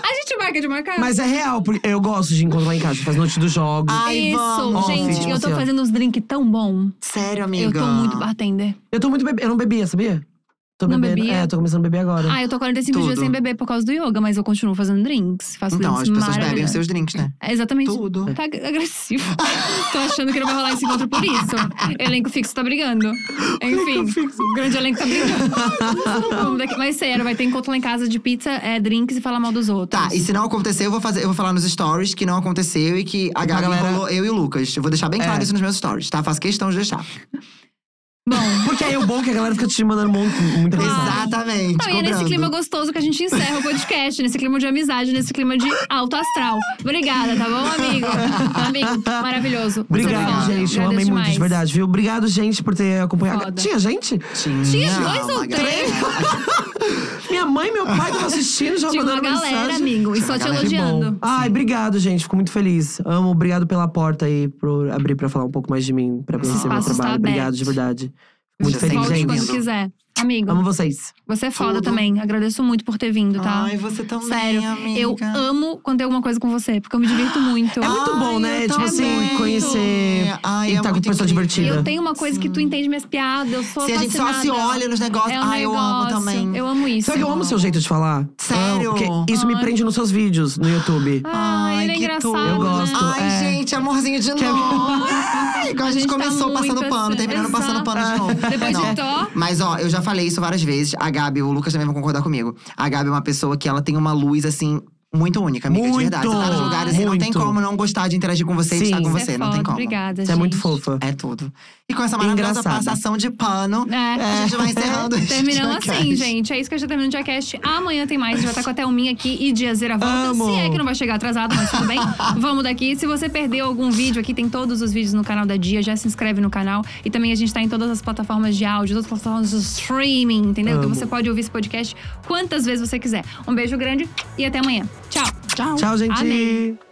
A gente marca de marcar? Mas é real, porque eu gosto de encontrar em casa. Faz noite dos jogos. Ai, Isso, vamos. gente, Ótimo, eu tô assim, ó. fazendo uns drinks tão bom. Sério, amiga. Eu tô muito bartender. Eu tô muito bebendo. Eu não bebia, sabia? Tô Não bebendo. bebia? É, tô começando a beber agora. Ah, eu tô 45 dias Tudo. sem beber por causa do yoga, mas eu continuo fazendo drinks. Faço Então, as drinks pessoas bebem os maravilhosos. seus drinks, né? É, Exatamente. Tudo. Tá ag- agressivo. Tô achando que não vai rolar esse encontro por isso. Elenco fixo tá brigando. Enfim, o grande elenco tá brigando. Vamos daqui- Mas sério, vai ter encontro lá em casa de pizza, é, drinks e falar mal dos outros. Tá, e se não acontecer, eu vou, fazer, eu vou falar nos stories que não aconteceu e que Tá, a Gabi galera- rolou eu e o Lucas. Eu vou deixar bem claro É. isso nos meus stories, tá? Faço questão de deixar. Bom, Porque aí o bom é que a galera fica te mandando muito, muita mensagem. Exatamente. Não, e é nesse cobrando. clima gostoso que a gente encerra o podcast, nesse clima de amizade, nesse clima de alto astral. Obrigada, tá bom, amigo? amigo, maravilhoso. Obrigado, Você é foda. gente. Agradeço Eu amei muito, de demais. verdade, viu? Obrigado, gente, por ter acompanhado. Foda. Tinha gente? Tinha, Tinha dois ou uma três? galera. Minha mãe e meu pai estavam assistindo, já Tinha uma mandando galera, mensagem. amigo, e só te Que bom. elogiando. Ai, obrigado, gente. Fico muito feliz. Amo, obrigado pela porta aí, por abrir pra falar um pouco mais de mim, pra Nossa. conhecer meu Espaço está trabalho. Obrigado, aberto. de verdade. Fico muito Já sei feliz, Volte que gente. quando lindo. quiser. Amigo, Amo vocês. você é foda Tudo. também. Agradeço muito por ter vindo, tá? Ai, você também, Sério, amiga. eu amo quando tem alguma coisa com você, porque eu me divirto muito. É muito Ai, bom, eu né? Tipo também. assim, conhecer Ai, e é tá com muito pessoa incrível. divertida. eu tenho uma coisa que tu entende minhas piadas, eu sou Se a gente só fascinada. se olha nos negócios. É um Ai, eu amo negócio. também. Eu amo isso. Sabe que eu amo o seu jeito de falar? Sério? Amo, porque isso me Ai. prende nos seus vídeos no YouTube. Ai, ele é que engraçado, tudo. né? Eu gosto. Ai, É. gente, amorzinho de novo. Ai, Igual a, gente é gente tá começou muito passando pano, assim, terminando passando exato. É. pano de novo. Depois de Não. Thor. Mas ó, eu já falei isso várias vezes. A Gabi, o Lucas também vai concordar comigo. A Gabi é uma pessoa que ela tem uma luz assim. Muito única, amiga, Muito! de verdade. Você tá nos lugares e não tem Muito. como não gostar de interagir com você e Sim. estar com Isso é você. não foda, tem como. Obrigada, Você é muito gente. fofa. É tudo. E com essa maravilhosa Engraçada. passação de pano, É. a gente vai encerrando. esse Terminamos podcast. assim, gente. É isso que a gente terminou o Diacast. Amanhã tem mais. A gente vai estar com a Thelminha aqui e Diazeira volta. Amo! Se é que não vai chegar atrasado, mas tudo bem. Vamos daqui. Se você perdeu algum vídeo aqui, tem todos os vídeos no canal da Dia. Já se inscreve no canal. E também a gente tá em todas as plataformas de áudio, todas as plataformas de streaming, entendeu? Então Amo. você pode ouvir esse podcast quantas vezes você quiser. Um beijo grande e até amanhã. Tchau. Tchau, gente. Amei.